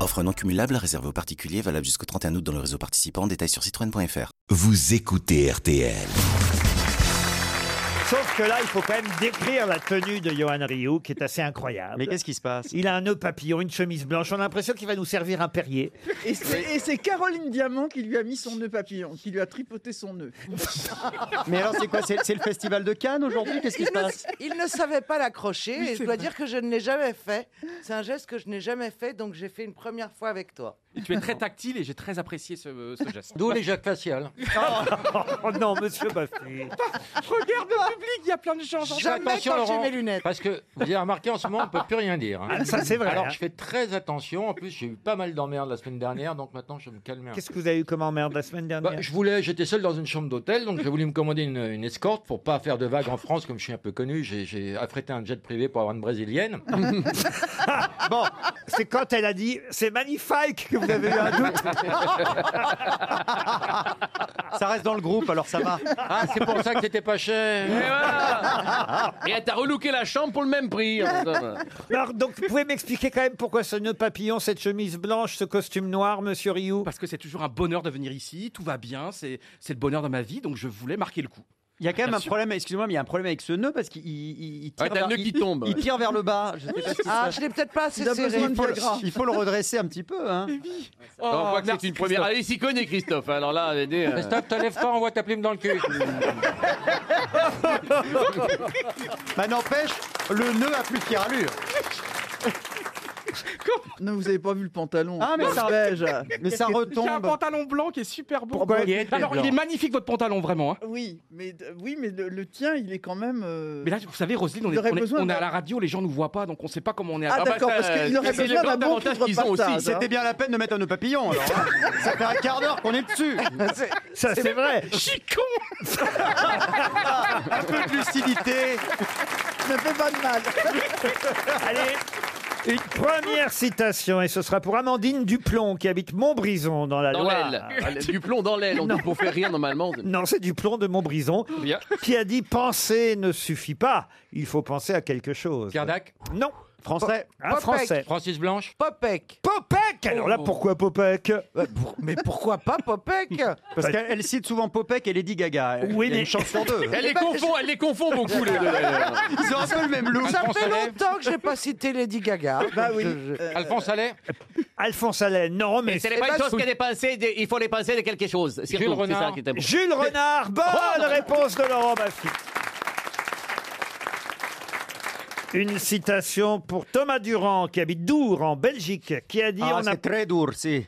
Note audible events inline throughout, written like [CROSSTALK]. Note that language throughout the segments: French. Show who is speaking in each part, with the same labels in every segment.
Speaker 1: Offre non cumulable réservée aux particuliers valable jusqu'au 31 août dans le réseau participant. Détails sur citroën.fr.
Speaker 2: Vous écoutez RTL.
Speaker 3: Sauf que là, il faut quand même décrire la tenue de Johan Rioux, qui est assez incroyable.
Speaker 4: Mais qu'est-ce qui se passe
Speaker 3: Il a un nœud papillon, une chemise blanche. On a l'impression qu'il va nous servir un perrier.
Speaker 5: Et c'est et c'est Caroline Diamant qui lui a mis son nœud papillon, qui lui a tripoté son
Speaker 4: [LAUGHS]
Speaker 5: nœud.
Speaker 4: Mais alors, c'est quoi C'est c'est le festival de Cannes aujourd'hui Qu'est-ce qui
Speaker 6: Il
Speaker 4: se
Speaker 6: ne,
Speaker 4: passe
Speaker 6: il ne savait pas l'accrocher et je dois dire que je ne l'ai jamais fait. C'est un geste que je n'ai jamais fait, donc j'ai fait une première fois avec toi.
Speaker 7: Et tu es très tactile et j'ai très apprécié ce, euh, ce geste.
Speaker 8: [LAUGHS] D'où les
Speaker 7: [LAUGHS]
Speaker 8: jacques faciales.
Speaker 3: Oh non, monsieur Baffi.
Speaker 6: Regarde le public, il y a plein de gens. Jamais
Speaker 8: attention,
Speaker 6: quand j'ai
Speaker 8: Laurent.
Speaker 6: mes lunettes.
Speaker 8: Parce que vous avez remarqué en ce moment, on peut plus rien dire. hein.
Speaker 3: Ah, ça, c'est vrai, hein.
Speaker 8: Alors je fais très attention. En plus, j'ai eu pas mal d'emmerdes la semaine dernière, donc maintenant je me calme. un peu.
Speaker 3: Qu'est-ce que vous avez eu comme emmerde la semaine dernière
Speaker 8: Bah, je voulais, j'étais seul dans une chambre d'hôtel, donc j'ai voulu me commander une, une escorte pour pas faire de vagues en France, comme je suis un peu connu. J'ai- J'ai affrété un jet privé pour avoir une
Speaker 3: [LAUGHS]
Speaker 8: brésilienne.
Speaker 3: Bon, c'est quand elle a dit c'est magnifique que vous avez eu un
Speaker 4: [LAUGHS]
Speaker 3: doute.
Speaker 4: Ça reste dans le groupe, alors ça va.
Speaker 8: Ah, c'est pour ça que c'était pas cher.
Speaker 7: Et
Speaker 3: [LAUGHS]
Speaker 4: Ah.
Speaker 7: voilà Eh Et elle t'a relooké la chambre pour le même prix. hein,
Speaker 3: Alors, donc, vous pouvez m'expliquer quand même pourquoi ce nœud papillon, cette chemise blanche, ce costume noir, monsieur Rioux
Speaker 7: Parce que c'est toujours un bonheur de venir ici, tout va bien, c'est c'est le bonheur de ma vie, donc je voulais marquer le coup.
Speaker 4: Il y a quand même
Speaker 7: Bien
Speaker 4: un
Speaker 7: sûr.
Speaker 4: problème, excusez-moi, mais il y a un problème avec ce nœud parce qu'il il- il tire,
Speaker 7: Ouais, t'as le
Speaker 4: vers-
Speaker 7: nœud qui
Speaker 4: il-
Speaker 7: tombe.
Speaker 4: il tire vers le bas. Je sais pas ce qui se
Speaker 6: Ah,
Speaker 4: passe.
Speaker 6: je l'ai peut-être pas assez
Speaker 5: Il a
Speaker 6: serré.
Speaker 5: besoin de
Speaker 4: Il faut le-
Speaker 5: Viagra.
Speaker 4: il faut le redresser un petit peu. Hein.
Speaker 7: on voit que c'est
Speaker 4: merci,
Speaker 7: une première.
Speaker 4: Christophe.
Speaker 7: Allez, s'y connaît Christophe. Alors là, elle est, euh,
Speaker 8: Christophe, te lève pas, on voit ta plume dans
Speaker 7: [LAUGHS]
Speaker 8: le cul.
Speaker 4: Bah, n'empêche, le nœud a plus de tiralure.
Speaker 5: Non, vous avez pas vu le pantalon.
Speaker 4: Ah, mais ça-
Speaker 5: beige.
Speaker 4: Mais ça
Speaker 7: Il y a un
Speaker 4: retombe. Oh, bah,
Speaker 7: pantalon blanc qui est super beau.
Speaker 3: Pourquoi
Speaker 7: il est, Alors, il est magnifique votre pantalon vraiment. hein.
Speaker 5: Oui, mais oui, mais le, le tien, il est quand même. euh,
Speaker 7: Mais là, vous savez, Roselyne, on
Speaker 5: Il
Speaker 7: est,
Speaker 5: aurait
Speaker 7: on est-
Speaker 5: besoin
Speaker 7: on est
Speaker 5: de-
Speaker 7: à la radio, les gens nous voient pas, donc on sait pas comment on est. à-
Speaker 5: Ah,
Speaker 7: bah,
Speaker 5: d'accord,
Speaker 7: ça,
Speaker 5: parce qu'il
Speaker 7: euh,
Speaker 5: aurait
Speaker 7: c'est le
Speaker 5: besoin
Speaker 7: grand
Speaker 5: d'un bon
Speaker 7: avantage qu'ils ont
Speaker 5: contrepartage,
Speaker 7: aussi.
Speaker 5: hein.
Speaker 4: C'était bien la peine de mettre un nœud papillon. alors, hein. ça fait un quart d'heure qu'on est dessus.
Speaker 3: Ça, c'est vrai.
Speaker 7: Chicon
Speaker 4: Un peu
Speaker 5: [LAUGHS]
Speaker 4: de lucidité.
Speaker 5: ne Ah. fait pas de mal.
Speaker 3: Allez une première citation, et ce sera pour Amandine Duplon, qui habite Montbrison, dans la
Speaker 7: Dans
Speaker 3: Loire.
Speaker 7: l'aile. Du plomb dans l'aile, on dit pour faire rire normalement.
Speaker 3: Non, c'est Duplon de Montbrison,
Speaker 7: Eh Bien.
Speaker 3: qui a dit « Penser ne suffit pas, il faut penser à quelque chose ».
Speaker 8: Pierre Dac,
Speaker 3: Non,
Speaker 4: Français.
Speaker 3: un
Speaker 6: Popek.
Speaker 3: Français.
Speaker 8: Francis Blanche.
Speaker 6: Popek.
Speaker 4: Oh.
Speaker 3: Popek Alors là, pourquoi Popek
Speaker 6: Ouais, pour- Mais pourquoi pas Popek
Speaker 4: [LAUGHS] Parce qu'elle elle cite souvent Popek et Lady Gaga. Elle-
Speaker 3: Oui,
Speaker 4: il y a
Speaker 3: mais-
Speaker 4: une chance sur deux.
Speaker 7: [LAUGHS]
Speaker 4: Bah,
Speaker 7: Elle les confond, elle les confond beaucoup les deux. d'ailleurs.
Speaker 4: Ils ont un peu le même look.
Speaker 6: Ça fait
Speaker 8: Alphonse Allais.
Speaker 6: longtemps que j'ai pas cité Lady Gaga.
Speaker 5: Bah oui.
Speaker 6: Je- Euh, je-
Speaker 8: Alphonse Allais.
Speaker 3: Alphonse Allais, non, mais...
Speaker 7: C'est pas une chose qu'elle est pensée, de- il faut les penser de quelque chose.
Speaker 8: eh ben, Jules
Speaker 7: Surtout, c'est
Speaker 8: Renard.
Speaker 7: ça qui est important. Oh,
Speaker 3: Jules Renard, bonne réponse de Laurent Baffy. Une citation pour Thomas Durand, qui habite Dour, en Belgique, qui a dit
Speaker 4: Ah,
Speaker 3: on n'a
Speaker 4: c'est très dur, si.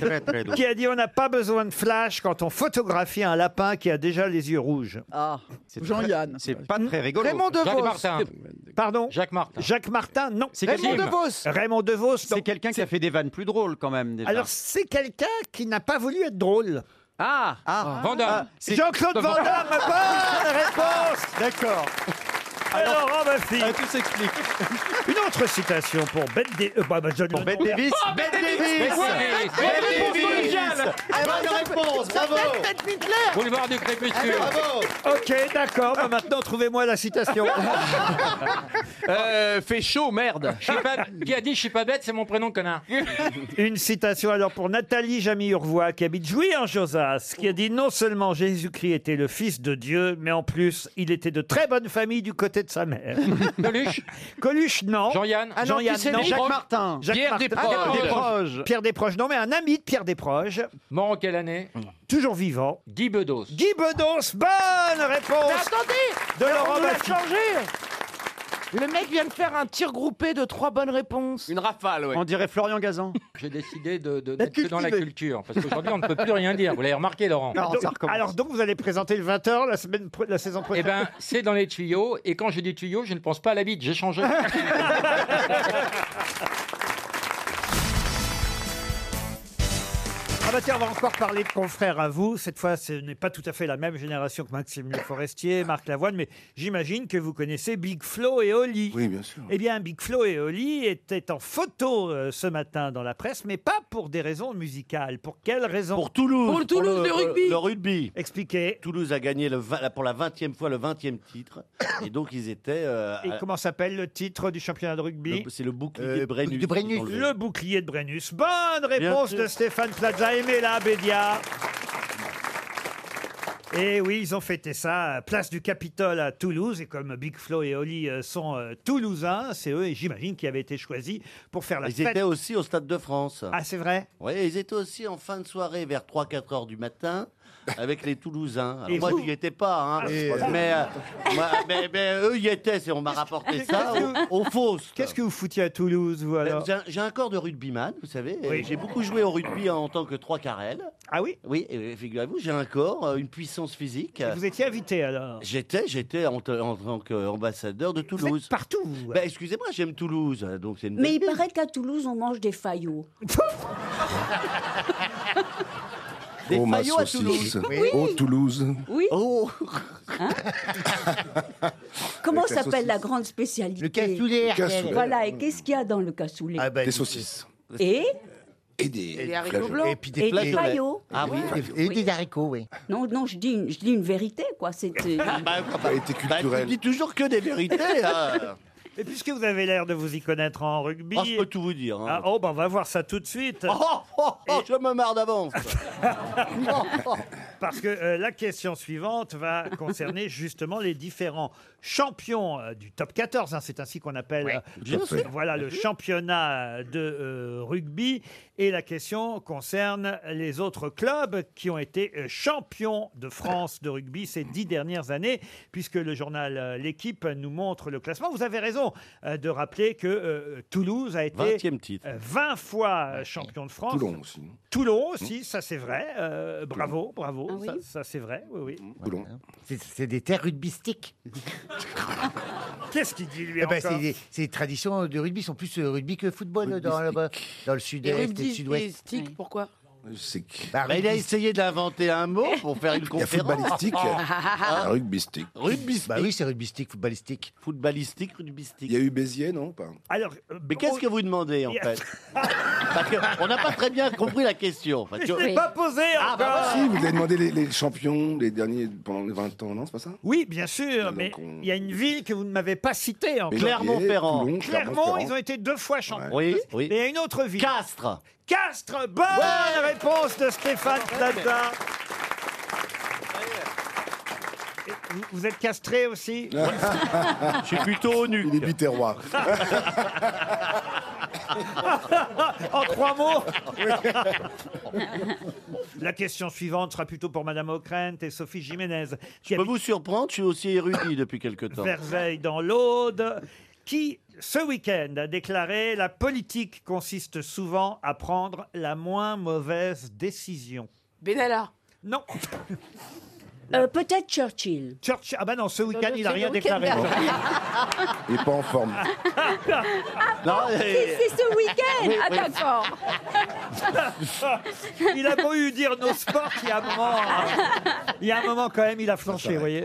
Speaker 4: Très, très
Speaker 3: [LAUGHS]
Speaker 4: dur.
Speaker 3: qui a dit on n'a pas besoin de flash quand on photographie un lapin qui a déjà les yeux rouges.
Speaker 5: Ah,
Speaker 4: C'est
Speaker 5: Jean-Yann.
Speaker 4: très- C'est pas très rigolo.
Speaker 6: Raymond
Speaker 8: Jacques
Speaker 6: DeVos.
Speaker 8: Martin.
Speaker 3: Pardon
Speaker 8: Jacques Martin.
Speaker 3: Jacques Martin Non.
Speaker 4: C'est
Speaker 6: Raymond
Speaker 4: quelqu'un
Speaker 6: DeVos.
Speaker 3: Raymond DeVos non.
Speaker 4: c'est quelqu'un qui a fait des vannes plus drôles quand même. Déjà.
Speaker 3: Alors c'est quelqu'un qui n'a pas voulu être drôle.
Speaker 7: Ah
Speaker 4: ah,
Speaker 8: Van Damme.
Speaker 4: ah, c'est-
Speaker 3: Jean-Claude Van Damme, bonne réponse Euh,
Speaker 4: D'accord.
Speaker 3: de Laurent Baffy.
Speaker 4: Ah, tout s'explique.
Speaker 3: [LAUGHS] Une autre citation pour Ben Dé- euh, bah, bah, je donne
Speaker 4: Pour
Speaker 3: le Ben
Speaker 4: Bette
Speaker 3: nom.
Speaker 4: Davis. Bette Davis.
Speaker 8: Davis.
Speaker 3: Ben
Speaker 4: Bette
Speaker 8: Bette
Speaker 4: Davis.
Speaker 8: Davis.
Speaker 3: Ah,
Speaker 6: Ah,
Speaker 4: Eh ben, bonne réponse. Bravo. Ah,
Speaker 8: Boulevard du Crépuscule.
Speaker 4: Bravo.
Speaker 3: Ok, d'accord. bah Ah, maintenant, trouvez-moi la [LAUGHS] citation.
Speaker 7: Euh, Fait chaud, merde
Speaker 8: Je suis pas- Qui a dit je suis pas bête, c'est mon prénom, connard.
Speaker 3: Une citation alors pour Nathalie Jamy-Urvois, qui habite Jouy en Josas, qui a dit non seulement Jésus-Christ était le Fils de Dieu, mais en plus, il était de très bonne famille du côté de sa mère.
Speaker 8: [LAUGHS] Coluche.
Speaker 3: Coluche, non.
Speaker 8: Jean-Yann.
Speaker 6: Ah non,
Speaker 3: Jean-Yann,
Speaker 6: qui c'est
Speaker 3: non.
Speaker 6: les-
Speaker 4: Jacques Martin.
Speaker 3: Jacques
Speaker 7: Pierre
Speaker 3: Martin.
Speaker 7: Desproges.
Speaker 3: Ah, Pierre Desproges.
Speaker 4: Proche.
Speaker 3: Pierre Desproges, non, mais un ami de Pierre Desproges,
Speaker 8: Mort en quelle année
Speaker 3: toujours vivant.
Speaker 8: Guy Bedos.
Speaker 3: Guy Bedos, bonne
Speaker 6: Mais [LAUGHS]
Speaker 3: réponse
Speaker 6: attendez
Speaker 3: de
Speaker 6: Alors,
Speaker 3: Laurent
Speaker 6: on l'a
Speaker 3: Baffie.
Speaker 6: changé Le mec vient de faire un tir groupé de trois bonnes réponses.
Speaker 7: Une rafale, ouais.
Speaker 4: On dirait Florian Gazan.
Speaker 8: J'ai décidé de, de mettre que dans la
Speaker 5: cultivé.
Speaker 8: culture. Parce qu'aujourd'hui, on ne peut plus rien dire. Vous l'avez remarqué, Laurent
Speaker 4: Non, ça
Speaker 3: Donc-
Speaker 4: recommence.
Speaker 3: alors donc vous allez présenter le 20h la, semaine, pro- la saison
Speaker 8: Eh
Speaker 3: prochaine.
Speaker 8: ben, c'est dans les tuyaux. Et quand je dis tuyaux, je ne pense pas à la bite. J'ai changé.
Speaker 3: Ah bah tiens, on va encore parler de confrères à vous. Cette fois, ce n'est pas tout à fait la même génération que Maxime Le Forestier, Marc Lavoine, mais j'imagine que vous connaissez Big Flo et Oli. Oui, bien sûr. Eh bien, Big Flo et Oli étaient en photo euh, ce matin dans la presse, mais pas pour des raisons musicales. Pour quelles raisons Pour
Speaker 9: [LAUGHS] Toulouse.
Speaker 3: Pour Toulouse,
Speaker 9: le, euh,
Speaker 3: le rugby.
Speaker 9: Le rugby.
Speaker 3: Expliquez.
Speaker 9: Toulouse a gagné le, vingt- la- pour la 20e fois le 20e titre. Et donc, ils étaient. euh,
Speaker 3: Et
Speaker 9: à-
Speaker 3: comment s'appelle le titre du championnat de rugby
Speaker 9: le- c'est le
Speaker 8: Euh, [LAUGHS]
Speaker 9: bouclier Euh, de Brennus. Ils ont levé.
Speaker 3: Le bouclier de Brennus. Bonne
Speaker 9: Bien
Speaker 3: réponse
Speaker 9: sûr.
Speaker 3: de Stéphane Plaza et Mela Bédia. Et oui, ils ont fêté ça à Place du Capitole à Toulouse. Et comme Big Flo et Oli euh, sont euh, toulousains, c'est eux, et j'imagine, qui avaient été choisis pour faire la
Speaker 9: Ils
Speaker 3: fête.
Speaker 9: étaient aussi au Stade de
Speaker 3: [LAUGHS]
Speaker 9: France.
Speaker 3: Ah, c'est vrai
Speaker 9: Oui, ils étaient aussi en fin de soirée vers 3-4 heures du matin avec les Toulousains. Alors
Speaker 3: Et
Speaker 9: moi,
Speaker 3: vous
Speaker 9: j'y étais pas, hein,
Speaker 3: Et, euh,
Speaker 9: mais, euh, moi- mais- mais eux y étaient, c'est- on
Speaker 3: [LAUGHS]
Speaker 9: m'a rapporté ça aux, fausses.
Speaker 3: Qu'est-ce que vous foutiez à Toulouse, vous alors
Speaker 9: Ben, J'ai un- J'ai un corps de rugbyman, vous savez.
Speaker 3: Oui.
Speaker 9: J'ai beaucoup joué au rugby en tant que trois carrel.
Speaker 3: Ah oui
Speaker 9: Oui, et figurez-vous, j'ai un corps, euh, une puissance physique.
Speaker 3: Vous étiez invité alors
Speaker 9: J'étais, j'étais en, t- en tant qu'ambassadeur de Toulouse. Ben,
Speaker 3: partout.
Speaker 9: Excusez-moi, j'aime Toulouse, donc c'est une.
Speaker 10: Mais il
Speaker 9: bonne
Speaker 10: paraît qu'à Toulouse, on mange des faillots.
Speaker 9: [LAUGHS] Des
Speaker 11: Oh, ma
Speaker 9: faillots à
Speaker 11: saucisse.
Speaker 9: Toulouse.
Speaker 10: Oui.
Speaker 11: Oh, Toulouse.
Speaker 10: Oui. Hein
Speaker 9: Oh
Speaker 10: Comment
Speaker 11: Avec la
Speaker 10: s'appelle la
Speaker 11: saucisse.
Speaker 10: grande spécialité
Speaker 11: Le cassoulet, Le cassoulet. Ariel.
Speaker 10: Voilà, et qu'est-ce qu'il y a dans le cassoulet
Speaker 11: Ah ben, Des du- saucisses.
Speaker 10: bah, Et
Speaker 11: Et des,
Speaker 10: Et des haricots blancs.
Speaker 11: Et puis des
Speaker 10: Et des
Speaker 11: flageolets.
Speaker 10: faillots.
Speaker 11: Ah oui,
Speaker 10: Et des haricots, oui. Non, non, je dis une, je dis une vérité, quoi. C'est. euh,
Speaker 9: Bah, tu dis toujours que des vérités. hein.
Speaker 3: Et puisque vous avez l'air de vous y connaître en rugby.
Speaker 9: Ah, je peux tout vous dire.
Speaker 3: Ah, oh, bah, on va voir ça tout de suite.
Speaker 9: Oh, oh, oh, je me
Speaker 3: [LAUGHS]
Speaker 9: marre d'avance.
Speaker 3: Parce que euh, la question suivante
Speaker 9: [LAUGHS]
Speaker 3: va concerner justement les différents champions euh, du top 14. hein, c'est ainsi qu'on appelle euh,
Speaker 9: bien sûr. Mhm.
Speaker 3: voilà, le
Speaker 9: Bien sûr.
Speaker 3: championnat euh, de euh, rugby. Et la question concerne les autres clubs qui ont été euh, champions de France de rugby ces dix dernières années, puisque le journal euh, L'équipe nous montre le classement. Vous avez raison euh, de rappeler que euh, Toulouse a été
Speaker 9: 20e titre.
Speaker 3: euh, 20 fois euh, champion de France.
Speaker 11: Toulon aussi.
Speaker 3: Toulon aussi, ça c'est vrai. Euh, bravo, bravo, ça, ça, c'est vrai, oui, oui.
Speaker 1: Mm. C'est des
Speaker 11: [LAUGHS]
Speaker 1: terres rugbystiques.
Speaker 3: [LAUGHS] Qu'est-ce qu'il dit lui
Speaker 1: Eh ben,
Speaker 3: encore
Speaker 1: c'est des- c'est des traditions de rugby, sont plus euh, rugby que football euh, dans le, dans le sud-est et le sud-ouest.
Speaker 12: stick, pourquoi
Speaker 11: C'est qui
Speaker 1: Bah,
Speaker 9: Bah, il a essayé d'inventer un mot pour faire une
Speaker 11: Il y a
Speaker 9: conférence.
Speaker 11: footballistique.
Speaker 9: Ah.
Speaker 11: Rugbystique.
Speaker 9: Rugbystique.
Speaker 1: Bah oui, c'est rugbystique, footballistique.
Speaker 9: Footballistique, rugbystique.
Speaker 11: Il y a eu Béziers, non Pas.
Speaker 3: Alors,
Speaker 9: Mais qu'est-ce que vous demandez en
Speaker 11: Il y a-
Speaker 9: fait
Speaker 3: [LAUGHS]
Speaker 9: Parce qu'on n'a pas très bien compris la question. Parce que-
Speaker 3: posé
Speaker 9: Ah, bah,
Speaker 11: Si, vous avez demandé les, les champions, les derniers pendant les 20 ans, non C'est pas ça
Speaker 3: Oui, bien sûr, mais il y a une ville que vous ne m'avez pas citée encore.
Speaker 9: Clermont-Ferrand. Toulon,
Speaker 3: Clermont,
Speaker 9: Clermont-Ferrand.
Speaker 3: ils ont été deux fois champions.
Speaker 9: Oui, oui.
Speaker 3: Et il y a une autre ville.
Speaker 11: [LAUGHS]
Speaker 9: Castres.
Speaker 3: Castres, bonne réponse de Stéphane Plaza. Et Vous, vous êtes castré aussi
Speaker 9: [LAUGHS] Je suis plutôt au nu.
Speaker 11: Il est biterrois.
Speaker 3: [LAUGHS] en trois mots. [LAUGHS] La question suivante sera plutôt pour Madame Ockrent et Sophie Jiménez. Qui
Speaker 9: Je peux vous surprendre, je suis aussi [LAUGHS] érudit depuis quelque temps.
Speaker 3: Verveille dans l'Aude, qui, ce week-end, a déclaré La politique consiste souvent à prendre la moins mauvaise décision.
Speaker 12: Benalla.
Speaker 3: Non.
Speaker 10: Euh, Peut-être Churchill.
Speaker 3: Churchill. Ah bah non, ce week-end,
Speaker 10: le-
Speaker 3: il n'a
Speaker 10: c'est le
Speaker 3: rien
Speaker 10: week-end
Speaker 3: déclaré.
Speaker 9: Ah.
Speaker 11: Il est pas en forme.
Speaker 9: Non,
Speaker 10: C'est c'est Ah, ce week-end
Speaker 3: Oui,
Speaker 10: Ah d'accord
Speaker 3: oui. il a beau eu dire nos sports, il y a un moment, il y a un moment quand même, il a flanché, vous voyez.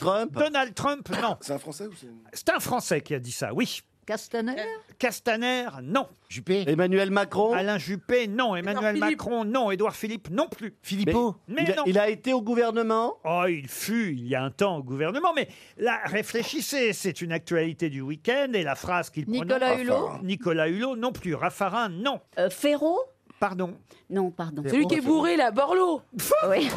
Speaker 9: Trump.
Speaker 3: Donald Trump, non.
Speaker 11: C'est un Français ou c'est.
Speaker 3: C'est un Français qui a dit ça, oui.
Speaker 1: Castaner
Speaker 3: Castaner, non.
Speaker 1: Juppé
Speaker 9: Emmanuel Macron
Speaker 3: Alain Juppé, non. Emmanuel
Speaker 9: Philippe.
Speaker 3: Macron, non. Édouard Philippe, non plus.
Speaker 1: Philippot
Speaker 3: Mais,
Speaker 9: il, a,
Speaker 3: non.
Speaker 9: il a été au gouvernement
Speaker 3: Oh, il fut il y a un temps au gouvernement, mais là, réfléchissez, c'est une actualité du week-end et la phrase qu'il prononce.
Speaker 10: Nicolas Hulot Raffarin.
Speaker 3: Nicolas Hulot, non plus. Raffarin, non.
Speaker 10: Ferro
Speaker 3: Pardon.
Speaker 10: Non, pardon.
Speaker 12: Celui qui est bourré, là, Borloo.
Speaker 3: [LAUGHS]
Speaker 10: Oui.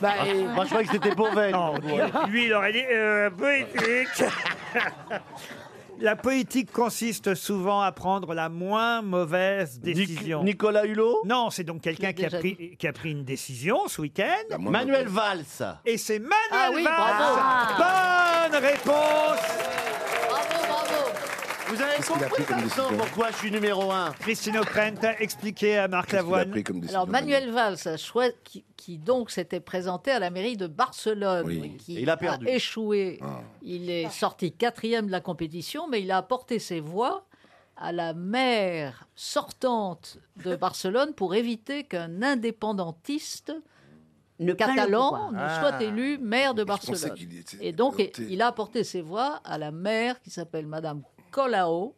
Speaker 12: Bah, et-
Speaker 9: Ah, Moi, je croyais que c'était Beauvais.
Speaker 3: Non, [LAUGHS] lui, il aurait dit euh, politique. la politique consiste souvent à prendre la moins mauvaise décision.
Speaker 9: Nicolas Hulot
Speaker 3: non, c'est donc quelqu'un qui, a pris- qui a pris une décision ce week-end.
Speaker 9: Manuel Valls.
Speaker 3: Et c'est Manuel
Speaker 9: Ah oui,
Speaker 3: Valls.
Speaker 9: bravo.
Speaker 3: Bonne réponse
Speaker 9: Vous avez
Speaker 11: qu'il a pris
Speaker 9: compris
Speaker 11: comme
Speaker 9: maintenant
Speaker 11: décision
Speaker 9: pourquoi je suis numéro un
Speaker 3: Christine O'Krent a expliqué à Marc
Speaker 11: Qu'est-ce qu'il a
Speaker 3: Lavoine.
Speaker 11: pris comme décision
Speaker 13: Alors Manuel Valls, un choix qui, qui donc s'était présenté à la mairie de Barcelone,
Speaker 11: Oui.
Speaker 13: qui
Speaker 9: Et il a perdu.
Speaker 10: Ah.
Speaker 13: échoué. Il est sorti quatrième de la compétition, mais il a apporté ses voix à la mer sortante de Barcelone pour éviter qu'un indépendantiste
Speaker 10: Ne pas le
Speaker 13: catalan
Speaker 10: pouvoir.
Speaker 13: ne
Speaker 10: Ah.
Speaker 13: soit élu maire de
Speaker 10: pensais
Speaker 13: Barcelone.
Speaker 10: qu'il était
Speaker 13: Et donc, et-
Speaker 10: adopté.
Speaker 13: il a apporté ses voix à la maire qui s'appelle Madame Colao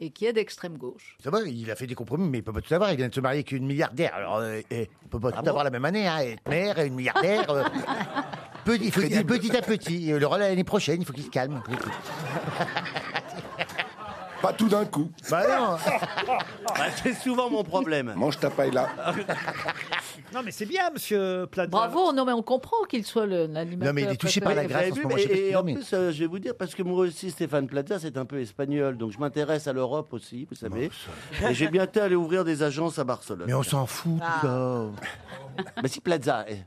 Speaker 13: et qui est d'extrême gauche.
Speaker 1: Ça va, il a fait des compromis, mais il peut pas tout avoir. Il vient de se marier avec une milliardaire. Alors, euh, eh, on peut pas
Speaker 14: Ah
Speaker 1: tout avoir la même année. Hein. Être mère et une milliardaire.
Speaker 14: [LAUGHS]
Speaker 1: euh, petit, faut- petit à petit. Euh, Le rôle à l'année prochaine, il faut qu'il se calme.
Speaker 14: [LAUGHS] Pas tout d'un coup.
Speaker 1: Bah non.
Speaker 9: [LAUGHS] Bah, c'est souvent mon problème.
Speaker 14: Mange ta paille là.
Speaker 3: Non, mais c'est bien, monsieur Platin.
Speaker 13: Bravo, non mais on comprend qu'il soit le- l'animateur. préféré.
Speaker 9: Vous avez vu, Et, et en plus, euh, je vais vous dire, parce que moi aussi, Stéphane Plaza, c'est un peu espagnol, donc je m'intéresse à l'Europe aussi, vous savez. Et j'ai bientôt allé ouvrir des agences à Barcelone.
Speaker 1: Mais on s'en fout,
Speaker 9: Ah.
Speaker 1: ça.
Speaker 9: Mais si Plaza. eh,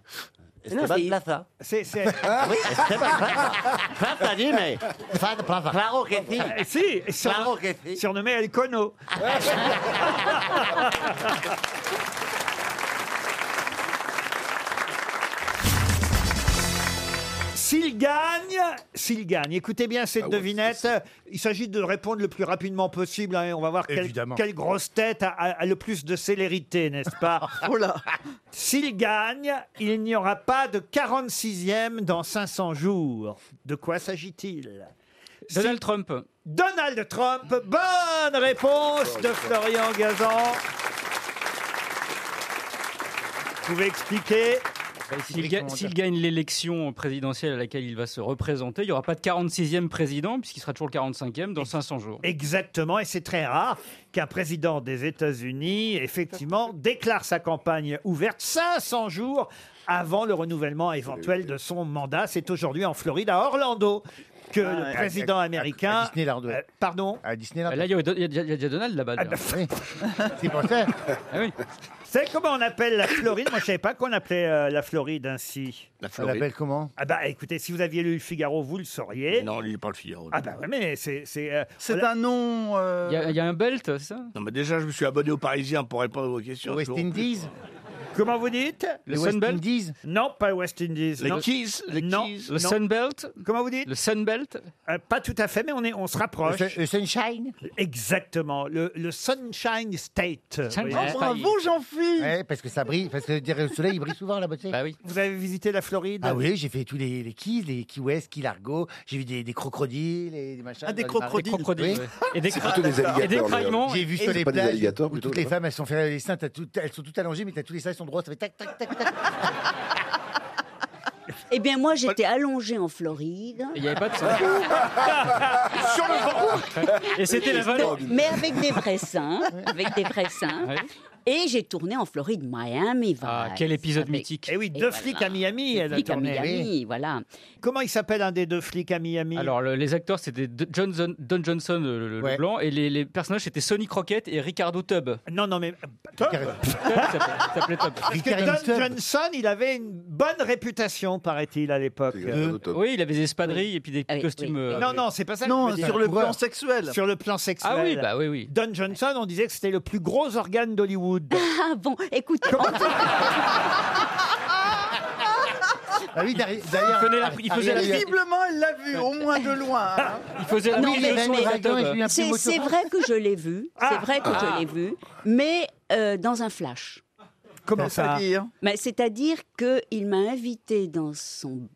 Speaker 9: Esteban
Speaker 1: c'est-
Speaker 9: Plaza.
Speaker 3: C'est. c'est...
Speaker 9: Ah oui, Esteban Plaza. Plaza, dime.
Speaker 1: [LAUGHS]
Speaker 9: Claro que sí.
Speaker 3: Eh, si, et sur-
Speaker 9: Claro que sí.
Speaker 3: surnommé El Cono. S'il gagne, s'il gagne, écoutez bien cette devinette. Il s'agit de répondre le plus rapidement possible. hein, et On va voir quelle,
Speaker 1: Évidemment.
Speaker 3: quelle grosse tête a, a- a le plus de célérité, n'est-ce pas S'il gagne, il n'y aura pas de 46e dans 500 jours. De quoi s'agit-il Donald Trump. Donald Trump. Bonne réponse de Florian Gazan. Vous pouvez expliquer
Speaker 8: S'il ga- s'il gagne l'élection présidentielle à laquelle il va se représenter, il n'y aura pas de 46e président, puisqu'il sera toujours le 45e dans 500 jours.
Speaker 3: Exactement, et c'est très rare qu'un président des États-Unis, effectivement, déclare sa campagne ouverte 500 jours avant le renouvellement éventuel de son mandat. C'est aujourd'hui en Floride, à Orlando, que
Speaker 1: Ah,
Speaker 3: le
Speaker 1: à-
Speaker 3: président
Speaker 1: à- à-
Speaker 3: américain... euh,
Speaker 1: à Disneyland, ouais.
Speaker 3: pardon Ah, bah,
Speaker 1: À Disneyland.
Speaker 8: Là, il y a, il y a- il y a- il y a déjà Donald là-bas. d'ailleurs.
Speaker 3: [LAUGHS]
Speaker 1: C'est pour ça.
Speaker 8: Ah oui.
Speaker 3: Vous savez comment on appelle la Floride Moi, je savais pas qu'on appelait euh, la Floride ainsi. La
Speaker 1: Floride. l'appelle comment
Speaker 3: Ah bah, écoutez, si vous aviez lu le Figaro, vous le sauriez. Non, il pas le Figaro. Ah bah ouais, mais c'est... C'est euh, on l'a-
Speaker 8: nom.
Speaker 1: euh,
Speaker 8: Il y a- il y, a un belt, c'est ça
Speaker 15: Non, mais déjà, je me suis abonné aux Parisiens pour répondre à vos questions.
Speaker 8: West Indies
Speaker 3: Comment vous dites
Speaker 15: Le Les West Sunbelt
Speaker 3: Indies Non, pas West Indies.
Speaker 15: Les
Speaker 3: non.
Speaker 15: Keys, les
Speaker 3: non.
Speaker 15: Keys.
Speaker 8: Le Sunbelt
Speaker 3: Comment vous dites Euh,
Speaker 8: Le Sunbelt
Speaker 3: Pas tout à fait, mais on, est, on se rapproche.
Speaker 1: Le sun- le Sunshine
Speaker 3: Exactement, le, le Sunshine State. Oui.
Speaker 1: Oh, Jean-Philippe Ouais, parce que ça brille, parce que je dirais, le soleil il brille souvent là-bas. Bah
Speaker 8: oui.
Speaker 3: Vous avez visité la Floride
Speaker 1: Ah oui, j'ai fait tous les, les keys, les Key West, Key Largo, j'ai vu des, des crocodiles et des machins.
Speaker 8: Ah, des
Speaker 1: dans le marais.
Speaker 8: crocodiles. Des crocodiles, ouais. Et des C'est cra- plutôt des et des alligators, craquements. d'ailleurs.
Speaker 1: J'ai vu
Speaker 8: Et
Speaker 1: sur
Speaker 8: c'est
Speaker 1: les
Speaker 8: pas des
Speaker 1: plages
Speaker 8: alligators,
Speaker 1: où
Speaker 8: plutôt,
Speaker 1: toutes les
Speaker 8: là-bas
Speaker 1: femmes, elles sont fait les seins, t'as tout- elles sont toutes allongées, mais t'as tous les seins, ils sont droits, ça fait tac, tac, tac, tac.
Speaker 10: Eh bien, moi, j'étais allongée en Floride.
Speaker 8: Il n'y avait pas
Speaker 15: [LAUGHS]
Speaker 8: de ça. Sur le banc Et c'était la vallée.
Speaker 10: Mais avec des vrais
Speaker 8: [LAUGHS]
Speaker 10: seins. Avec des vrais seins.
Speaker 8: Ouais.
Speaker 10: Et j'ai tourné en Floride, Miami. Ah,
Speaker 8: quel épisode mythique.
Speaker 3: Eh oui, deux flics à Miami, elle a
Speaker 10: flics à
Speaker 3: tourné.
Speaker 10: Miami, voilà.
Speaker 3: Comment il s'appelle un des deux flics à Miami
Speaker 8: Alors, le- les acteurs, c'était D- Johnson- Don Johnson, le, le- le blanc, et les, les personnages, c'était Sonny Crockett et Ricardo Tubb.
Speaker 3: Non, non, mais. euh,
Speaker 8: Tubb
Speaker 3: [LAUGHS]
Speaker 8: Ça s'appelait Tubb.
Speaker 3: Parce que Don Johnson, il avait une bonne réputation, paraît-il, à l'époque.
Speaker 8: Oui, il avait des espadrilles et puis des costumes. euh,
Speaker 3: Ah Non, non, c'est pas ça. que
Speaker 8: Non,
Speaker 3: je veux dire.
Speaker 8: sur le plan sexuel.
Speaker 3: Sur le plan sexuel.
Speaker 8: Ah oui, bah oui, oui.
Speaker 3: Don Johnson, on disait que c'était le plus gros organe d'Hollywood.
Speaker 10: Ah bon, écoute.
Speaker 1: Ah oui, derrière.
Speaker 10: Il faisait la- il faisait la-
Speaker 5: Visiblement, elle l'a vu, au moins de loin. hein.
Speaker 10: Ah Non, mais- mais- c'est c'est vrai que je l'ai vu. C'est vrai que
Speaker 5: Ah.
Speaker 10: je l'ai vu, mais euh, dans un flash.
Speaker 3: Comment ça
Speaker 5: C'est-à-dire
Speaker 10: Mais c'est-à-dire que il m'a invité dans son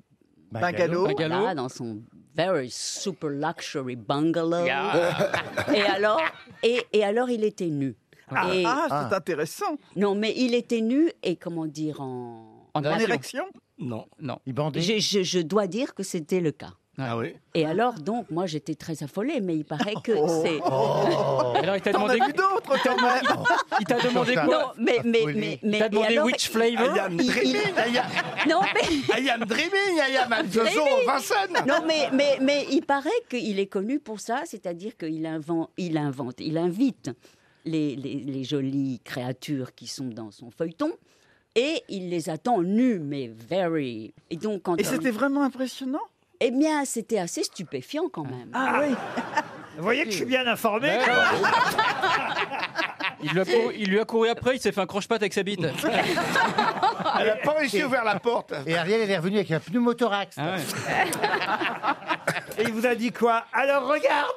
Speaker 5: Bungalow. Bungalow.
Speaker 10: Voilà, dans son very super luxury bungalow.
Speaker 5: Yeah.
Speaker 10: [LAUGHS] Et alors et, et alors il était nu.
Speaker 5: Ah,
Speaker 10: Et-
Speaker 5: ah, c'est intéressant.
Speaker 10: Non, mais il était nu et comment dire en
Speaker 5: En
Speaker 10: en-
Speaker 5: érection
Speaker 8: Non, non.
Speaker 1: Il
Speaker 10: Je, je- je dois dire que c'était le cas.
Speaker 8: Ah oui
Speaker 10: Et alors, donc, moi, j'étais très affolée, mais il paraît que c'est...
Speaker 16: Oh.
Speaker 8: Alors, il t'a demandé.
Speaker 5: d'autres, quand même
Speaker 8: Il t'a demandé quoi
Speaker 10: Non, mais... mais, mais, mais
Speaker 8: Il t'a demandé
Speaker 10: et alors,
Speaker 8: which
Speaker 10: il-
Speaker 8: flavor
Speaker 10: Ah, il- il- Non,
Speaker 3: [LAUGHS]
Speaker 10: mais...
Speaker 15: I am dreaming, I am at the
Speaker 10: Dreaming.
Speaker 15: zoo of Vincennes.
Speaker 10: Non, mais,
Speaker 3: [LAUGHS]
Speaker 10: mais, mais il paraît qu'il est connu pour ça, c'est-à-dire qu'il invente, il invente, il invite les, les, les jolies créatures qui sont dans son feuilleton et il les attend nus, mais very. Et donc quand
Speaker 5: Et
Speaker 10: on-
Speaker 5: c'était vraiment impressionnant
Speaker 10: Eh bien, c'était assez stupéfiant quand même.
Speaker 5: Ah oui
Speaker 3: Vous voyez que je suis bien informé.
Speaker 17: Il lui a couru, il lui a couru après, il s'est fait un croche-patte avec
Speaker 18: [LAUGHS]
Speaker 17: sa bite.
Speaker 19: Elle a pas réussi à ouvrir la porte.
Speaker 1: Et Ariel, elle est revenue avec un pneumothorax.
Speaker 3: Et il vous a dit quoi Alors regarde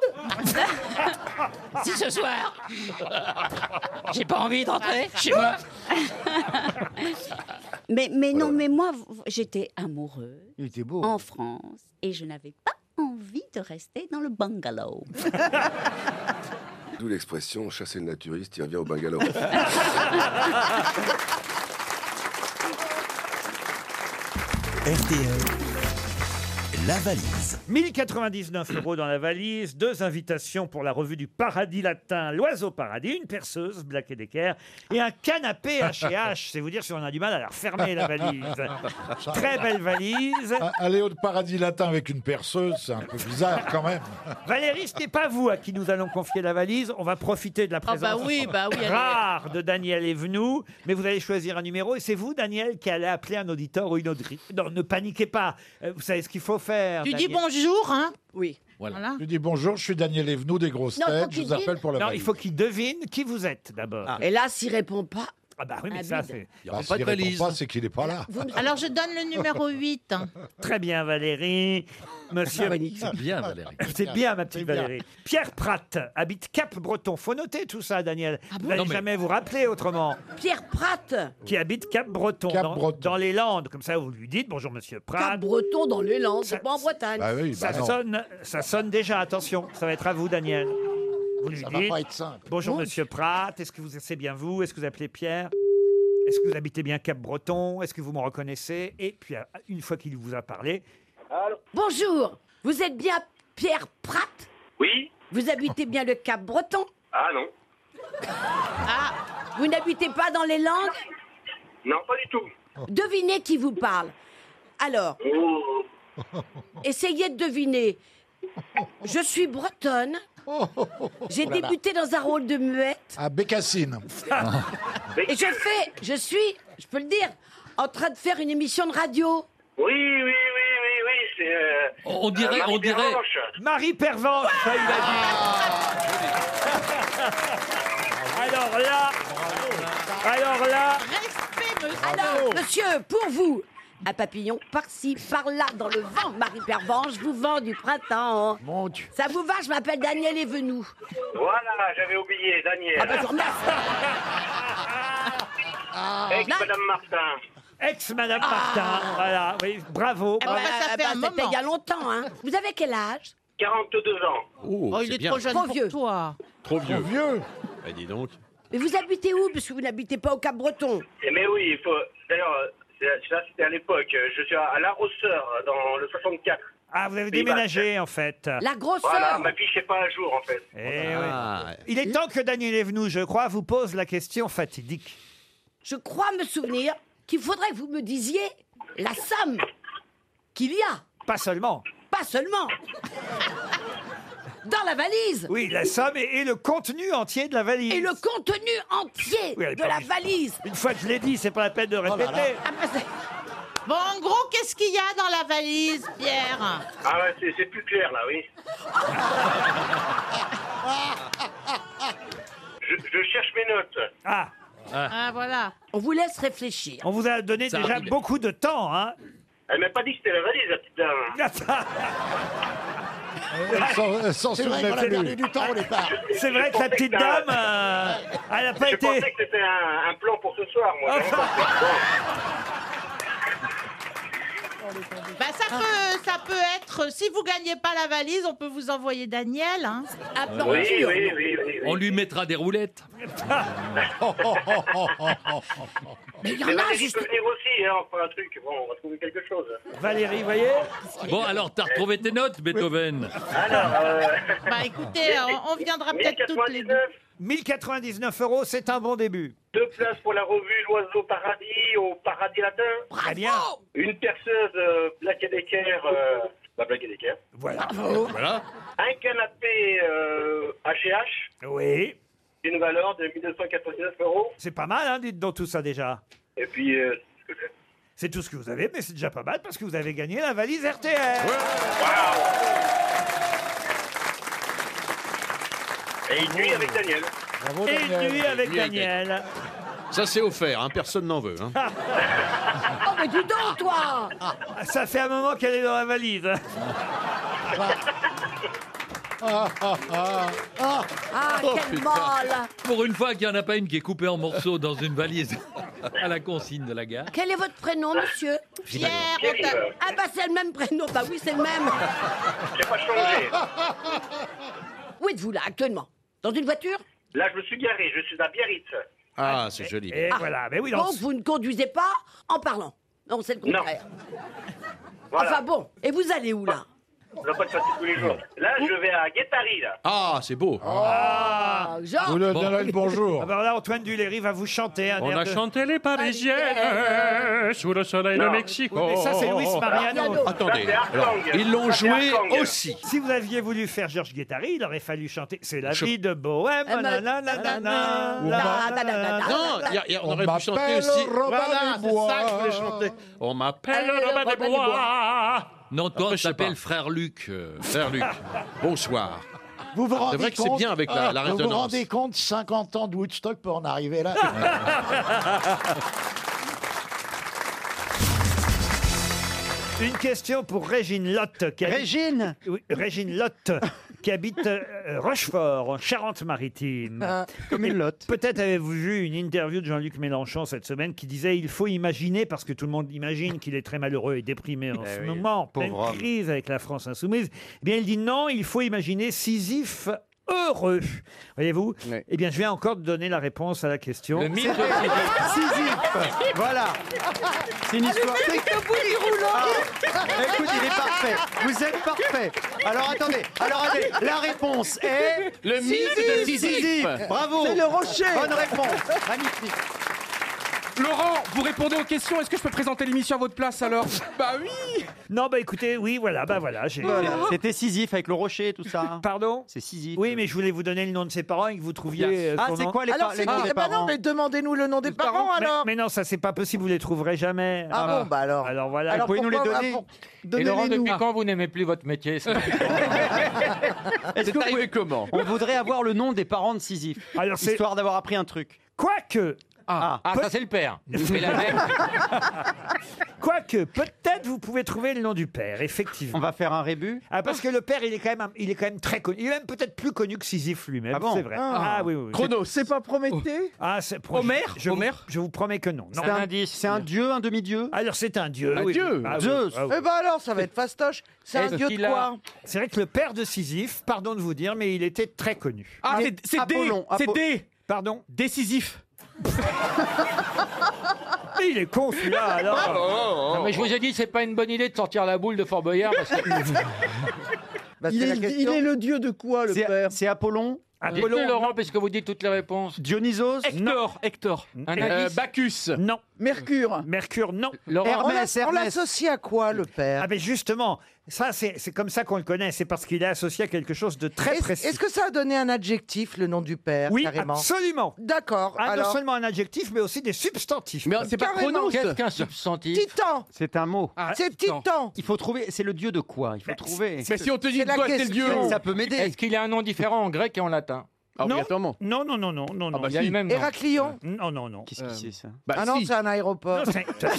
Speaker 19: Si ce soir,
Speaker 10: [LAUGHS] j'ai pas envie de rentrer
Speaker 19: chez moi.
Speaker 10: [LAUGHS] Mais, mais non, mais moi, v- v- j'étais amoureux
Speaker 1: Il était beau.
Speaker 10: en France et je n'avais pas envie de rester dans le bungalow.
Speaker 11: D'où l'expression chasser le naturiste, il revient
Speaker 20: [LAUGHS]
Speaker 11: au bungalow.
Speaker 20: Bah,
Speaker 21: RTL, la valise. [CLEARS THROAT]
Speaker 3: 1099 euros dans la valise, deux invitations pour la revue du paradis latin, l'oiseau paradis, une perceuse, Black et Decker, et un canapé
Speaker 21: [LAUGHS]
Speaker 3: H&H. C'est vous dire si on a du mal à la refermer, la valise. Très belle valise.
Speaker 16: Ah, Aller au paradis latin avec une perceuse, c'est un peu bizarre quand même.
Speaker 3: Valérie, ce n'est pas vous à qui nous allons confier la valise. On va profiter de la
Speaker 22: Ah bah
Speaker 3: présence
Speaker 22: oui, bah oui, allez.
Speaker 3: rare de Daniel Evenou. Mais vous allez choisir un numéro et c'est vous, Daniel, qui allez appeler un auditeur ou une auditrice. Non, ne paniquez pas. Euh, Vous savez ce qu'il faut faire.
Speaker 22: Tu dis
Speaker 3: Daniel.
Speaker 22: bonjour, hein Oui.
Speaker 16: Voilà.
Speaker 22: Voilà.
Speaker 16: Tu dis bonjour, je suis Daniel Evenou des grosses
Speaker 22: Non, faut
Speaker 16: têtes, je
Speaker 22: qu'il
Speaker 16: vous appelle
Speaker 22: dise. Ah.
Speaker 16: pour la
Speaker 3: Non,
Speaker 16: valise.
Speaker 3: il faut qu'il devine qui vous êtes d'abord.
Speaker 22: Et là, s'il répond pas.
Speaker 3: Ah bah oui, mais
Speaker 22: Ah,
Speaker 3: ça,
Speaker 22: vide.
Speaker 3: c'est...
Speaker 16: Bah, s'il répond pas, c'est qu'il n'est pas là.
Speaker 22: Alors, je donne le
Speaker 3: [LAUGHS]
Speaker 22: numéro 8.
Speaker 3: Très bien, Valérie.
Speaker 22: Ah,
Speaker 3: Monsieur.
Speaker 16: C'est bien, Valérie.
Speaker 3: [LAUGHS] C'est bien, ma petite
Speaker 16: C'est bien.
Speaker 3: Valérie. Pierre Pratt habite Cap-Breton. Faut noter tout ça,
Speaker 22: Ah
Speaker 3: Daniel. vous n'allez
Speaker 16: Non, mais-
Speaker 3: jamais vous rappeler autrement.
Speaker 22: Pierre Pratt.
Speaker 3: Qui habite Cap-Breton, dans, dans les Landes. Comme ça, vous lui dites bonjour, monsieur Pratt.
Speaker 22: Cap-Breton dans les Landes, c'est pas en Bretagne.
Speaker 12: Bah
Speaker 3: ça, sonne, ça sonne déjà, attention. Ça va être à vous, Daniel. Vous lui
Speaker 16: Ça va
Speaker 3: dites
Speaker 16: pas être simple.
Speaker 3: bonjour,
Speaker 16: Non.
Speaker 3: monsieur Pratt. Est-ce que vous c'est bien vous Est-ce que vous appelez Pierre Est-ce que vous habitez bien Cap-Breton Est-ce que vous me reconnaissez Et puis, euh, une fois qu'il vous a parlé,
Speaker 12: Bonjour, vous êtes bien Pierre Pratt
Speaker 8: Oui
Speaker 12: Vous habitez bien le Cap Breton
Speaker 8: Ah non.
Speaker 12: Vous n'habitez pas dans les Landes
Speaker 8: Non, pas du tout.
Speaker 12: Devinez qui vous parle. Alors,
Speaker 8: Oh.
Speaker 12: essayez de deviner. Je suis bretonne. J'ai
Speaker 16: Oh là là.
Speaker 12: débuté dans un rôle de muette.
Speaker 16: À Bécassine.
Speaker 8: Ah.
Speaker 12: Et je fais, je suis, je peux le dire, en train de faire une émission de radio.
Speaker 8: Oui, oui, oui, oui, oui, c'est... euh,
Speaker 3: On
Speaker 8: dirait- euh, on Marie dirait- Pervenche.
Speaker 3: Marie Pervenche, ça, il a
Speaker 8: Ah.
Speaker 3: dit. Alors là. Alors là.
Speaker 12: Alors, monsieur, pour vous, un papillon par-ci, par-là, dans le vent, Marie Pervenche vous vend du printemps.
Speaker 16: Mon Dieu.
Speaker 12: Ça vous va, je m'appelle Daniel Evenou.
Speaker 8: Voilà, j'avais oublié, Daniel.
Speaker 12: Ah bah, je vous remercie.
Speaker 3: Ah.
Speaker 12: Ah, eh
Speaker 8: Ex-Madame Martin.
Speaker 3: Ex-Madame Martin. Voilà, oui, bravo.
Speaker 12: Ah bah, ah bah, C'était il y a longtemps, hein. Vous avez quel âge
Speaker 8: 42 ans.
Speaker 12: Oh, il c'est est bien. trop jeune pour
Speaker 22: vieux. toi.
Speaker 7: Trop vieux.
Speaker 16: vieux.
Speaker 7: Bah, dis donc.
Speaker 12: Mais vous habitez où Parce que vous n'habitez pas au Cap-Breton.
Speaker 8: Eh mais oui, il faut... D'ailleurs, euh, c'est- ça, c'était à l'époque. Je suis à à La Rosseur, dans le 64.
Speaker 3: Ah, vous avez
Speaker 8: Pays
Speaker 3: déménagé, en fait.
Speaker 12: La grosseur
Speaker 8: Voilà, ma fiche n'est pas à jour, en fait. Ah.
Speaker 3: Eh oui. Il est temps que Daniel Evenou, je crois, vous pose la question fatidique.
Speaker 12: Je crois me souvenir qu'il faudrait que vous me disiez la somme qu'il y a.
Speaker 3: Pas seulement.
Speaker 12: Pas seulement. Dans la valise.
Speaker 3: Oui, la somme et, et le contenu entier de la valise.
Speaker 12: Et le contenu entier
Speaker 3: Oui, elle est
Speaker 12: de
Speaker 3: pas
Speaker 12: la
Speaker 3: obligée.
Speaker 12: valise.
Speaker 3: Une fois que je l'ai dit, c'est pas la peine de répéter.
Speaker 22: Ah, bah, Bon, en gros, qu'est-ce qu'il y a dans la valise,
Speaker 3: [LAUGHS]
Speaker 22: Pierre
Speaker 8: Ah ouais, c'est- c'est plus clair, là, oui. Je, je cherche mes notes.
Speaker 3: Ah,
Speaker 22: Ah, voilà.
Speaker 12: On vous laisse réfléchir.
Speaker 3: on vous a donné
Speaker 8: Ça
Speaker 3: déjà
Speaker 8: arrive.
Speaker 3: beaucoup de temps, hein.
Speaker 8: Elle m'a pas dit que c'était la valise, la petite dame.
Speaker 3: Ah,
Speaker 16: Elle s'en- elle s'en
Speaker 3: C'est vrai
Speaker 16: souvenait
Speaker 3: qu'on a
Speaker 16: plus.
Speaker 3: perdu du temps au départ. C'est vrai
Speaker 8: Je
Speaker 3: que la
Speaker 8: pensais
Speaker 3: petite
Speaker 8: que ça-
Speaker 3: dame, euh, elle n'a pas
Speaker 8: je
Speaker 3: été. Ah,
Speaker 8: pensais que c'était un, un plan pour ce soir, moi.
Speaker 22: Bah, ça, peut, ça peut être, si vous gagnez pas la valise, on peut vous envoyer Daniel. Hein.
Speaker 8: oui, oui, oui, oui.
Speaker 23: On lui mettra des
Speaker 8: [LAUGHS]
Speaker 23: roulettes.
Speaker 12: Mais il y en
Speaker 8: Mais
Speaker 12: a,
Speaker 8: Valérie
Speaker 12: juste-
Speaker 8: peut venir aussi, hein, on fera un truc. Bon, on va trouver quelque chose.
Speaker 3: Valérie, voyez
Speaker 23: Bon, alors, t'as retrouvé tes notes, Beethoven.
Speaker 8: Alors, euh,
Speaker 22: Bah, écoutez,
Speaker 3: Ah.
Speaker 22: on, on viendra peut-être toutes les deux.
Speaker 3: 1099 euros, c'est un bon début.
Speaker 8: deux places pour la revue L'Oiseau Paradis au Paradis Latin.
Speaker 3: Très bien.
Speaker 8: Une perceuse euh, Black Decker. Euh, bah, Black Decker.
Speaker 3: Ah, oh. Voilà.
Speaker 23: Voilà.
Speaker 8: Un canapé euh, H&H
Speaker 3: Oui.
Speaker 8: d'une valeur de 1299 euros.
Speaker 3: C'est pas mal, hein, dites donc tout ça déjà.
Speaker 8: Et puis, euh,
Speaker 3: C'est tout ce que vous avez, mais c'est déjà pas mal parce que vous avez gagné la valise RTL.
Speaker 5: hein.
Speaker 24: [LAUGHS]
Speaker 8: et une nuit avec Daniel.
Speaker 3: Et une nuit avec Daniel.
Speaker 7: Ça, c'est offert, hein, personne n'en veut. hein.
Speaker 3: Oh, mais dis donc, toi Ah, Ça fait un moment qu'elle est dans la valise.
Speaker 18: Ah,
Speaker 12: Oh,
Speaker 18: ah, ah. ah quel
Speaker 23: Oh, putain.
Speaker 18: mal
Speaker 23: Pour une fois qu'il n'y en a pas une qui est coupée en morceaux dans une valise à la consigne de la gare.
Speaker 12: Quel est votre prénom, monsieur
Speaker 23: Pierre,
Speaker 12: on t'a- Ah bah c'est le même prénom, bah oui c'est le même.
Speaker 25: pas changé.
Speaker 12: Où êtes-vous là actuellement Dans une voiture
Speaker 25: Là, je me suis garé, je suis à Biarritz.
Speaker 7: Ah, c'est joli.
Speaker 25: et
Speaker 12: Ah,
Speaker 25: voilà, mais oui, dans-
Speaker 12: Donc vous ne conduisez pas en parlant. Non, c'est le contraire. Enfin bon, et vous allez où là
Speaker 25: On n'a pas de fatigue tous les jours. Là, je vais à Guétari, là.
Speaker 7: Ah, c'est beau.
Speaker 3: Ah,
Speaker 25: Jean Vous le donnez le bonjour.
Speaker 3: Alors Ah ben là, Antoine Duléry va vous chanter hein, un
Speaker 23: On
Speaker 3: air
Speaker 23: a
Speaker 3: de-
Speaker 23: chanté les Parisiennes sous le soleil de
Speaker 3: Non.
Speaker 23: Mexico.
Speaker 3: Oui, mais ça, c'est Luis Mariano.
Speaker 7: Attendez, alors, ils l'ont joué aussi.
Speaker 3: Si vous aviez voulu faire Georges Guettari, il aurait fallu chanter C'est la
Speaker 7: Je-
Speaker 3: vie de Bohème.
Speaker 7: Eh ben,
Speaker 3: nanana, nanana, nanana.
Speaker 7: Non, il y a- il y a- on,
Speaker 3: On
Speaker 7: aurait pu chanter
Speaker 3: m'appelle
Speaker 7: aussi.
Speaker 3: Robin
Speaker 7: Voilà,
Speaker 3: des
Speaker 7: c'est
Speaker 3: Bois.
Speaker 7: ça que je voulais chanter. On m'appelle
Speaker 8: Euh,
Speaker 23: Allez,
Speaker 7: Robin des
Speaker 26: Ah,
Speaker 7: Bois.
Speaker 23: Non, toi,
Speaker 7: Après, je sais
Speaker 23: t'appelles
Speaker 7: pas.
Speaker 23: frère Luc. euh,
Speaker 26: [LAUGHS]
Speaker 7: Frère Luc, bonsoir.
Speaker 27: Vous vous rendez
Speaker 7: Ah, C'est vrai que c'est
Speaker 27: compte- Ah,
Speaker 7: bien avec la, la
Speaker 27: Vous vous
Speaker 7: résonance.
Speaker 27: rendez compte, 50 ans de Woodstock pour en arriver
Speaker 23: [LAUGHS]
Speaker 27: là
Speaker 7: [LAUGHS]
Speaker 3: Une question pour Régine Lotte. Qui Régine Oui, Régine Lotte, qui habite euh, Rochefort, en Charente-Maritime. Ah, comme une Lotte. Peut-être avez-vous vu une interview de Jean-Luc Mélenchon cette semaine qui disait il faut imaginer, parce que tout le monde imagine qu'il est très malheureux et déprimé en
Speaker 4: Eh
Speaker 3: ce
Speaker 4: oui,
Speaker 3: moment, en pleine
Speaker 4: pauvre homme.
Speaker 3: crise avec la France insoumise. Eh bien, il dit non, il faut imaginer Sisyphe heureux. Voyez-vous Eh bien, je viens encore de donner la réponse à la question. Le Ah,
Speaker 18: mythe de
Speaker 4: Ah,
Speaker 18: Sisyphe.
Speaker 3: Sisyphe. Voilà.
Speaker 18: C'est une histoire.
Speaker 4: Eh,
Speaker 24: Ah, écoute, il est parfait. Vous êtes parfait. Alors attendez, alors attendez. La réponse est
Speaker 7: Le mythe de Sisyphe.
Speaker 24: Sisyphe. Bravo.
Speaker 7: C'est le rocher.
Speaker 24: Bonne réponse. Magnifique.
Speaker 26: Laurent, vous répondez aux questions. Est-ce que je peux présenter l'émission à votre place alors Bah oui
Speaker 3: Non, bah écoutez, oui, voilà, bah voilà. j'ai-
Speaker 4: C'était Sisyphe avec le rocher, tout ça.
Speaker 3: Pardon
Speaker 4: C'est Sisyphe.
Speaker 3: Oui, mais je voulais vous donner le nom de ses parents et que vous trouviez. euh,
Speaker 4: Ah,
Speaker 3: son
Speaker 4: c'est
Speaker 3: nom.
Speaker 4: quoi les
Speaker 6: Alors, c'est qui- eh ben non, mais demandez-nous le nom des parents,
Speaker 3: Mais-
Speaker 6: alors.
Speaker 3: mais, non, ça c'est pas possible, vous les trouverez jamais.
Speaker 6: Ah bon, bah alors.
Speaker 3: Alors voilà.
Speaker 6: Alors, Pouvez-nous les pourquoi- donner ah, pour-
Speaker 8: Et
Speaker 3: Donnez-les
Speaker 8: Laurent,
Speaker 3: nous.
Speaker 8: depuis quand vous n'aimez plus votre métier ça
Speaker 4: Est-ce que vous pouvez- On voudrait avoir le nom des parents de Sisyphe.
Speaker 3: Alors, c'est-
Speaker 4: histoire d'avoir appris un truc.
Speaker 3: Quoique.
Speaker 4: Ah,
Speaker 8: Ah, ça c'est
Speaker 26: [LAUGHS]
Speaker 8: le père. Mais la mère-
Speaker 3: Quoique, peut-être vous pouvez trouver le nom du père, effectivement. On
Speaker 4: va faire un rébut
Speaker 3: Ah, parce que le père, il est quand même, un- il est quand même très connu. Il est même peut-être plus connu que Sisyphe lui-même,
Speaker 4: Ah bon
Speaker 3: c'est vrai.
Speaker 4: Ah.
Speaker 3: oui, oui, oui.
Speaker 4: Chronos.
Speaker 3: C'est pas Prométhée Ah, c'est Pro-
Speaker 4: Homère
Speaker 3: je, vous- je vous promets que non. non.
Speaker 4: C'est un indice. C'est un dieu, un demi-dieu
Speaker 3: Alors c'est un dieu.
Speaker 4: Un
Speaker 3: oui.
Speaker 4: dieu,
Speaker 3: Ah oui,
Speaker 4: Zeus.
Speaker 3: ah oui.
Speaker 6: Eh ben alors, ça va être fastoche. C'est un
Speaker 3: Est-ce
Speaker 6: dieu de
Speaker 3: qu'il a-
Speaker 6: quoi
Speaker 3: C'est vrai que le père de Sisyphe, pardon de vous dire, mais il était très connu.
Speaker 26: Ah, c'est- c'est D,
Speaker 3: Apollon,
Speaker 26: c'est
Speaker 3: Apo-
Speaker 26: D.
Speaker 3: Pardon
Speaker 26: Décisif.
Speaker 3: Mais il est con celui-là alors.
Speaker 8: Non, mais je vous ai dit, c'est pas une bonne idée de sortir la boule de Fort Boyard. Parce que...
Speaker 4: il, est, le dieu de quoi, le père C'est Apollon
Speaker 8: Dites-le, Laurent, parce que vous dites toutes les réponses.
Speaker 4: Dionysos
Speaker 26: Hector, Hector.
Speaker 8: Un
Speaker 26: Euh,
Speaker 8: indice
Speaker 26: Bacchus.
Speaker 3: Non.
Speaker 4: Mercure.
Speaker 3: Mercure, Eh, non.
Speaker 6: on l'a- on l'associe à quoi, le père
Speaker 3: Ah mais justement, ça c'est c'est comme ça qu'on le connaît, c'est parce qu'il est associé à quelque chose de très
Speaker 6: Est-ce
Speaker 3: précis.
Speaker 6: est-ce que ça a donné un adjectif, le nom du père
Speaker 3: oui,
Speaker 6: carrément
Speaker 3: absolument.
Speaker 6: D'accord.
Speaker 3: Ah, non
Speaker 6: alors-
Speaker 3: seulement un adjectif, mais aussi des substantifs. Mais
Speaker 4: c'est pas Carrément. Chronos. Qu'est-ce qu'un substantif
Speaker 6: Titan.
Speaker 4: C'est un mot.
Speaker 8: Ah,
Speaker 6: C'est Titan.
Speaker 4: Il faut trouver. C'est le dieu de quoi Il faut trouver.
Speaker 8: Mais si on te dit
Speaker 4: C'est
Speaker 8: de
Speaker 4: la
Speaker 8: quoi c'est le
Speaker 4: question.
Speaker 8: dieu
Speaker 4: Ça peut m'aider.
Speaker 8: Est-ce qu'il a un nom différent en grec et en latin
Speaker 4: Non.
Speaker 3: Non, non, non, non, non.
Speaker 8: Ah,
Speaker 4: Ah,
Speaker 8: bah, il y a
Speaker 3: si.
Speaker 8: le même nom.
Speaker 6: Héraclion
Speaker 3: Non, non, non.
Speaker 4: Qu'est-ce que c'est ça
Speaker 6: Ah non, c'est un aéroport. [LAUGHS]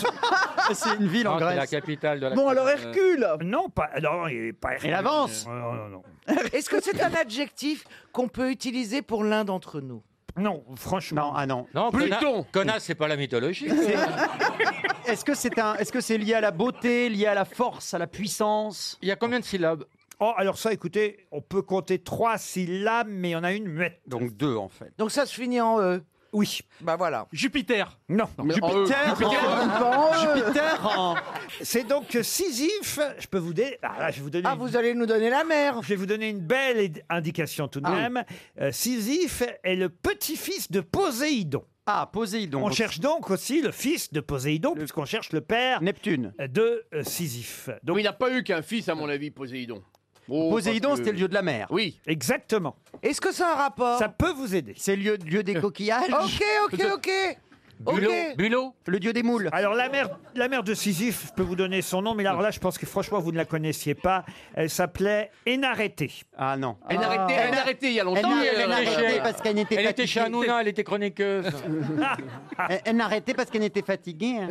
Speaker 6: Ah,
Speaker 4: C'est une ville
Speaker 8: Non,
Speaker 4: en
Speaker 8: c'est la
Speaker 4: Grèce.
Speaker 8: capitale de la
Speaker 3: Euh, Non, pas. Alors, il est pas Hercule. Euh,
Speaker 4: Il avance.
Speaker 3: Non, non, non.
Speaker 6: Est-ce que c'est un adjectif qu'on peut utiliser pour l'un d'entre nous
Speaker 3: Non, franchement.
Speaker 4: Non, ah non.
Speaker 8: Non, Pluton Connasse, c'est pas la mythologie.
Speaker 4: Est-ce que c'est un Est-ce que c'est lié à la beauté, lié à la force, à la puissance
Speaker 8: Il y a combien de syllabes
Speaker 3: Oh, alors ça, écoutez, on peut compter trois syllabes, mais il y en a une muette.
Speaker 4: Donc deux, en fait.
Speaker 6: Donc ça se finit en E.
Speaker 3: Oui.
Speaker 6: Bah voilà. Oh,
Speaker 26: Jupiter.
Speaker 3: Non.
Speaker 26: E. Jupiter, en- Jupiter en-
Speaker 3: C'est donc que Sisyphe, je peux vous dire... Ah, là, je vais vous donner
Speaker 6: Ah, vous allez nous donner la mer.
Speaker 3: Je vais vous donner une belle id- indication tout de
Speaker 4: Ah.
Speaker 3: même. Euh, Sisyphe est le petit-fils de Poséidon.
Speaker 4: Ah, Poséidon.
Speaker 3: On cherche donc aussi le fils de Poséidon, puisqu'on cherche le père
Speaker 4: Neptune
Speaker 3: de euh, Sisyphe. Donc,
Speaker 7: il n'a pas eu qu'un fils, à mon avis, Poséidon. Oh,
Speaker 4: Poséidon,
Speaker 7: parce que-
Speaker 4: c'était le dieu de la mer.
Speaker 7: Oui.
Speaker 3: Exactement.
Speaker 6: Est-ce que ça a un rapport
Speaker 3: Ça peut vous aider.
Speaker 4: C'est le dieu, dieu des coquillages.
Speaker 6: Ok, ok, ok.
Speaker 3: Bulot,
Speaker 4: Le dieu des moules.
Speaker 3: Alors la mère, la mère de Sisyphe, je peux vous donner son nom, mais alors là, je pense que franchement, vous ne la connaissiez pas. Elle s'appelait Énarété.
Speaker 4: Ah non.
Speaker 7: Elle a arrêté, elle a arrêté il y a longtemps.
Speaker 4: Elle,
Speaker 7: euh,
Speaker 4: a arrêté parce qu'elle n'était
Speaker 8: Elle était chez Hanouna, elle était
Speaker 3: [LAUGHS]
Speaker 8: chroniqueuse.
Speaker 4: elle elle n'a arrêté parce qu'elle était fatiguée. hein.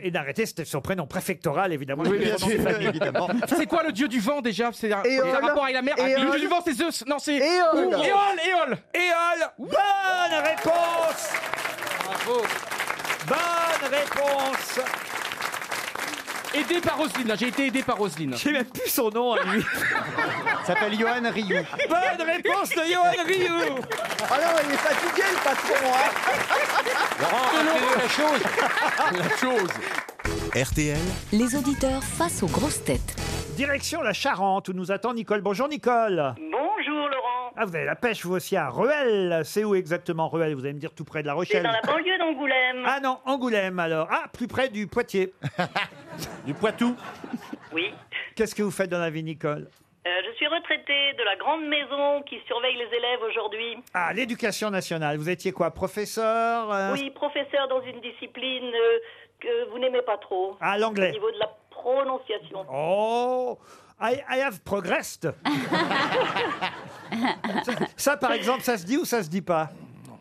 Speaker 3: Énarété, c'était son prénom préfectoral, évidemment.
Speaker 4: Oui,
Speaker 3: Le
Speaker 4: bien
Speaker 3: prénom de
Speaker 4: sûr,
Speaker 3: famille.
Speaker 4: évidemment.
Speaker 3: [LAUGHS]
Speaker 26: C'est quoi le dieu du vent déjà C'est un,
Speaker 3: Éole.
Speaker 26: c'est un rapport avec la mer.
Speaker 3: Éole.
Speaker 26: Le dieu du vent, c'est Zeus. Non, c'est.
Speaker 3: Éole.
Speaker 26: Éole, Éole.
Speaker 3: Éole. Bonne réponse.
Speaker 26: Bravo.
Speaker 3: Bonne réponse.
Speaker 26: Aidé par Roselyne, là, j'ai été aidé par Roselyne.
Speaker 3: J'ai même plus son nom à lui.
Speaker 4: s'appelle Johan Rioux.
Speaker 3: Bonne réponse de Johan Rioux.
Speaker 5: Alors, il est fatigué, le patron.
Speaker 8: la chose. Ah,
Speaker 7: La chose.
Speaker 1: RTL.
Speaker 3: Les auditeurs face aux grosses têtes. Direction la Charente où nous attend Nicole. Bonjour Nicole.
Speaker 19: Bonjour Laurent,
Speaker 3: Ah, vous avez la pêche, vous aussi, à Ruel. C'est où exactement Ruel Vous allez me dire tout près de la
Speaker 19: c'est
Speaker 3: Rochelle.
Speaker 19: dans la banlieue d'Angoulême.
Speaker 3: Ah non, Angoulême alors. Ah, plus près du Poitiers. [LAUGHS] du Poitou
Speaker 19: Oui.
Speaker 3: Qu'est-ce que vous faites dans la vie, Nicole
Speaker 19: Euh, je suis retraitée de la grande maison qui surveille les élèves aujourd'hui.
Speaker 3: Ah, l'éducation nationale. Vous étiez quoi Professeur euh,
Speaker 19: Oui, professeur dans une discipline euh, que vous n'aimez pas trop.
Speaker 3: Ah, l'anglais.
Speaker 19: Au niveau de la
Speaker 3: [LAUGHS]
Speaker 19: prononciation.
Speaker 3: Oh I, I have
Speaker 19: [LAUGHS]
Speaker 3: progressed. ça, ça, par exemple, ça se dit ou ça se dit pas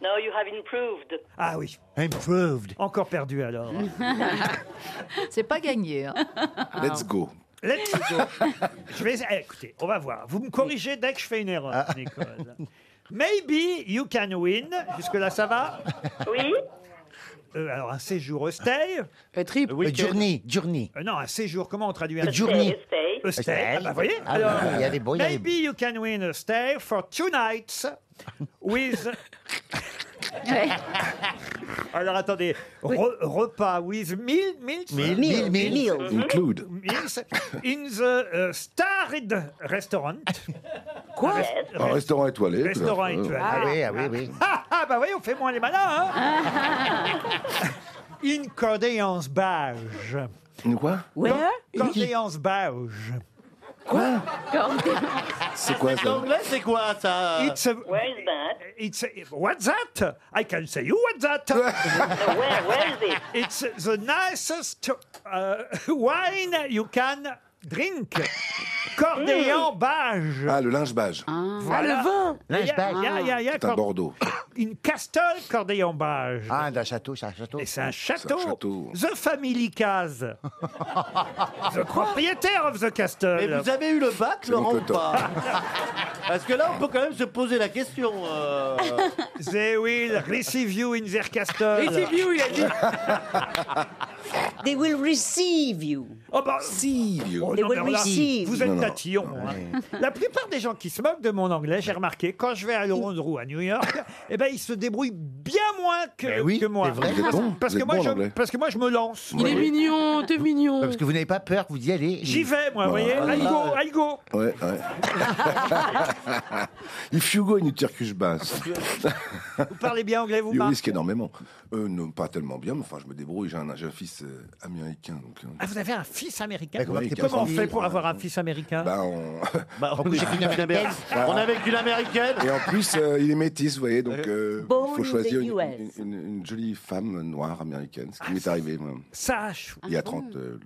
Speaker 19: No, you have improved.
Speaker 3: Ah oui. Improved. Encore perdu alors.
Speaker 13: [LAUGHS] C'est pas gagné. hein.
Speaker 11: Let's go.
Speaker 3: Let's go. [LAUGHS] je vais, eh, écoutez, on va voir. Vous me corrigez dès que je fais une erreur,
Speaker 11: Ah.
Speaker 3: Nicole. Maybe you can win. Jusque-là, ça va Euh,
Speaker 19: Oui.
Speaker 3: alors, un séjour au stay.
Speaker 20: trip. Journey, journey.
Speaker 3: Euh, non, un séjour, comment on traduit un
Speaker 20: A journey.
Speaker 19: Stay.
Speaker 3: A stay. Ah, bah, vous voyez
Speaker 20: Ah, bah, il y a des beaux, il y a des
Speaker 3: Maybe you can win a stay for two nights
Speaker 20: [LAUGHS]
Speaker 3: with. Alors attendez, Re- repas with meal, meals,
Speaker 20: Meal, Meal, meal, meal. Include.
Speaker 3: meals in the euh, starred restaurant. Quoi
Speaker 11: Un restaurant étoilé.
Speaker 3: Restaurant étoilé.
Speaker 20: Ah oui, ah oui, oui.
Speaker 3: Ah, ah, bah oui, on fait moins les malins, hein
Speaker 19: Ah.
Speaker 3: In Cordéance Bage.
Speaker 11: Une quoi
Speaker 3: Ouais Cordéance Bage.
Speaker 11: Quoi C'est quoi ça
Speaker 3: c'est quoi ça It's a,
Speaker 19: Where is that?
Speaker 3: it's a- what's that I can say you
Speaker 11: [LAUGHS]
Speaker 3: what's that
Speaker 19: No, where, where is it?
Speaker 3: It's the nicest uh, [LAUGHS] wine you can drink.
Speaker 19: Hmm.
Speaker 3: Cordéan Bage. Hein?
Speaker 11: Ah, le linge bage.
Speaker 3: Voilà.
Speaker 20: Linge
Speaker 3: Il y a-
Speaker 20: bage.
Speaker 3: il y a- il y a- il y a
Speaker 11: C'est à
Speaker 3: cor-
Speaker 11: Bordeaux. [LAUGHS]
Speaker 3: Une castle Cordéan Bage.
Speaker 20: Ah, d'un château, c'est un château.
Speaker 3: Et c'est un
Speaker 11: C'est
Speaker 3: château.
Speaker 11: un château.
Speaker 3: The Family
Speaker 9: [LAUGHS]
Speaker 3: Case. the propriétaire of the castle.
Speaker 9: Mais vous avez eu le bac,
Speaker 11: C'est donc
Speaker 9: Laurent,
Speaker 11: le
Speaker 9: ou
Speaker 11: top.
Speaker 9: pas Parce que là, on peut quand même se poser la question.
Speaker 28: [LAUGHS]
Speaker 9: euh.
Speaker 3: They will receive you in their castle.
Speaker 19: Receive
Speaker 3: you, il a dit.
Speaker 10: [LAUGHS] They will receive you.
Speaker 3: Oh bah,
Speaker 11: Si, vieux.
Speaker 3: Oh,
Speaker 10: They
Speaker 3: non,
Speaker 10: will
Speaker 3: mais alors là,
Speaker 10: receive.
Speaker 3: vous êtes
Speaker 11: Non, non.
Speaker 3: tatillon. hein. La plupart des gens qui se moquent de mon anglais, j'ai remarqué, quand je vais à Londres ou à New
Speaker 11: [LAUGHS]
Speaker 3: York, eh ben, ils se débrouillent bien moins que,
Speaker 20: Eh oui,
Speaker 3: que moi.
Speaker 20: c'est vrai.
Speaker 11: Vous êtes bon,
Speaker 3: Parce,
Speaker 11: vous
Speaker 3: que
Speaker 11: êtes
Speaker 3: moi,
Speaker 11: bon en
Speaker 3: je,
Speaker 11: anglais.
Speaker 3: parce que moi, je me lance.
Speaker 11: Il est Oui.
Speaker 13: mignon, t'es mignon.
Speaker 20: Parce que vous n'avez pas peur, vous y allez.
Speaker 3: J'y vais, moi, vous voyez. I go,
Speaker 28: Ah,
Speaker 3: I go.
Speaker 11: Ouais, ouais. If you go in a Turkish bass,
Speaker 3: Vous parlez bien anglais, vous,
Speaker 11: you
Speaker 3: Marc
Speaker 11: risk énormément. Euh, non, pas tellement bien, mais enfin, je me débrouille. J'ai un, j'ai un fils euh, américain, donc. euh,
Speaker 3: Ah, vous avez un fils américain
Speaker 20: Mais comment-
Speaker 11: Oui,
Speaker 3: Comment on
Speaker 11: qu'est-ce
Speaker 3: fait
Speaker 11: qu'on
Speaker 3: pour
Speaker 11: dit
Speaker 3: avoir un fils américain
Speaker 11: bah, on-
Speaker 9: Bah, on,
Speaker 20: J'ai une américaine.
Speaker 11: Bah,
Speaker 9: on est avec une américaine.
Speaker 11: Et en plus, euh, il est métis, vous voyez, donc euh,
Speaker 10: Born
Speaker 11: il faut
Speaker 10: in
Speaker 11: choisir
Speaker 10: the
Speaker 11: une,
Speaker 10: US.
Speaker 11: une- une- une jolie femme noire américaine, ce qui m'est arrivé moi,
Speaker 3: Sache.
Speaker 11: il y a 30, euh,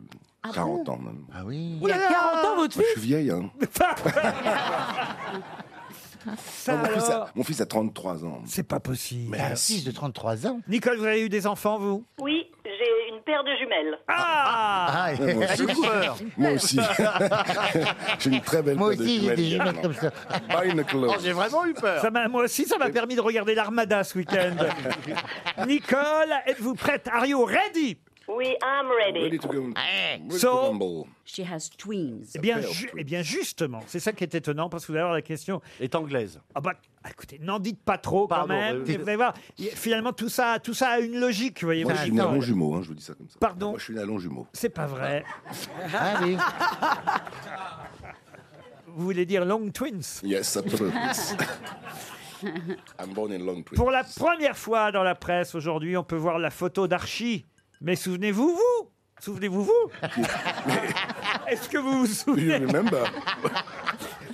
Speaker 11: 40 ans même.
Speaker 20: Ah oui.
Speaker 3: Il y a 40 ans, votre
Speaker 11: Moi, je suis vieille,
Speaker 3: [LAUGHS]
Speaker 11: hein.
Speaker 3: Ça,
Speaker 11: mon, fils
Speaker 3: alors
Speaker 11: a, mon fils a 33 ans. euh,
Speaker 3: C'est pas possible. Ah,
Speaker 11: Ah,
Speaker 20: Mais un fils de 33 ans.
Speaker 3: Nicole, vous avez eu des enfants, vous
Speaker 19: Oui, j'ai une paire de jumelles.
Speaker 3: Ah [LAUGHS]
Speaker 11: [LAUGHS]
Speaker 20: Ah,
Speaker 11: Ouais, moi aussi. Moi [LAUGHS] aussi. [LAUGHS] j'ai une très belle
Speaker 20: Moi
Speaker 11: paire de
Speaker 20: aussi, j'ai
Speaker 11: jumelles
Speaker 20: des jumelles
Speaker 11: également.
Speaker 20: comme ça. [LAUGHS]
Speaker 11: Pas une cloche.
Speaker 9: Oh, J'ai vraiment eu peur.
Speaker 3: Ça m'a- moi aussi, ça m'a permis de regarder l'Armada
Speaker 11: [LAUGHS]
Speaker 3: ce week-end. Nicole, êtes-vous prête Are you ready
Speaker 19: Oui, I'm ready.
Speaker 11: Ready to go.
Speaker 20: Eh.
Speaker 11: Ready
Speaker 3: So-
Speaker 11: to rumble.
Speaker 10: [LAUGHS] She has twins.
Speaker 3: eh bien, ju- eh bien, justement, c'est ça qui est étonnant, parce que vous allez avoir la question.
Speaker 9: Est anglaise.
Speaker 3: Ah bah, écoutez, n'en dites pas trop quand
Speaker 9: Pardon,
Speaker 3: même.
Speaker 9: oui, oui.
Speaker 3: Et Vous allez voir, y- finalement, tout ça, tout ça a une logique, vous voyez.
Speaker 11: Moi, je suis né à
Speaker 3: Nicole.
Speaker 11: long jumeau, hein, je vous dis ça comme ça.
Speaker 3: Pardon
Speaker 11: Moi, je suis né à long jumeau.
Speaker 3: C'est pas vrai.
Speaker 20: Ah oui.
Speaker 3: Vous voulez dire Long Twins
Speaker 11: Yes, absolutely. [LAUGHS] I'm born in long Beach.
Speaker 3: [LAUGHS] Pour la première fois dans la presse aujourd'hui, on peut voir la photo d'Archie. Mais souvenez-vous, vous
Speaker 11: [LAUGHS]
Speaker 3: Souvenez-vous, vous Est-ce que vous
Speaker 11: Do you
Speaker 3: vous [LAUGHS] souvenez
Speaker 11: remember?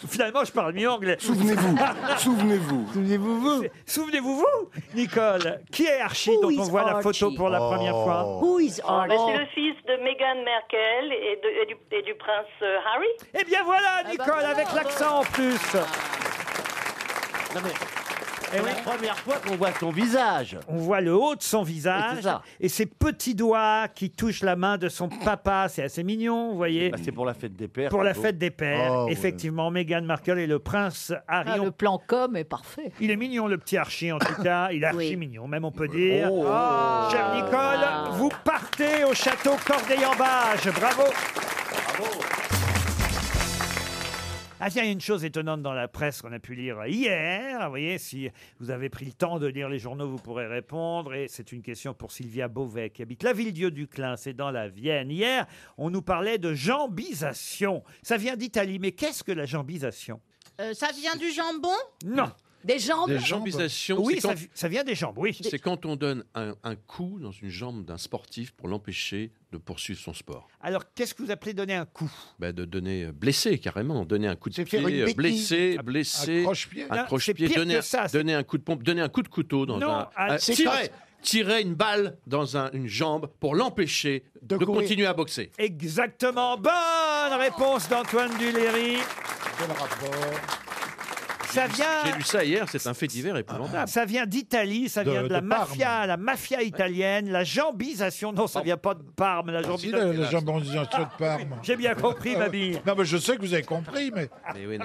Speaker 3: Finalement, je parle mi-anglais.
Speaker 11: Souvenez-vous, souvenez-vous.
Speaker 3: Souvenez-vous vous. Souvenez-vous vous, Nicole. Qui est Archie dont
Speaker 10: is
Speaker 3: on voit la photo
Speaker 10: Archie
Speaker 3: pour la première fois
Speaker 10: Who is
Speaker 19: Ah, ben,
Speaker 26: Bah,
Speaker 19: C'est
Speaker 10: Archie
Speaker 19: le fils de Meghan Merkel et, de- et du, et du prince euh, Harry.
Speaker 3: Eh bien voilà,
Speaker 19: bah,
Speaker 3: Nicole,
Speaker 19: voilà.
Speaker 3: avec l'accent en plus.
Speaker 9: Non, mais. C'est la première fois qu'on voit son visage.
Speaker 3: Eh On voit le haut de son
Speaker 9: Et c'est
Speaker 3: visage
Speaker 9: ça.
Speaker 3: et ses petits doigts qui touchent la main de son papa. C'est assez mignon, vous voyez.
Speaker 9: Bah, c'est pour la fête des pères.
Speaker 3: Pour la
Speaker 9: plutôt.
Speaker 3: fête des pères, effectivement, Meghan Markle et le prince Harry.
Speaker 13: Ah, le plan com est parfait.
Speaker 3: Il est mignon, le petit Archie,
Speaker 13: [COUGHS]
Speaker 3: en tout cas. Il est archi mignon, même on peut dire.
Speaker 18: Oh.
Speaker 3: Ah. Chère Nicole, vous partez au château Corday-en-Bage. Bravo. Ah tiens, il y a une chose étonnante dans la presse qu'on a pu lire hier. Vous voyez, si vous avez pris le temps de lire les journaux, vous pourrez répondre. Et c'est une question pour Sylvia Beauvais qui habite la ville dieu du Clin, c'est dans la Vienne. Hier, on nous parlait de jambisation. Ça vient d'Italie, mais qu'est-ce que la jambisation
Speaker 22: Euh, ça vient du jambon
Speaker 3: Non.
Speaker 22: Des jambes
Speaker 7: Des jambisations,
Speaker 3: Oui,
Speaker 7: c'est quand-
Speaker 3: ça, vi- ça vient des jambes, oui.
Speaker 7: C'est quand on donne un, un coup dans une jambe d'un sportif pour l'empêcher de poursuivre son sport.
Speaker 3: Alors, qu'est-ce que vous appelez donner un coup
Speaker 7: Bah, de donner euh, blessé carrément, donner un coup de pied,
Speaker 3: faire une
Speaker 7: euh,
Speaker 3: béquille.
Speaker 7: blessé, blessé,
Speaker 3: croche-pied. Non,
Speaker 7: un
Speaker 3: c'est
Speaker 7: croche-pied,
Speaker 3: pire
Speaker 7: donner,
Speaker 3: que ça, c'est-
Speaker 7: donner un coup de pompe, donner un coup de couteau dans
Speaker 3: Non,
Speaker 7: un,
Speaker 3: ah,
Speaker 7: un-
Speaker 3: c'est
Speaker 7: tirer,
Speaker 3: pas-
Speaker 7: tirer une balle dans un- une jambe pour l'empêcher de,
Speaker 3: courir.
Speaker 7: continuer à boxer.
Speaker 3: Exactement. Bonne réponse d'Antoine Duléry. Ça
Speaker 7: J'ai
Speaker 3: vient,
Speaker 7: lu ça hier, c'est un fait divers épouvantable.
Speaker 3: ça vient d'Italie, ça
Speaker 7: De-
Speaker 3: vient de, la
Speaker 7: de Parme.
Speaker 3: mafia, la mafia italienne, la jambisation. Non, ça vient pas de Parme, la
Speaker 28: Ah. Si, la,
Speaker 3: jambisation.
Speaker 28: la jambondisature de Parme.
Speaker 3: J'ai bien compris,
Speaker 28: ma
Speaker 3: Mabille.
Speaker 28: Non, mais je sais que vous avez compris, mais.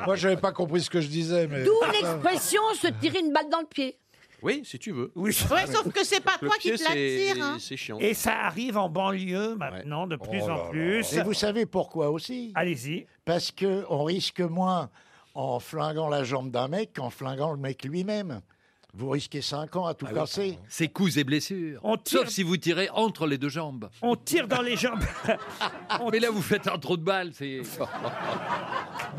Speaker 28: Moi, j'avais pas compris ce que je disais, mais.
Speaker 22: D'où l'expression se tirer une balle dans le pied.
Speaker 7: Oui, si tu veux.
Speaker 3: Oui.
Speaker 22: Ouais, sauf que c'est pas
Speaker 7: Le
Speaker 22: toi qui
Speaker 7: pied,
Speaker 22: te la
Speaker 7: c'est-
Speaker 22: tire, hein.
Speaker 7: C'est chiant.
Speaker 3: Et ça arrive en banlieue maintenant, de plus
Speaker 27: Oh là
Speaker 3: en
Speaker 27: là.
Speaker 3: plus.
Speaker 27: Et vous savez pourquoi aussi
Speaker 3: Allez-y.
Speaker 27: Parce que on risque moins en flinguant la jambe d'un mec qu'en flinguant le mec lui-même. Vous risquez 5 ans à tout casser.
Speaker 23: C'est coups et blessures.
Speaker 3: On tire-
Speaker 23: Sauf si vous tirez entre les deux jambes.
Speaker 3: On tire dans les
Speaker 23: [LAUGHS]
Speaker 3: jambes.
Speaker 23: Mais là, vous faites un trou de balle. C'est...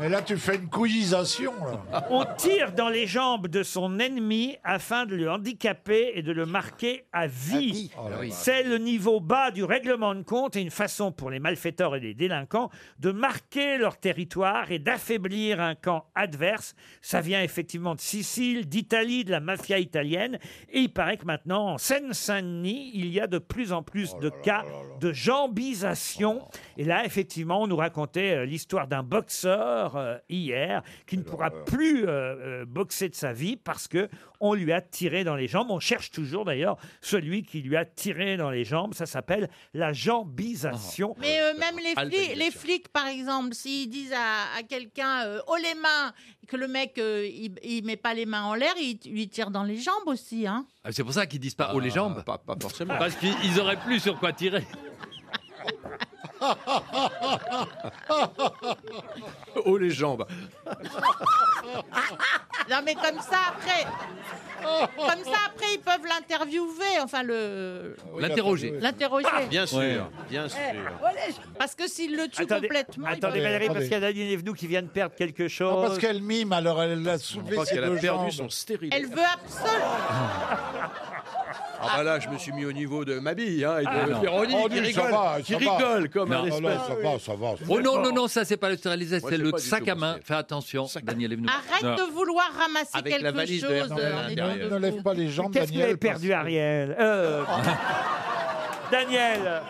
Speaker 28: Mais là, tu fais une couillisation, là.
Speaker 3: On tire dans les jambes de son ennemi afin de le handicaper et de le marquer à vie. Ah
Speaker 28: Oh la vache.
Speaker 3: C'est le niveau bas du règlement de compte et une façon pour les malfaiteurs et les délinquants de marquer leur territoire et d'affaiblir un camp adverse. Ça vient effectivement de Sicile, d'Italie, de la mafia italienne. Et il paraît que maintenant, en Seine-Saint-Denis, il y a de plus en plus de cas de jambisation. Et là, effectivement, on nous racontait euh, l'histoire d'un boxeur euh, hier qui ne pourra plus euh, euh, boxer de sa vie parce que on lui a tiré dans les jambes. On cherche toujours d'ailleurs celui qui lui a tiré dans les jambes. Ça s'appelle la jambisation.
Speaker 22: Mais euh, même les flics,
Speaker 3: Albanisation.
Speaker 22: les flics, par exemple, s'ils disent à, à quelqu'un euh, Oh les mains que le mec, euh, il, il met pas les mains en l'air, il t- lui tire dans les jambes aussi.
Speaker 3: [LAUGHS]
Speaker 22: Hein.
Speaker 23: Ah, C'est pour ça qu'ils disent pas haut les jambes.
Speaker 7: Pas, forcément.
Speaker 23: Parce qu'ils ils auraient plus sur
Speaker 7: [LAUGHS]
Speaker 23: quoi tirer.
Speaker 7: [LAUGHS] Oh les jambes.
Speaker 22: [LAUGHS] Non, mais comme ça, après. Comme ça, après, ils peuvent l'interviewer, enfin le.
Speaker 7: Ah L'interroger. Ah,
Speaker 22: L'interroger.
Speaker 7: Bien sûr, bien sûr.
Speaker 22: Eh, Parce que s'il le tue
Speaker 3: Attendez,
Speaker 22: complètement. il
Speaker 3: attendez
Speaker 22: peut-
Speaker 3: Valérie, parce
Speaker 28: attendez.
Speaker 3: qu'il y en a des nous qui viennent perdre quelque chose.
Speaker 28: Non, parce qu'elle mime, alors elle l'a soulevé.
Speaker 7: crois
Speaker 28: ses
Speaker 7: qu'elle a
Speaker 28: deux
Speaker 7: perdu
Speaker 28: jambes.
Speaker 7: son stérile.
Speaker 22: Elle veut absolument.
Speaker 7: Ah bah là, je me suis mis au niveau de Mabille hein, et de
Speaker 23: Ah, non.
Speaker 7: Véronique
Speaker 28: Oh,
Speaker 7: qui
Speaker 28: lui, ça
Speaker 7: rigole,
Speaker 28: va,
Speaker 7: qui
Speaker 28: ça va.
Speaker 7: rigole comme un
Speaker 28: Non,
Speaker 7: espèce.
Speaker 28: non, ça va, ça va. ça
Speaker 23: Oh non,
Speaker 28: va.
Speaker 23: non, non, ça, c'est pas le stérilisé,
Speaker 7: Moi,
Speaker 23: c'est
Speaker 7: c'est
Speaker 23: le
Speaker 7: pas du
Speaker 23: sac
Speaker 7: tout
Speaker 23: à main. Fais attention, Daniel Evenou.
Speaker 22: Arrête
Speaker 23: Non.
Speaker 22: de vouloir ramasser
Speaker 7: Avec la
Speaker 22: quelque
Speaker 7: valise de
Speaker 22: chose. euh,
Speaker 7: Hertel à
Speaker 22: on est
Speaker 7: l'intérieur.
Speaker 23: Non,
Speaker 22: dans
Speaker 28: Ne
Speaker 22: de-
Speaker 28: lève pas les jambes,
Speaker 3: Hein Qu'est-ce que vous avez
Speaker 28: Daniel.
Speaker 3: perdu, Ariel
Speaker 9: [LAUGHS]
Speaker 3: Euh, Daniel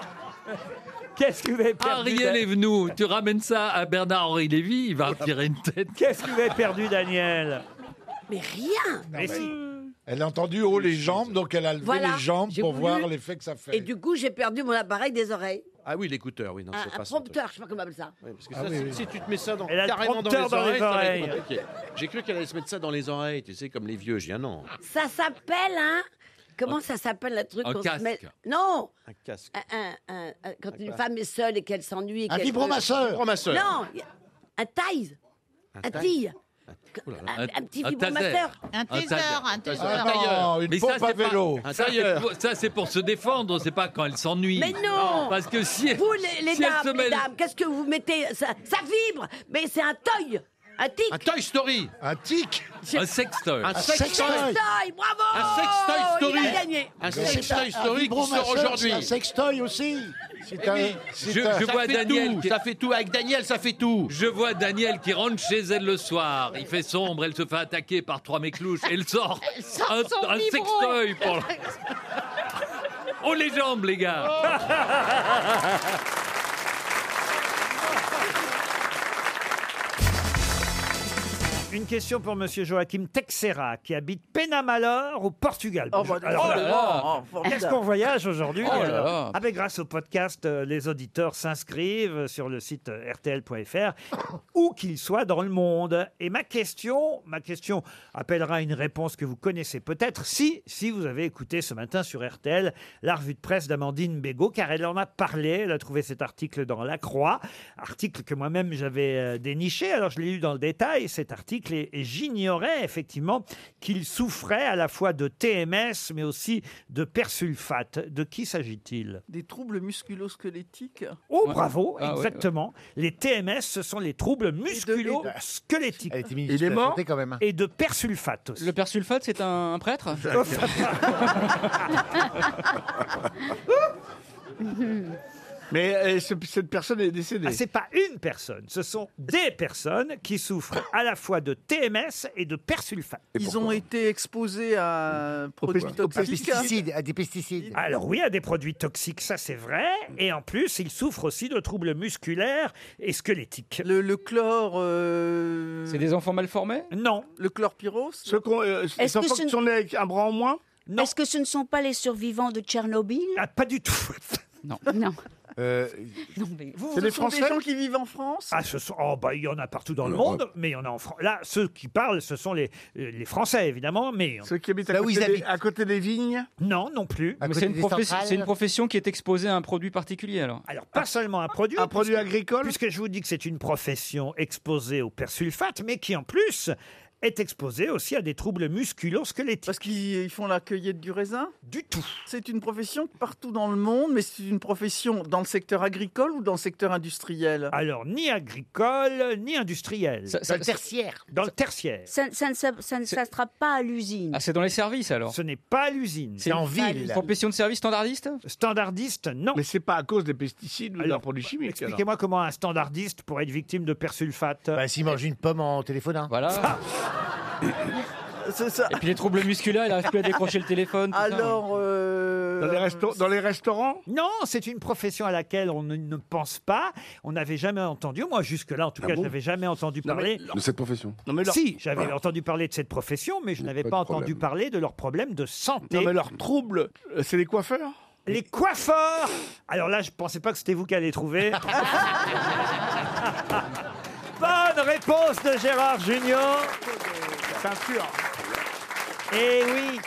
Speaker 3: Qu'est-ce que vous avez perdu
Speaker 23: Ariel
Speaker 3: Dan-
Speaker 23: Evenou, tu ramènes ça à Bernard-Henri Lévy, il va tirer une tête.
Speaker 3: Qu'est-ce que vous avez perdu, Daniel
Speaker 12: Mais rien
Speaker 7: Ah
Speaker 3: Mais si.
Speaker 28: Elle a entendu haut les jambes, donc elle a levé
Speaker 12: Voilà,
Speaker 28: les jambes
Speaker 12: j'ai
Speaker 28: pour
Speaker 12: voulu-
Speaker 28: voir l'effet que ça fait.
Speaker 12: Et du coup, j'ai perdu mon appareil des oreilles.
Speaker 7: Ah oui, l'écouteur, oui, non,
Speaker 12: Un,
Speaker 7: c'est
Speaker 12: un
Speaker 7: pas ça.
Speaker 12: prompteur, je sais pas comment on appelle ça.
Speaker 7: Oui, parce que
Speaker 28: Ah
Speaker 7: ça,
Speaker 28: oui,
Speaker 7: si-
Speaker 28: oui.
Speaker 7: si tu te mets ça dans,
Speaker 3: Elle a le
Speaker 7: carrément dans les
Speaker 3: prompteur
Speaker 7: oreilles,
Speaker 3: dans les
Speaker 7: ça va être
Speaker 3: oreilles.
Speaker 7: compliqué. J'ai cru qu'elle allait se mettre ça dans les oreilles, tu sais, comme les vieux. J'ai un an.
Speaker 12: Ça s'appelle un. Comment ça s'appelle le truc
Speaker 7: un
Speaker 12: qu'on se
Speaker 7: casque.
Speaker 12: met Non
Speaker 7: Un casque.
Speaker 12: un, un- un- un- Quand une
Speaker 7: quoi
Speaker 12: femme est seule et qu'elle s'ennuie. et
Speaker 27: Un
Speaker 12: qu'elle-
Speaker 27: vibromasseur.
Speaker 7: Un vibromasseur.
Speaker 12: Non y- Un taille
Speaker 7: Un
Speaker 12: Un
Speaker 7: taille.
Speaker 12: tille
Speaker 7: Ouh là là.
Speaker 12: Un, un petit
Speaker 23: Oh un
Speaker 12: vibromasseur
Speaker 22: Un taser, un taser.
Speaker 28: Ah non, une
Speaker 23: Mais
Speaker 28: pompe
Speaker 23: ça,
Speaker 28: à
Speaker 23: c'est pas-
Speaker 28: vélo.
Speaker 23: ça, c'est pour- ça, c'est pour se défendre, c'est pas quand elle s'ennuie.
Speaker 12: Mais non
Speaker 23: Parce que si elle,
Speaker 12: Vous, les, les
Speaker 23: si elle
Speaker 12: dames,
Speaker 23: se
Speaker 12: les
Speaker 23: mêle-
Speaker 12: dames, qu'est-ce que vous mettez ça, ça vibre Mais c'est un toy Un tic.
Speaker 7: Un Toy Story.
Speaker 28: Un tic.
Speaker 23: Un sextoy.
Speaker 7: Un sextoy.
Speaker 12: Sextoy, bravo
Speaker 7: Un sextoy story.
Speaker 12: Il a gagné
Speaker 7: Un sextoy story qui sort
Speaker 27: vibromasseur,
Speaker 7: aujourd'hui.
Speaker 27: c'est Un sextoy aussi. C'est
Speaker 7: Eh oui,
Speaker 27: c'est
Speaker 7: je,
Speaker 27: un-
Speaker 7: je vois Daniel. qui-
Speaker 23: fait tout avec Daniel, ça fait tout. Je vois Daniel qui rentre chez elle le soir. Il fait sombre, elle se fait attaquer par trois méclouches. Elle sort.
Speaker 18: Elle sort
Speaker 23: un,
Speaker 18: son
Speaker 23: un
Speaker 18: vibro.
Speaker 23: sextoy pour. Oh les jambes, les gars.
Speaker 12: [LAUGHS]
Speaker 3: Une question pour Monsieur Joachim Texera, qui habite Penamalor, au Portugal.
Speaker 9: Oh, bah,
Speaker 3: Alors
Speaker 9: oh
Speaker 3: là,
Speaker 9: là là, oh, formidable.
Speaker 3: Qu'est-ce qu'on voyage aujourd'hui
Speaker 9: Oh là
Speaker 3: alors
Speaker 9: là.
Speaker 3: Ah ben, grâce au podcast, euh, les auditeurs s'inscrivent sur le site euh, rtl.fr, [COUGHS] où qu'ils soient dans le monde. Et ma question, ma question appellera une réponse que vous connaissez peut-être, si, si vous avez écouté ce matin sur RTL la revue de presse d'Amandine Bégaud, car elle en a parlé, elle a trouvé cet article dans La Croix, article que moi-même j'avais euh, déniché, alors je l'ai lu dans le détail, cet article, et, et j'ignorais effectivement qu'il souffrait à la fois de TMS, mais aussi de persulfate. De qui s'agit-il
Speaker 5: Des troubles musculo-squelettiques.
Speaker 3: Oh, bravo,
Speaker 24: Ah
Speaker 3: exactement. Les TMS, ce sont les troubles musculo-squelettiques.
Speaker 20: ministre Il est de la mort Santé, quand même.
Speaker 3: Et de persulfate aussi.
Speaker 24: Le persulfate, c'est un, un
Speaker 3: [LAUGHS]
Speaker 24: prêtre
Speaker 3: Mais euh, cette personne est décédée. Ah, c'est pas une personne, ce sont des personnes qui souffrent à la fois de TMS et de persulfate.
Speaker 5: Ils ont été exposés à produits toxiques.
Speaker 3: à des pesticides. Alors oui, à des produits toxiques, ça c'est vrai. Et en plus, ils souffrent aussi de troubles musculaires et squelettiques.
Speaker 5: Le, le chlore. euh,
Speaker 24: C'est des enfants mal formés
Speaker 3: Non.
Speaker 5: Le chlorpyrose
Speaker 3: euh,
Speaker 10: Est-ce que ce ne-
Speaker 5: un bras en moins
Speaker 10: Est-ce que ce ne sont pas les survivants de Tchernobyl
Speaker 3: Ah, Pas du tout.
Speaker 10: Non. Non.
Speaker 5: Vous,
Speaker 3: C'est
Speaker 5: ce
Speaker 3: les
Speaker 5: sont des
Speaker 3: Français
Speaker 5: gens qui vivent en France
Speaker 3: Ah, ce sont. Oh, bah, il y en a partout dans le
Speaker 5: L'Europe.
Speaker 3: monde, mais il y en a en France. Là, ceux qui parlent, ce sont les, euh, les Français, évidemment, mais.
Speaker 24: Ceux qui habitent à
Speaker 3: Là où
Speaker 24: côté
Speaker 3: ils
Speaker 24: des-
Speaker 3: habitent.
Speaker 24: à
Speaker 3: côté des vignes Non, non plus.
Speaker 24: Mais c'est une, professe- c'est une profession qui est exposée à un produit particulier alors.
Speaker 3: Alors pas seulement un produit. Un produit agricole Puisque je vous dis que c'est une profession exposée au persulfate, mais qui en plus est exposée aussi à des troubles musculo-squelettiques.
Speaker 5: Parce qu'ils ils font la cueillette du raisin
Speaker 3: Du tout.
Speaker 5: C'est une profession partout dans le monde, mais c'est une profession dans le secteur agricole ou dans le secteur industriel
Speaker 3: Alors, ni agricole, ni industriel.
Speaker 24: Ça- ça- Dans le
Speaker 3: tertiaire. Dans le tertiaire.
Speaker 10: Ça, ça ne s'a- ça ne s'attrape pas à l'usine.
Speaker 24: Ah, c'est dans les services alors
Speaker 3: Ce n'est pas à l'usine.
Speaker 24: C'est en ville. Profession de service standardiste
Speaker 3: Standardiste, non.
Speaker 29: Mais c'est pas à cause des pesticides ou d'un
Speaker 3: Alors,
Speaker 29: produit chimique.
Speaker 3: Expliquez-moi comment un standardiste pourrait être victime de persulfate.
Speaker 20: Bah, s'il mange une pomme en hein. téléphonant. [LAUGHS]
Speaker 24: Voilà.
Speaker 5: C'est ça.
Speaker 24: Et puis les troubles musculaires, Ah, il n'arrive plus à décrocher le téléphone. tout ça. hein.
Speaker 5: Alors, euh,
Speaker 3: Dans les, restaurants Non, c'est une profession à laquelle on ne, ne pense pas. On n'avait jamais entendu, moi jusque-là en tout
Speaker 29: Ah
Speaker 3: cas,
Speaker 29: bon
Speaker 3: je n'avais jamais entendu
Speaker 29: Non, mais
Speaker 3: parler.
Speaker 29: De cette profession. Non, mais leur-
Speaker 3: Si, j'avais
Speaker 29: Ah.
Speaker 3: entendu parler de cette profession, mais je n'avais
Speaker 29: pas
Speaker 3: pas,
Speaker 29: de
Speaker 3: entendu
Speaker 29: problème.
Speaker 3: parler de leurs problèmes de santé.
Speaker 29: Non, mais leurs troubles, euh, c'est les coiffeurs
Speaker 3: Les coiffeurs Alors là, je pensais pas que c'était vous qui
Speaker 29: [LAUGHS]
Speaker 3: allez trouver. Bonne réponse de Gérard Junior. Teinture. Eh oui.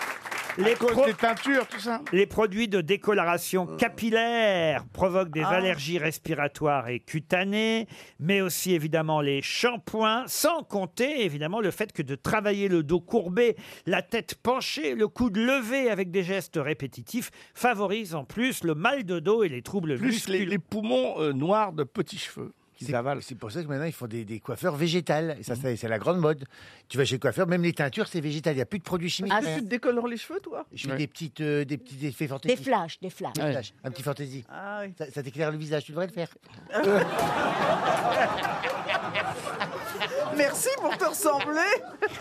Speaker 3: Les teintures, tout ça. Les produits de décoloration capillaire provoquent des
Speaker 24: Ah.
Speaker 3: allergies respiratoires et cutanées, mais aussi évidemment les shampoings, sans compter évidemment le fait que de travailler le dos courbé, la tête penchée, le coude levé avec des gestes répétitifs favorise en plus le mal de dos et les troubles
Speaker 29: Plus les, les poumons euh, noirs de petits cheveux.
Speaker 20: C'est c'est pour ça que maintenant ils font des, des coiffeurs végétales. Et ça, ça, c'est la grande mode. Tu vas chez le coiffeur, même les teintures, c'est végétal. Il n'y a plus de produits chimiques.
Speaker 24: Ah,
Speaker 5: Est-ce que tu te décolores les cheveux, toi
Speaker 20: Je fais des petites, euh, des petits effets
Speaker 10: Des
Speaker 20: fantaisies.
Speaker 10: flashs, des flashs.
Speaker 20: Des flashs. Un petit fantaisie.
Speaker 5: Ah oui.
Speaker 20: Ça, ça t'éclaire le visage, tu devrais le faire.
Speaker 5: [LAUGHS] Merci pour te ressembler.
Speaker 3: [LAUGHS]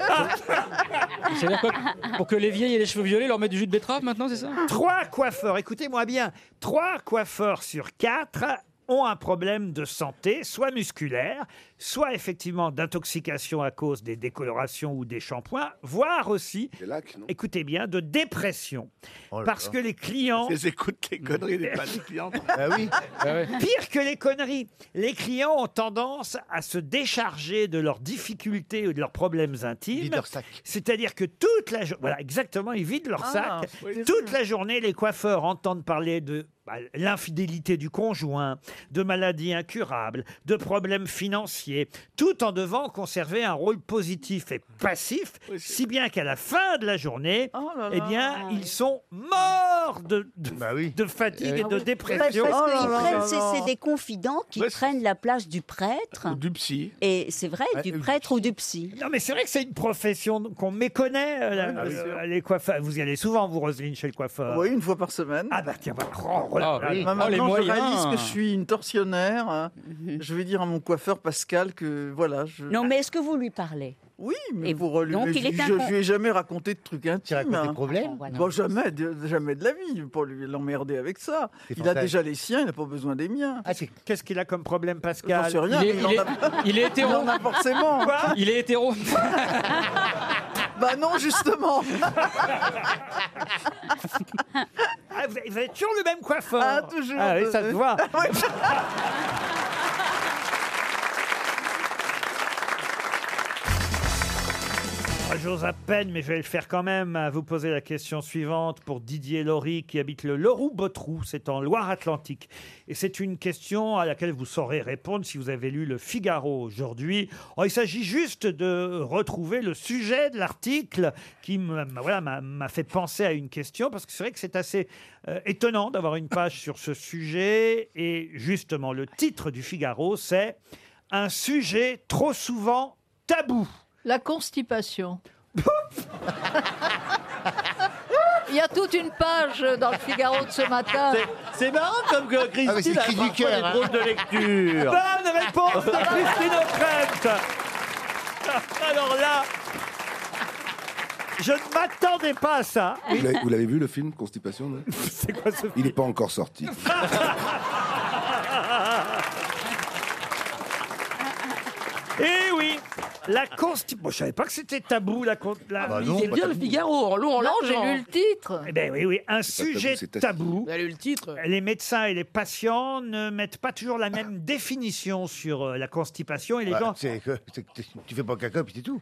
Speaker 24: C'est-à-dire quoi Pour que les vieilles aient les cheveux violets, leur mettre du jus de betterave maintenant, c'est ça
Speaker 3: Trois coiffeurs, écoutez-moi bien, trois coiffeurs sur quatre ont un problème de santé, soit musculaire, soit effectivement d'intoxication à cause des décolorations ou des shampoings, voire aussi, écoutez bien, de dépression.
Speaker 29: Oh là
Speaker 3: parce
Speaker 29: là. Ah
Speaker 3: que les clients...
Speaker 29: Ils écoutent les conneries
Speaker 3: [LAUGHS]
Speaker 29: des pas des clients.
Speaker 20: oui.
Speaker 24: Ah
Speaker 3: Pire que les conneries, les clients ont tendance à se décharger de leurs difficultés ou de leurs problèmes intimes. C'est-à-dire que toute la journée, voilà exactement, ils vident leur
Speaker 9: Ah,
Speaker 3: sac.
Speaker 9: oui.
Speaker 3: Toute la journée, les coiffeurs entendent parler de bah, l'infidélité du conjoint, de maladies incurables, de problèmes financiers, tout en devant conserver un rôle positif et
Speaker 9: Oh
Speaker 3: passif, si bien qu'à la fin de la journée, eh bien, ils sont morts mort de, de, de fatigue
Speaker 9: Eh
Speaker 3: et de dépression.
Speaker 10: Euh, ah
Speaker 3: Oh
Speaker 10: Parce qu'ils prennent, c'est- c'est des confidents qui prennent la place du prêtre.
Speaker 29: du psy.
Speaker 10: Et c'est vrai, du prêtre ou du psy.
Speaker 3: euh, Non, mais c'est vrai que c'est une profession qu'on méconnaît, euh, la-
Speaker 10: Oui, bien
Speaker 3: euh,
Speaker 10: sûr.
Speaker 3: les coiffeurs. Vous y allez souvent, vous, Roselyne, chez le coiffeur
Speaker 5: Oui, une fois par semaine.
Speaker 3: Ah bah tiens, bah, oh, oh là
Speaker 5: Ah,
Speaker 3: là.
Speaker 5: oui. Moi, maintenant, je réalise que je suis une torsionnaire. hein.
Speaker 6: Mhm.
Speaker 5: Je vais dire à mon coiffeur Pascal que voilà. Je...
Speaker 10: Non, mais est-ce que vous lui parlez
Speaker 5: Oui, mais
Speaker 3: euh,
Speaker 5: pour lui,
Speaker 10: donc il est
Speaker 5: je,
Speaker 10: incon-
Speaker 5: je lui ai jamais raconté de trucs intimes. Tu
Speaker 10: racontes des problèmes Voilà.
Speaker 5: bon, jamais, de, jamais de la vie. Pour lui l'emmerder avec ça.
Speaker 3: C'est
Speaker 5: Il a
Speaker 3: fantastique.
Speaker 5: déjà les siens, il n'a pas besoin des miens.
Speaker 3: Ah, Qu'est-ce qu'il a comme problème, Pascal
Speaker 5: J'en sais rien.
Speaker 3: Il est-
Speaker 5: mais en
Speaker 3: il est-
Speaker 5: a-
Speaker 3: il est hétéro.
Speaker 5: Il en a forcément.
Speaker 3: Quoi Il
Speaker 5: est [LAUGHS] hétéro. bah non,
Speaker 3: [LAUGHS]
Speaker 5: justement.
Speaker 3: Ah, vous, vous avez toujours le même coiffeur
Speaker 5: Ah, toujours.
Speaker 3: Ah oui, ça
Speaker 5: [LAUGHS]
Speaker 3: se voit. Ah, J'ose à peine, mais je vais le faire quand même, à vous poser la question suivante pour Didier Laurie, qui habite le Leroux-Botrou, c'est en Loire-Atlantique. Et c'est une question à laquelle vous saurez répondre si vous avez lu le Figaro aujourd'hui. Oh, il s'agit juste de retrouver le sujet de l'article qui m'a voilà, m'a- m'a fait penser à une question, parce que c'est vrai que c'est assez euh, étonnant d'avoir une page sur ce sujet. Et justement, le titre du Figaro, c'est « Un sujet trop souvent tabou ».
Speaker 13: La constipation. Il y a toute une page dans le Figaro de ce matin.
Speaker 9: [LAUGHS] C'est marrant comme que
Speaker 13: Ah, mais c'est
Speaker 9: Christine
Speaker 13: le
Speaker 9: a
Speaker 13: cri du
Speaker 9: parfois
Speaker 13: cœur,
Speaker 9: des
Speaker 13: hein.
Speaker 9: drôles de lecture.
Speaker 3: Bonne réponse de Christine O'Krent. [LAUGHS] Alors là, je ne m'attendais pas à ça.
Speaker 11: Vous l'avez- vous l'avez vu le film Constipation non
Speaker 3: [LAUGHS] C'est quoi ce
Speaker 11: Il n'est pas encore sorti.
Speaker 3: Eh oui, la constipation. Bon, je savais pas que c'était tabou la con- la-
Speaker 11: bah non, C'est pas bien tabou. le
Speaker 13: Figaro, en long, en large, hein.
Speaker 3: titre. Eh ben oui, oui, un
Speaker 13: Pas
Speaker 3: sujet
Speaker 13: tabou, c'est
Speaker 3: tabou.
Speaker 13: test.
Speaker 3: Vous avez lu le titre. Les médecins et les patients ne mettent pas toujours la même définition sur euh, la constipation et les
Speaker 20: Ouais,
Speaker 3: gens.
Speaker 20: Bah, c'est que- c'est que tu- tu fais pas caca puis c'est tout.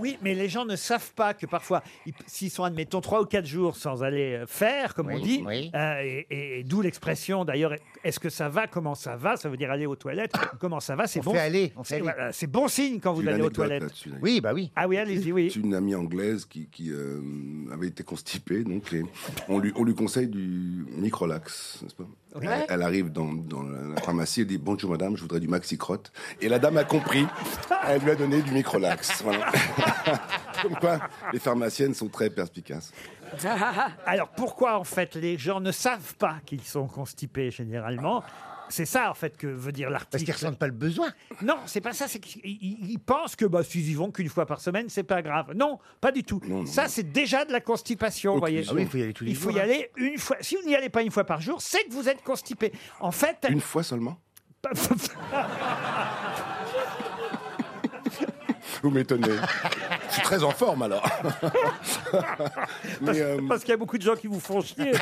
Speaker 3: Oui, mais les gens ne savent pas que parfois, ils- s'ils sont, admettons, trois ou quatre jours sans aller euh, faire, comme on
Speaker 20: Oui,
Speaker 3: dit,
Speaker 20: oui.
Speaker 3: euh, et, et- et d'où l'expression d'ailleurs, est-ce que ça va, comment ça va Ça veut dire aller aux toilettes, comment ça va, c'est
Speaker 20: On
Speaker 3: bon.
Speaker 20: fait aller, on fait
Speaker 3: c'est-
Speaker 20: aller.
Speaker 3: voilà, C'est bon signe quand vous
Speaker 11: J'ai une
Speaker 3: allez aux
Speaker 11: anecdote
Speaker 3: toilettes.
Speaker 11: là-dessus, là.
Speaker 20: Oui, bah oui.
Speaker 3: Ah oui, allez-y, oui.
Speaker 11: C'est une amie anglaise qui, qui, euh, avait été constipée, donc et on, lui, on lui conseille du Microlax, n'est-ce pas
Speaker 3: Ouais.
Speaker 11: elle, elle arrive dans, dans la pharmacie, elle dit Bonjour madame, je voudrais du Maxicrotte. Et la dame a compris, elle lui a donné du Microlax.
Speaker 3: [LAUGHS]
Speaker 11: Voilà. Comme quoi, les pharmaciennes sont très perspicaces.
Speaker 3: [LAUGHS] Alors pourquoi en fait les gens ne savent pas qu'ils sont constipés généralement c'est ça en fait que veut dire l'article. Parce qu'ils ressentent
Speaker 20: pas le besoin.
Speaker 3: Non, c'est pas ça. C'est qu'ils ils- ils pensent que bah, s'ils y vont qu'une fois par semaine, c'est pas grave. Non, pas du tout. ça, c'est déjà de la constipation, vous voyez.
Speaker 20: Ah oui, il faut y aller tous les
Speaker 3: Il faut
Speaker 20: jours,
Speaker 3: y
Speaker 20: hein.
Speaker 3: aller une fois. Si vous n'y allez pas une fois par jour, c'est que vous êtes constipé. En fait. Une
Speaker 11: fois
Speaker 3: [LAUGHS]
Speaker 11: seulement. Vous [LAUGHS] m'étonnez. Je suis très en forme alors.
Speaker 3: Parce,
Speaker 11: euh,
Speaker 3: parce qu'il y a beaucoup de gens qui vous
Speaker 11: [LAUGHS]
Speaker 3: font chier.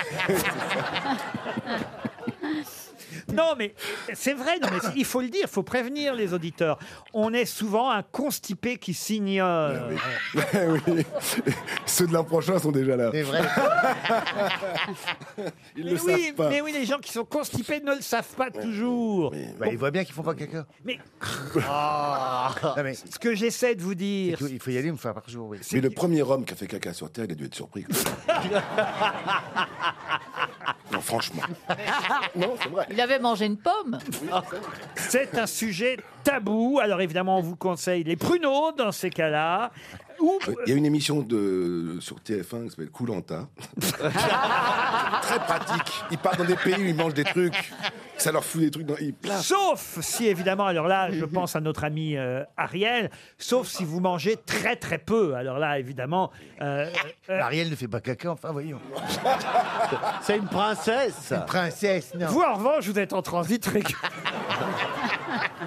Speaker 3: Non, mais c'est vrai, non, mais il faut le dire, il faut prévenir les auditeurs. On est souvent un constipé qui s'ignore.
Speaker 20: [LAUGHS]
Speaker 11: Ouais, [LAUGHS] oui. Ceux de l'an prochain sont déjà là.
Speaker 20: C'est vrai.
Speaker 11: Ils
Speaker 3: mais,
Speaker 11: le
Speaker 3: oui,
Speaker 11: savent pas.
Speaker 3: mais oui, les gens qui sont constipés ne le savent pas toujours.
Speaker 20: Bah, ils voient bien qu'ils font pas caca.
Speaker 3: Mais
Speaker 20: Ah. Non, mais-
Speaker 3: ce que j'essaie de vous dire.
Speaker 20: Il faut y aller une fois par jour, oui.
Speaker 11: Mais le premier homme qui a fait caca sur Terre, il a dû être
Speaker 20: [LAUGHS]
Speaker 11: surpris. quoi. non, franchement. [LAUGHS] Non, c'est vrai.
Speaker 13: Il avait mangé une pomme.
Speaker 3: C'est un sujet tabou. Alors évidemment, on vous conseille les pruneaux dans ces cas-là. Ou
Speaker 11: Il y a une émission de, sur TF1 qui s'appelle hein. Coulanta. Très pratique. Ils partent dans des pays où ils mangent des trucs. Ça leur fout des trucs dans. Ils...
Speaker 3: Sauf si, évidemment, alors là, je pense à notre ami euh, Ariel, sauf si vous mangez très très peu. Alors là, évidemment. euh,
Speaker 20: Ariel ne fait pas caca, enfin, voyons.
Speaker 3: [LAUGHS] C'est une princesse.
Speaker 20: Une princesse, non.
Speaker 3: Vous, en revanche, vous êtes en transit régulier.
Speaker 20: [LAUGHS]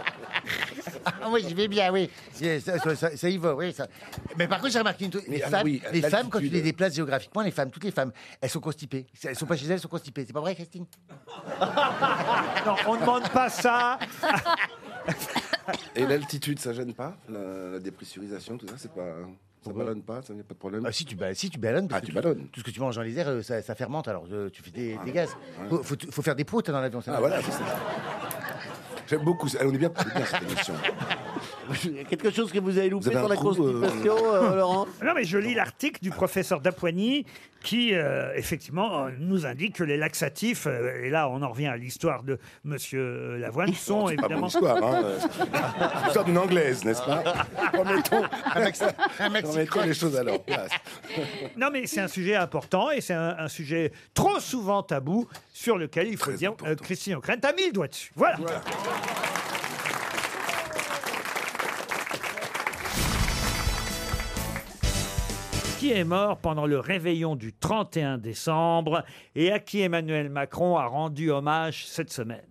Speaker 20: Ah oui, je vais bien, oui. C'est- Ça, ça- ça- ça y va, oui. ça. Mais par contre, j'ai remarqué une chose. Les,
Speaker 11: alors
Speaker 20: femmes,
Speaker 11: ah, oui,
Speaker 20: les femmes, quand tu
Speaker 11: l'altitude. euh.
Speaker 20: les déplaces géographiquement, les femmes, toutes les femmes, elles sont constipées. Elles sont pas chez elles, elles sont constipées. C'est pas vrai, Christine
Speaker 3: [LAUGHS] Non, on ne demande pas ça.
Speaker 11: Et l'altitude, ça gêne pas la, la dépressurisation, tout ça, c'est pas. Ça ballonne pas, ça n'y a pas de problème.
Speaker 20: Ah, si tu, ba- si tu ballonnes, parce
Speaker 11: Ah,
Speaker 20: que
Speaker 11: tu
Speaker 20: tout-
Speaker 11: ballonnes.
Speaker 20: Tout ce que tu manges dans les airs, euh, ça, ça fermente, alors euh, tu fais des, des gaz.
Speaker 11: ouais.
Speaker 20: Faut, faut, faut faire des potes dans l'avion.
Speaker 11: Ah, voilà, c'est ça. J'aime beaucoup. ça. Elle, On est bien, on est bien cette émission.
Speaker 20: [LAUGHS]
Speaker 9: Il y a quelque chose que vous avez loupé
Speaker 3: avez
Speaker 9: dans
Speaker 3: un
Speaker 9: la
Speaker 3: trou, euh,
Speaker 9: Constitution, euh, Laurent
Speaker 3: Non, mais je lis l'article du professeur Dapoigny qui, euh, effectivement, euh, nous indique que les laxatifs, euh, et là on en revient à l'histoire de Monsieur euh, Lavoine, sont
Speaker 11: C'est pas
Speaker 3: évidemment.
Speaker 11: bonne histoire, hein.
Speaker 3: [LAUGHS]
Speaker 11: [LAUGHS] euh, Histoire d'une anglaise, n'est-ce pas Remettons, remettons les choses à leur place.
Speaker 3: Non, mais c'est un sujet important et c'est un, un sujet trop souvent tabou sur lequel il faut dire euh, Christine O'Krent a mis le doigt dessus. Voilà. Qui est mort pendant le réveillon du 31 décembre et à qui Emmanuel Macron a rendu hommage cette semaine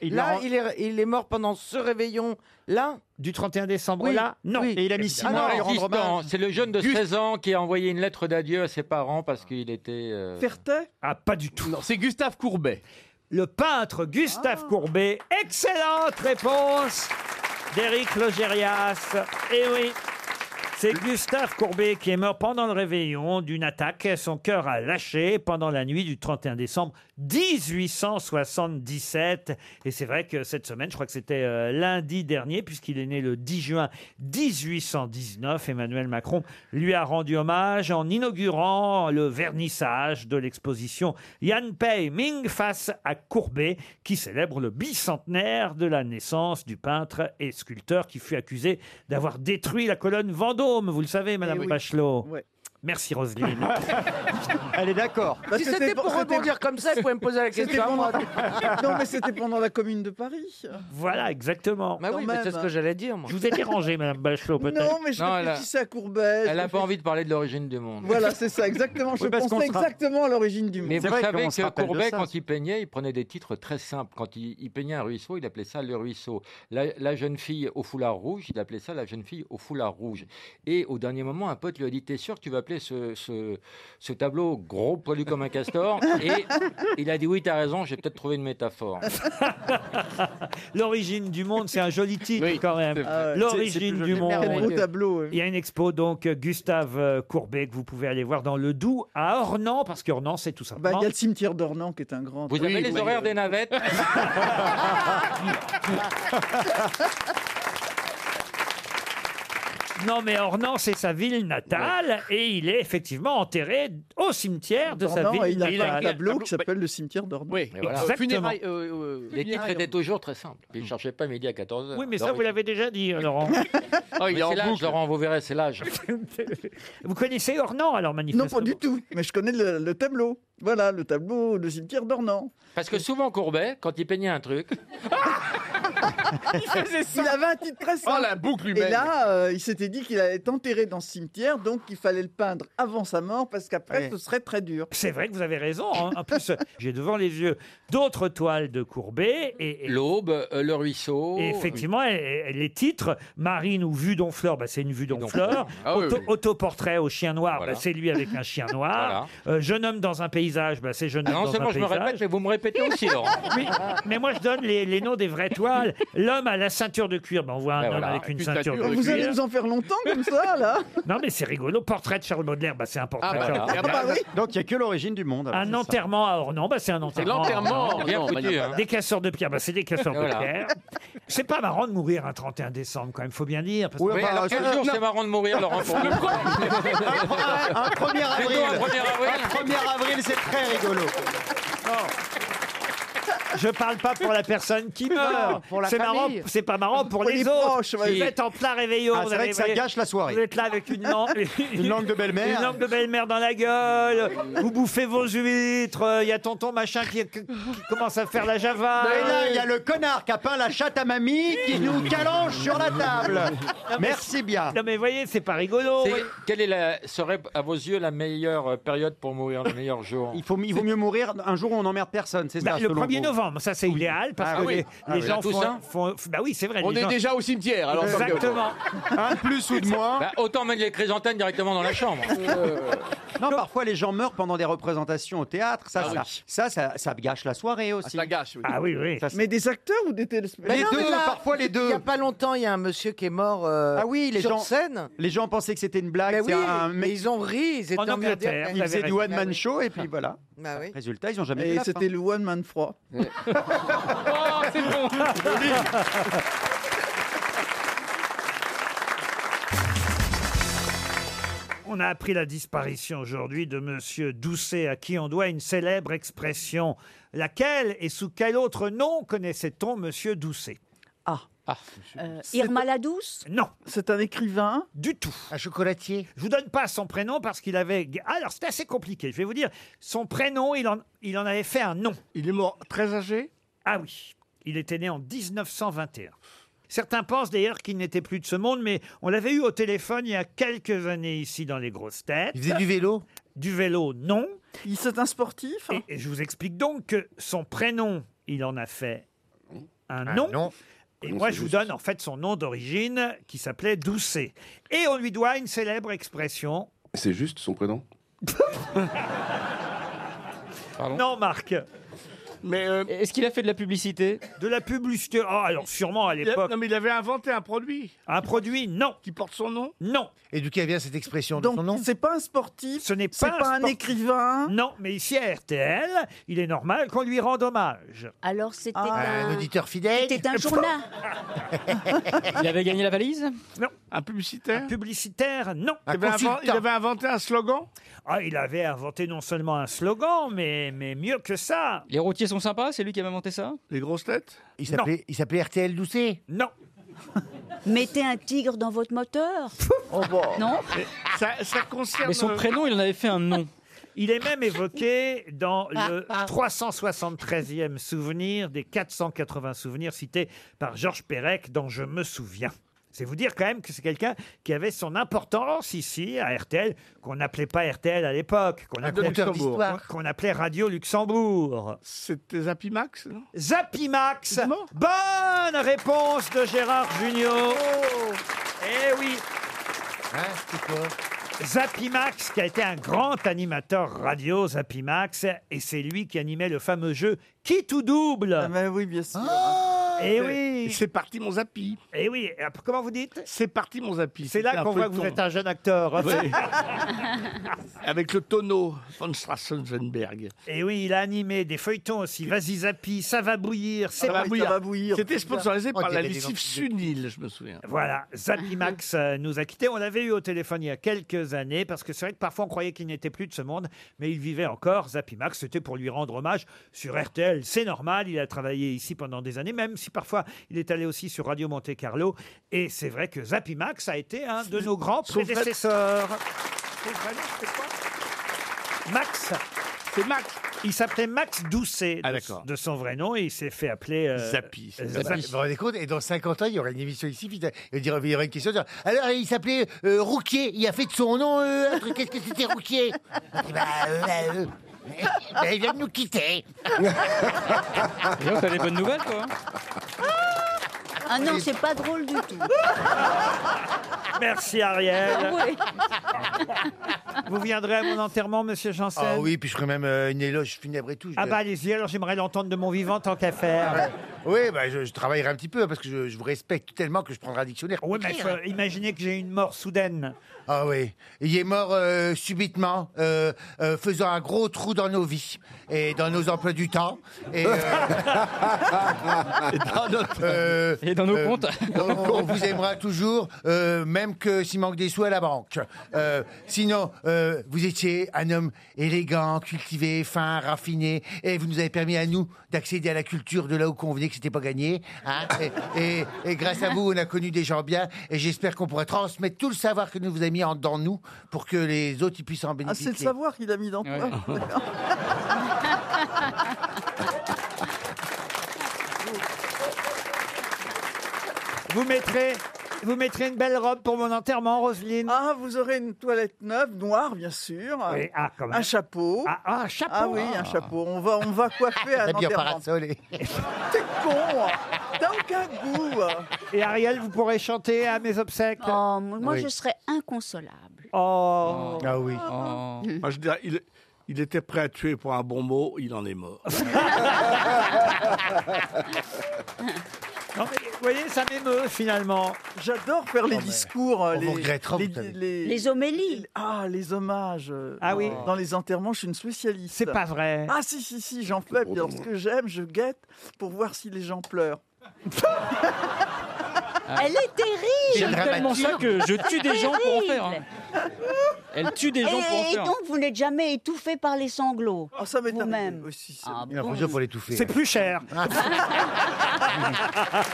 Speaker 6: Il là, il est, il est mort pendant ce réveillon là
Speaker 3: du 31 décembre
Speaker 6: là.
Speaker 3: Non.
Speaker 6: Et il a mis six mois à lui rendre
Speaker 8: Distant.
Speaker 6: hommage.
Speaker 8: Ah C'est le jeune de 16 ans qui a envoyé une lettre d'adieu à ses parents parce qu'il était. euh,
Speaker 3: Ah, pas du tout. Non, c'est Gustave Courbet. Le peintre Gustave Courbet. Excellente réponse d'Éric Logérias. Eh oui. C'est Gustave Courbet qui est mort pendant le réveillon d'une attaque. Son cœur a lâché pendant la nuit du 31 décembre 1877. Et c'est vrai que cette semaine, je crois que c'était euh, lundi dernier, puisqu'il est né le 10 juin 1819, Emmanuel Macron lui a rendu hommage en inaugurant le vernissage de l'exposition Yan Pei Ming face à Courbet, qui célèbre le bicentenaire de la naissance du peintre et sculpteur qui fut accusé d'avoir détruit la colonne Vendôme. Vous le savez, Madame
Speaker 9: oui.
Speaker 3: Bachelot.
Speaker 9: Ouais.
Speaker 3: Merci Roselyne.
Speaker 4: Elle est d'accord.
Speaker 6: Si c'était pour rebondir comme ça, il pouvait me poser la
Speaker 5: C'était
Speaker 6: question à moi.
Speaker 5: pendant- non, mais c'était pendant la Commune de Paris.
Speaker 3: [LAUGHS] Voilà, exactement.
Speaker 6: Bah oui, mais c'est ce que j'allais dire, moi.
Speaker 3: Je vous ai dérangé, Madame Bachelot, peut-être.
Speaker 5: Non, mais je
Speaker 8: Non, elle a-
Speaker 5: réfléchissais à Courbet.
Speaker 8: Elle
Speaker 5: je
Speaker 8: n'a pas envie de parler de l'origine du monde.
Speaker 5: Voilà, c'est ça, exactement. Je
Speaker 8: [LAUGHS] Oui, parce qu'on
Speaker 5: pensais
Speaker 8: se ra-
Speaker 5: exactement à l'origine du monde.
Speaker 8: Mais vous savez que Courbet, quand il peignait, il prenait des titres très simples. Quand il, il peignait un ruisseau, il appelait ça le ruisseau. La, la jeune fille au foulard rouge, il appelait ça la jeune fille au foulard rouge. Et au dernier moment, un pote lui a dit T'es sûr que tu vas appeler ce, ce- ce tableau gros poilu comme un castor Et il a dit Oui, t'as raison, j'ai peut-être trouvé une métaphore.
Speaker 3: [LAUGHS] L'origine du monde, c'est un joli titre quand même. L'origine du monde. Il y a une expo, donc Gustave euh, Courbet, que vous pouvez aller voir dans le Doubs, à Ornans, parce qu'Ornans, c'est tout
Speaker 5: Bah,
Speaker 3: simplement.
Speaker 5: il y a le cimetière d'Ornans qui est un grand.
Speaker 3: Vous avez les horaires [LAUGHS]
Speaker 8: des navettes
Speaker 3: Non, mais Ornans, c'est sa ville natale, et il est effectivement enterré au cimetière de sa
Speaker 5: Ornans,
Speaker 3: ville
Speaker 5: et il a
Speaker 3: natale.
Speaker 5: fait un tableau qui s'appelle le cimetière d'Ornans.
Speaker 8: Oui,
Speaker 3: Exactement.
Speaker 8: euh, Les titres étaient toujours très simples. Puis il ne cherchait pas midi à 14h.
Speaker 3: Oui, mais ça, vous l'avez déjà dit, euh,
Speaker 8: [LAUGHS]
Speaker 3: Laurent.
Speaker 8: il est en boucle. Laurent, vous verrez, c'est l'âge.
Speaker 3: [LAUGHS] vous connaissez Ornans, alors,
Speaker 5: Non,
Speaker 3: manifestement
Speaker 5: pas du tout. Mais je connais le, le tableau. Voilà, le tableau de cimetière
Speaker 8: [LAUGHS]
Speaker 5: d'Ornans.
Speaker 8: Parce que souvent, Courbet, quand il peignait
Speaker 3: [LAUGHS]
Speaker 8: un truc,
Speaker 5: il avait un titre très simple.
Speaker 8: Ah, Oh, la boucle
Speaker 5: Et
Speaker 8: humaine.
Speaker 5: là, euh, il s'était dit qu'il allait être enterré dans ce cimetière, donc il fallait le peindre avant sa mort, parce qu'après,
Speaker 3: Ouais.
Speaker 5: ce serait très dur.
Speaker 3: C'est vrai que vous avez raison. hein. En plus, [LAUGHS] j'ai devant les yeux d'autres toiles de Courbet. Et, et-
Speaker 8: l'aube, euh, le ruisseau.
Speaker 3: et effectivement, et- et les titres, Marine ou Vue d'Honfleur, bah, c'est une vue d'Honfleur.
Speaker 8: [LAUGHS] Ah oui,
Speaker 3: Auto-
Speaker 8: oui.
Speaker 3: Autoportrait au chien noir, bah, c'est lui avec un
Speaker 8: [LAUGHS]
Speaker 3: chien noir. Euh, jeune homme dans un paysage, bah, c'est jeune
Speaker 8: Ah
Speaker 3: homme
Speaker 8: non
Speaker 3: dans un
Speaker 8: seulement je me
Speaker 3: paysage.
Speaker 8: répète, mais vous me
Speaker 3: [LAUGHS]
Speaker 8: répétez aussi, Laurent.
Speaker 3: Oui, mais moi je donne les, les noms des vraies
Speaker 8: [LAUGHS]
Speaker 3: toiles. L'homme à la ceinture de cuir, ben, on voit un
Speaker 8: Ben
Speaker 3: homme
Speaker 8: voilà,
Speaker 3: avec une
Speaker 8: une
Speaker 3: ceinture
Speaker 8: ceinture
Speaker 3: de
Speaker 8: de
Speaker 5: Vous allez
Speaker 3: cuir.
Speaker 5: nous en faire longtemps comme ça, là
Speaker 3: Non mais c'est rigolo. Portrait de Charles Baudelaire, bah, c'est un portrait.
Speaker 5: Ah,
Speaker 3: de
Speaker 5: voilà.
Speaker 3: Charles
Speaker 5: Ah,
Speaker 3: Baudelaire.
Speaker 5: bah oui.
Speaker 4: Donc il n'y a que l'origine du monde.
Speaker 3: Un enterrement à Ornans, bah, c'est un enterrement. à
Speaker 4: l'enterrement,
Speaker 3: Ornans.
Speaker 4: bien foutu, hein.
Speaker 3: Des casseurs de pierre, bah, c'est des casseurs
Speaker 4: Voilà.
Speaker 3: de pierre. C'est pas marrant de mourir un 31 décembre quand même, faut bien dire. parce que-
Speaker 4: bah,
Speaker 8: Oui, alors quel jour c'est marrant de mourir, Laurent pour nous [LAUGHS]
Speaker 4: Un 1er avril.
Speaker 8: Plutôt un 1er avril.
Speaker 4: Un 1er avril, c'est très rigolo.
Speaker 3: Je parle pas pour la personne qui
Speaker 4: Non,
Speaker 3: meurt.
Speaker 4: pour la
Speaker 3: C'est marrant,
Speaker 4: famille.
Speaker 3: c'est pas marrant pour,
Speaker 4: Pour
Speaker 3: les,
Speaker 4: les
Speaker 3: autres.
Speaker 4: proches, ouais.
Speaker 3: Vous êtes en plein réveillon.
Speaker 4: Ah,
Speaker 3: vous
Speaker 4: c'est vrai
Speaker 3: avez-
Speaker 4: que ça gâche la soirée.
Speaker 3: Vous êtes là
Speaker 4: [LAUGHS]
Speaker 3: avec une, lan-
Speaker 4: Une langue de belle-mère.
Speaker 3: Une langue de belle-mère dans la gueule. Vous bouffez vos huîtres. Il y a tonton machin qui, qui commence à faire la java.
Speaker 4: Et là, il y a le connard qui a peint la chatte à mamie qui nous calanche sur la [LAUGHS] table.
Speaker 3: Non, mais-
Speaker 4: Merci bien.
Speaker 3: Non mais voyez, c'est pas rigolo.
Speaker 8: C'est- Quelle est la, serait à vos yeux la meilleure euh, période pour mourir, le meilleur jour
Speaker 4: Il, faut, il vaut mieux mourir un jour où on n'emmerde personne, c'est
Speaker 3: Bah,
Speaker 4: ça
Speaker 3: le
Speaker 4: selon
Speaker 3: 1er
Speaker 4: vous.
Speaker 3: novembre, ça c'est idéal parce
Speaker 4: Ah
Speaker 3: que
Speaker 4: oui.
Speaker 3: les,
Speaker 4: Ah
Speaker 3: les
Speaker 4: oui.
Speaker 3: gens
Speaker 4: La Toussaint
Speaker 3: font, font- Bah oui, c'est vrai.
Speaker 8: On
Speaker 3: les
Speaker 8: est
Speaker 3: gens-
Speaker 8: déjà au cimetière, alors, tant mieux.
Speaker 3: Exactement.
Speaker 4: Un de plus ou de moins.
Speaker 8: Bah, Autant mettre les chrysanthèmes directement dans la chambre.
Speaker 4: Non, parfois les gens meurent pendant des représentations au théâtre. Ça,
Speaker 8: Ah
Speaker 4: ça,
Speaker 8: oui.
Speaker 4: ça, ça, ça gâche la soirée aussi.
Speaker 8: ça gâche, oui.
Speaker 3: Ah oui, oui.
Speaker 4: Ça, ça-
Speaker 5: Mais des acteurs ou des téléspectateurs
Speaker 4: Les deux, parfois les
Speaker 6: Il n'y
Speaker 4: deux.
Speaker 6: a pas longtemps, il y a un monsieur qui est mort euh,
Speaker 4: Ah oui, les
Speaker 6: sur
Speaker 4: gens,
Speaker 6: scène.
Speaker 4: les gens pensaient que c'était une blague.
Speaker 6: Mais
Speaker 4: c'est
Speaker 6: Ben oui,
Speaker 4: un mec-
Speaker 6: mais ils ont ri, ils étaient ben,
Speaker 4: En
Speaker 6: emmerdés.
Speaker 4: Angleterre, ils faisaient du one man show et [LAUGHS] puis voilà.
Speaker 6: Bah oui.
Speaker 4: Résultat, ils n'ont jamais. eu
Speaker 5: Et
Speaker 4: la
Speaker 5: c'était
Speaker 4: fin. Ah,
Speaker 5: le One Man
Speaker 4: [LAUGHS]
Speaker 5: Froid.
Speaker 6: [LAUGHS]
Speaker 18: Oh, c'est bon.
Speaker 3: [LAUGHS] On a appris la disparition aujourd'hui de Monsieur Doucet, à qui on doit une célèbre expression. Laquelle et sous quel autre nom connaissait-on Monsieur Doucet Ah.
Speaker 10: Euh, Irma la Douce
Speaker 3: Non.
Speaker 5: C'est un écrivain
Speaker 3: Du tout. Un chocolatier Je vous donne pas son prénom parce qu'il avait... Ah, Alors, c'était assez compliqué. Je vais vous dire, son prénom, il en, il en avait fait un nom. Il est mort très âgé Ah oui. Il était né en 1921. Certains pensent d'ailleurs qu'il n'était plus de ce monde, mais on l'avait eu au téléphone il y a quelques années ici dans les grosses têtes. Il faisait du vélo Du vélo, non. Il c'est un sportif hein et, et je vous explique donc que son prénom, il en a fait un nom. Et moi, je vous donne en fait son nom d'origine qui s'appelait Doucet. Et on lui doit une célèbre expression.
Speaker 11: C'est juste son prénom
Speaker 3: Non, Marc.
Speaker 30: Mais
Speaker 9: euh,
Speaker 30: est-ce qu'il a fait de la publicité
Speaker 3: De la publicité Ah, alors sûrement à l'époque.
Speaker 9: Non, mais il avait inventé un produit.
Speaker 3: Un produit, non.
Speaker 9: Qui porte son nom
Speaker 3: Non.
Speaker 1: Et d'où vient cette expression de
Speaker 5: Donc,
Speaker 1: son nom
Speaker 5: c'est pas un sportif.
Speaker 3: Ce n'est
Speaker 5: C'est pas un
Speaker 3: sportif.
Speaker 5: écrivain.
Speaker 3: Non, mais ici à RTL, il est normal qu'on lui rende hommage.
Speaker 10: Alors c'était
Speaker 3: Ah.
Speaker 10: un...
Speaker 3: Un auditeur fidèle.
Speaker 10: C'était un journal.
Speaker 3: Il avait gagné la valise Non. Un publicitaire Un publicitaire, non.
Speaker 9: Il avait inven- il avait
Speaker 3: inventé un slogan ah, Il avait inventé non seulement un slogan, mais, mais mieux que ça.
Speaker 8: Les routiers sont sympas, c'est lui qui a inventé ça
Speaker 9: Les grosses têtes
Speaker 1: Il s'appelait il s'appelait RTL Doucet
Speaker 3: Non.
Speaker 10: [LAUGHS] Mettez un tigre dans votre moteur.
Speaker 3: Oh,
Speaker 10: Non
Speaker 9: ça, ça concerne.
Speaker 8: Ah, Mais
Speaker 3: euh,
Speaker 8: son prénom, il en avait fait un nom.
Speaker 3: [LAUGHS] Il est même évoqué dans le 373e souvenir des 480 souvenirs cités par Georges Perec dans Je me souviens. C'est vous dire quand même que c'est quelqu'un qui avait son importance ici à RTL, qu'on n'appelait pas RTL à l'époque, qu'on
Speaker 9: Un
Speaker 3: appelait, hein,
Speaker 9: conteur d'histoire.
Speaker 3: qu'on appelait Radio Luxembourg.
Speaker 9: C'était Zapimax, non
Speaker 3: Zapimax Bonne réponse de Gérard Junior
Speaker 9: Oh.
Speaker 3: Eh oui Zapimax, qui a été un grand animateur radio, Zapimax, et c'est lui qui animait le fameux jeu Qui tout double Ah
Speaker 5: oui, bien sûr
Speaker 3: Et
Speaker 9: Et
Speaker 3: oui
Speaker 9: C'est parti mon zappi.
Speaker 3: Et oui, ah, comment vous dites
Speaker 9: C'est parti mon zappi.
Speaker 3: C'est là qu'on voit que vous êtes un jeune acteur. [LAUGHS]
Speaker 9: Avec le tonneau von Strassenberg.
Speaker 3: Et Eh oui, il a animé des feuilletons aussi, Vas-y Zapi, Ça va bouillir, c'est
Speaker 9: Ça va
Speaker 3: parti.
Speaker 9: bouillir. C'était sponsorisé
Speaker 3: Oh,
Speaker 9: par
Speaker 3: il y
Speaker 9: la
Speaker 3: avait des
Speaker 9: lessive Sunil, je me souviens.
Speaker 3: Voilà, Zapimax euh, nous a quittés. On l'avait eu au téléphone il y a quelques années, parce que c'est vrai que parfois on croyait qu'il n'était plus de ce monde, mais il vivait encore. Zapimax, c'était pour lui rendre hommage sur RTL. C'est normal, il a travaillé ici pendant des années, même si parfois il est allé aussi sur Radio Monte Carlo. Et c'est vrai que Zapimax a été un de nos grands
Speaker 9: Son frère-
Speaker 3: prédécesseurs. Max.
Speaker 9: C'est Max.
Speaker 3: Il s'appelait Max Doucet
Speaker 1: Ah,
Speaker 3: de-
Speaker 1: d'accord.
Speaker 3: de son vrai nom et il s'est fait appeler euh,
Speaker 1: Zappi.
Speaker 3: euh,
Speaker 1: Vous
Speaker 3: Zappi.
Speaker 1: vous rendez compte Et dans 50 ans, il y aura une émission ici, puis il y aura il y aura une question. genre, Alors, il s'appelait euh, Rouquier, il a fait de son nom euh, un truc. Qu'est-ce que c'était Rouquier Eh ben, euh, euh, eh ben, Il vient de nous quitter.
Speaker 8: Disons, T'as des bonnes nouvelles, toi hein
Speaker 10: Ah non, c'est pas drôle du tout.
Speaker 3: Merci Ariel.
Speaker 10: Oui.
Speaker 3: Vous viendrez à mon enterrement, monsieur Janssen
Speaker 1: Ah oui, puis je ferai même euh, une éloge funèbre et tout. je-
Speaker 3: Ah bah allez-y, alors j'aimerais l'entendre de mon vivant tant qu'à faire.
Speaker 1: Oui, bah, je, je travaillerai un petit peu parce que je, je vous respecte tellement que je prendrai un dictionnaire. hein.
Speaker 3: Oui, mais faut imaginer que j'ai une mort soudaine.
Speaker 1: Ah oui, il est mort euh, subitement, euh, euh, faisant un gros trou dans nos vies et dans nos emplois du temps.
Speaker 3: [LAUGHS]
Speaker 1: Et, euh, euh,
Speaker 8: Et dans nos
Speaker 1: euh,
Speaker 8: comptes.
Speaker 1: on, on vous aimera toujours, euh, même que s'il manque des sous à la banque. Euh, sinon, euh, vous étiez un homme élégant, cultivé, fin, raffiné, et vous nous avez permis à nous d'accéder à la culture de là où qu'on venait, que c'était pas gagné. hein. et, et- et grâce à vous, on a connu des gens bien, et j'espère qu'on pourra transmettre tout le savoir que nous vous avez mis en dans nous pour que les autres y puissent en
Speaker 5: Ah,
Speaker 1: bénéficier.
Speaker 5: c'est le savoir qu'il a mis dans toi.
Speaker 1: [LAUGHS]
Speaker 3: Vous mettrez, vous mettrez une belle robe pour mon enterrement, Roselyne.
Speaker 5: Ah, vous aurez une toilette neuve, noire, bien sûr.
Speaker 3: Oui, ah, quand même.
Speaker 5: Un chapeau.
Speaker 3: Ah, un chapeau.
Speaker 5: Ah oui, un
Speaker 3: Ah.
Speaker 5: chapeau. On va, on
Speaker 3: [LAUGHS]
Speaker 5: va coiffer un
Speaker 1: Habillé en
Speaker 5: enterrement.
Speaker 1: parasol et-
Speaker 5: T'es con. T'as aucun goût.
Speaker 3: Et Ariel, vous pourrez chanter à mes obsèques
Speaker 10: Oh, moi,
Speaker 9: Oui.
Speaker 10: je serais inconsolable.
Speaker 3: [LAUGHS] Oh.
Speaker 1: Ah oui.
Speaker 9: Moi, Ah, je dirais, il, il était prêt à tuer pour un bon mot, il en est mort.
Speaker 3: Non, mais vous voyez, ça m'émeut finalement.
Speaker 5: J'adore faire les discours. euh, les, les, les-
Speaker 10: Les homélies.
Speaker 5: Ah, les hommages. euh,
Speaker 3: Ah oui.
Speaker 5: Dans les enterrements, je suis une spécialiste.
Speaker 3: C'est pas vrai.
Speaker 5: Ah si, si, si, j'en fais. Puis lorsque j'aime, je guette pour voir si les gens pleurent.
Speaker 10: [LAUGHS] Elle est terrible.
Speaker 5: J'aime tellement ça que je tue des gens pour en faire, hein.
Speaker 24: Elle tue des gens
Speaker 10: et,
Speaker 24: pour en
Speaker 10: et
Speaker 24: faire.
Speaker 10: donc, vous n'êtes jamais étouffé par les sanglots. Vous-même. Ah
Speaker 20: Il y a un
Speaker 10: bon
Speaker 20: projet pour l'étouffer.
Speaker 1: hein.
Speaker 3: C'est plus cher.
Speaker 1: Ah.
Speaker 3: [LAUGHS]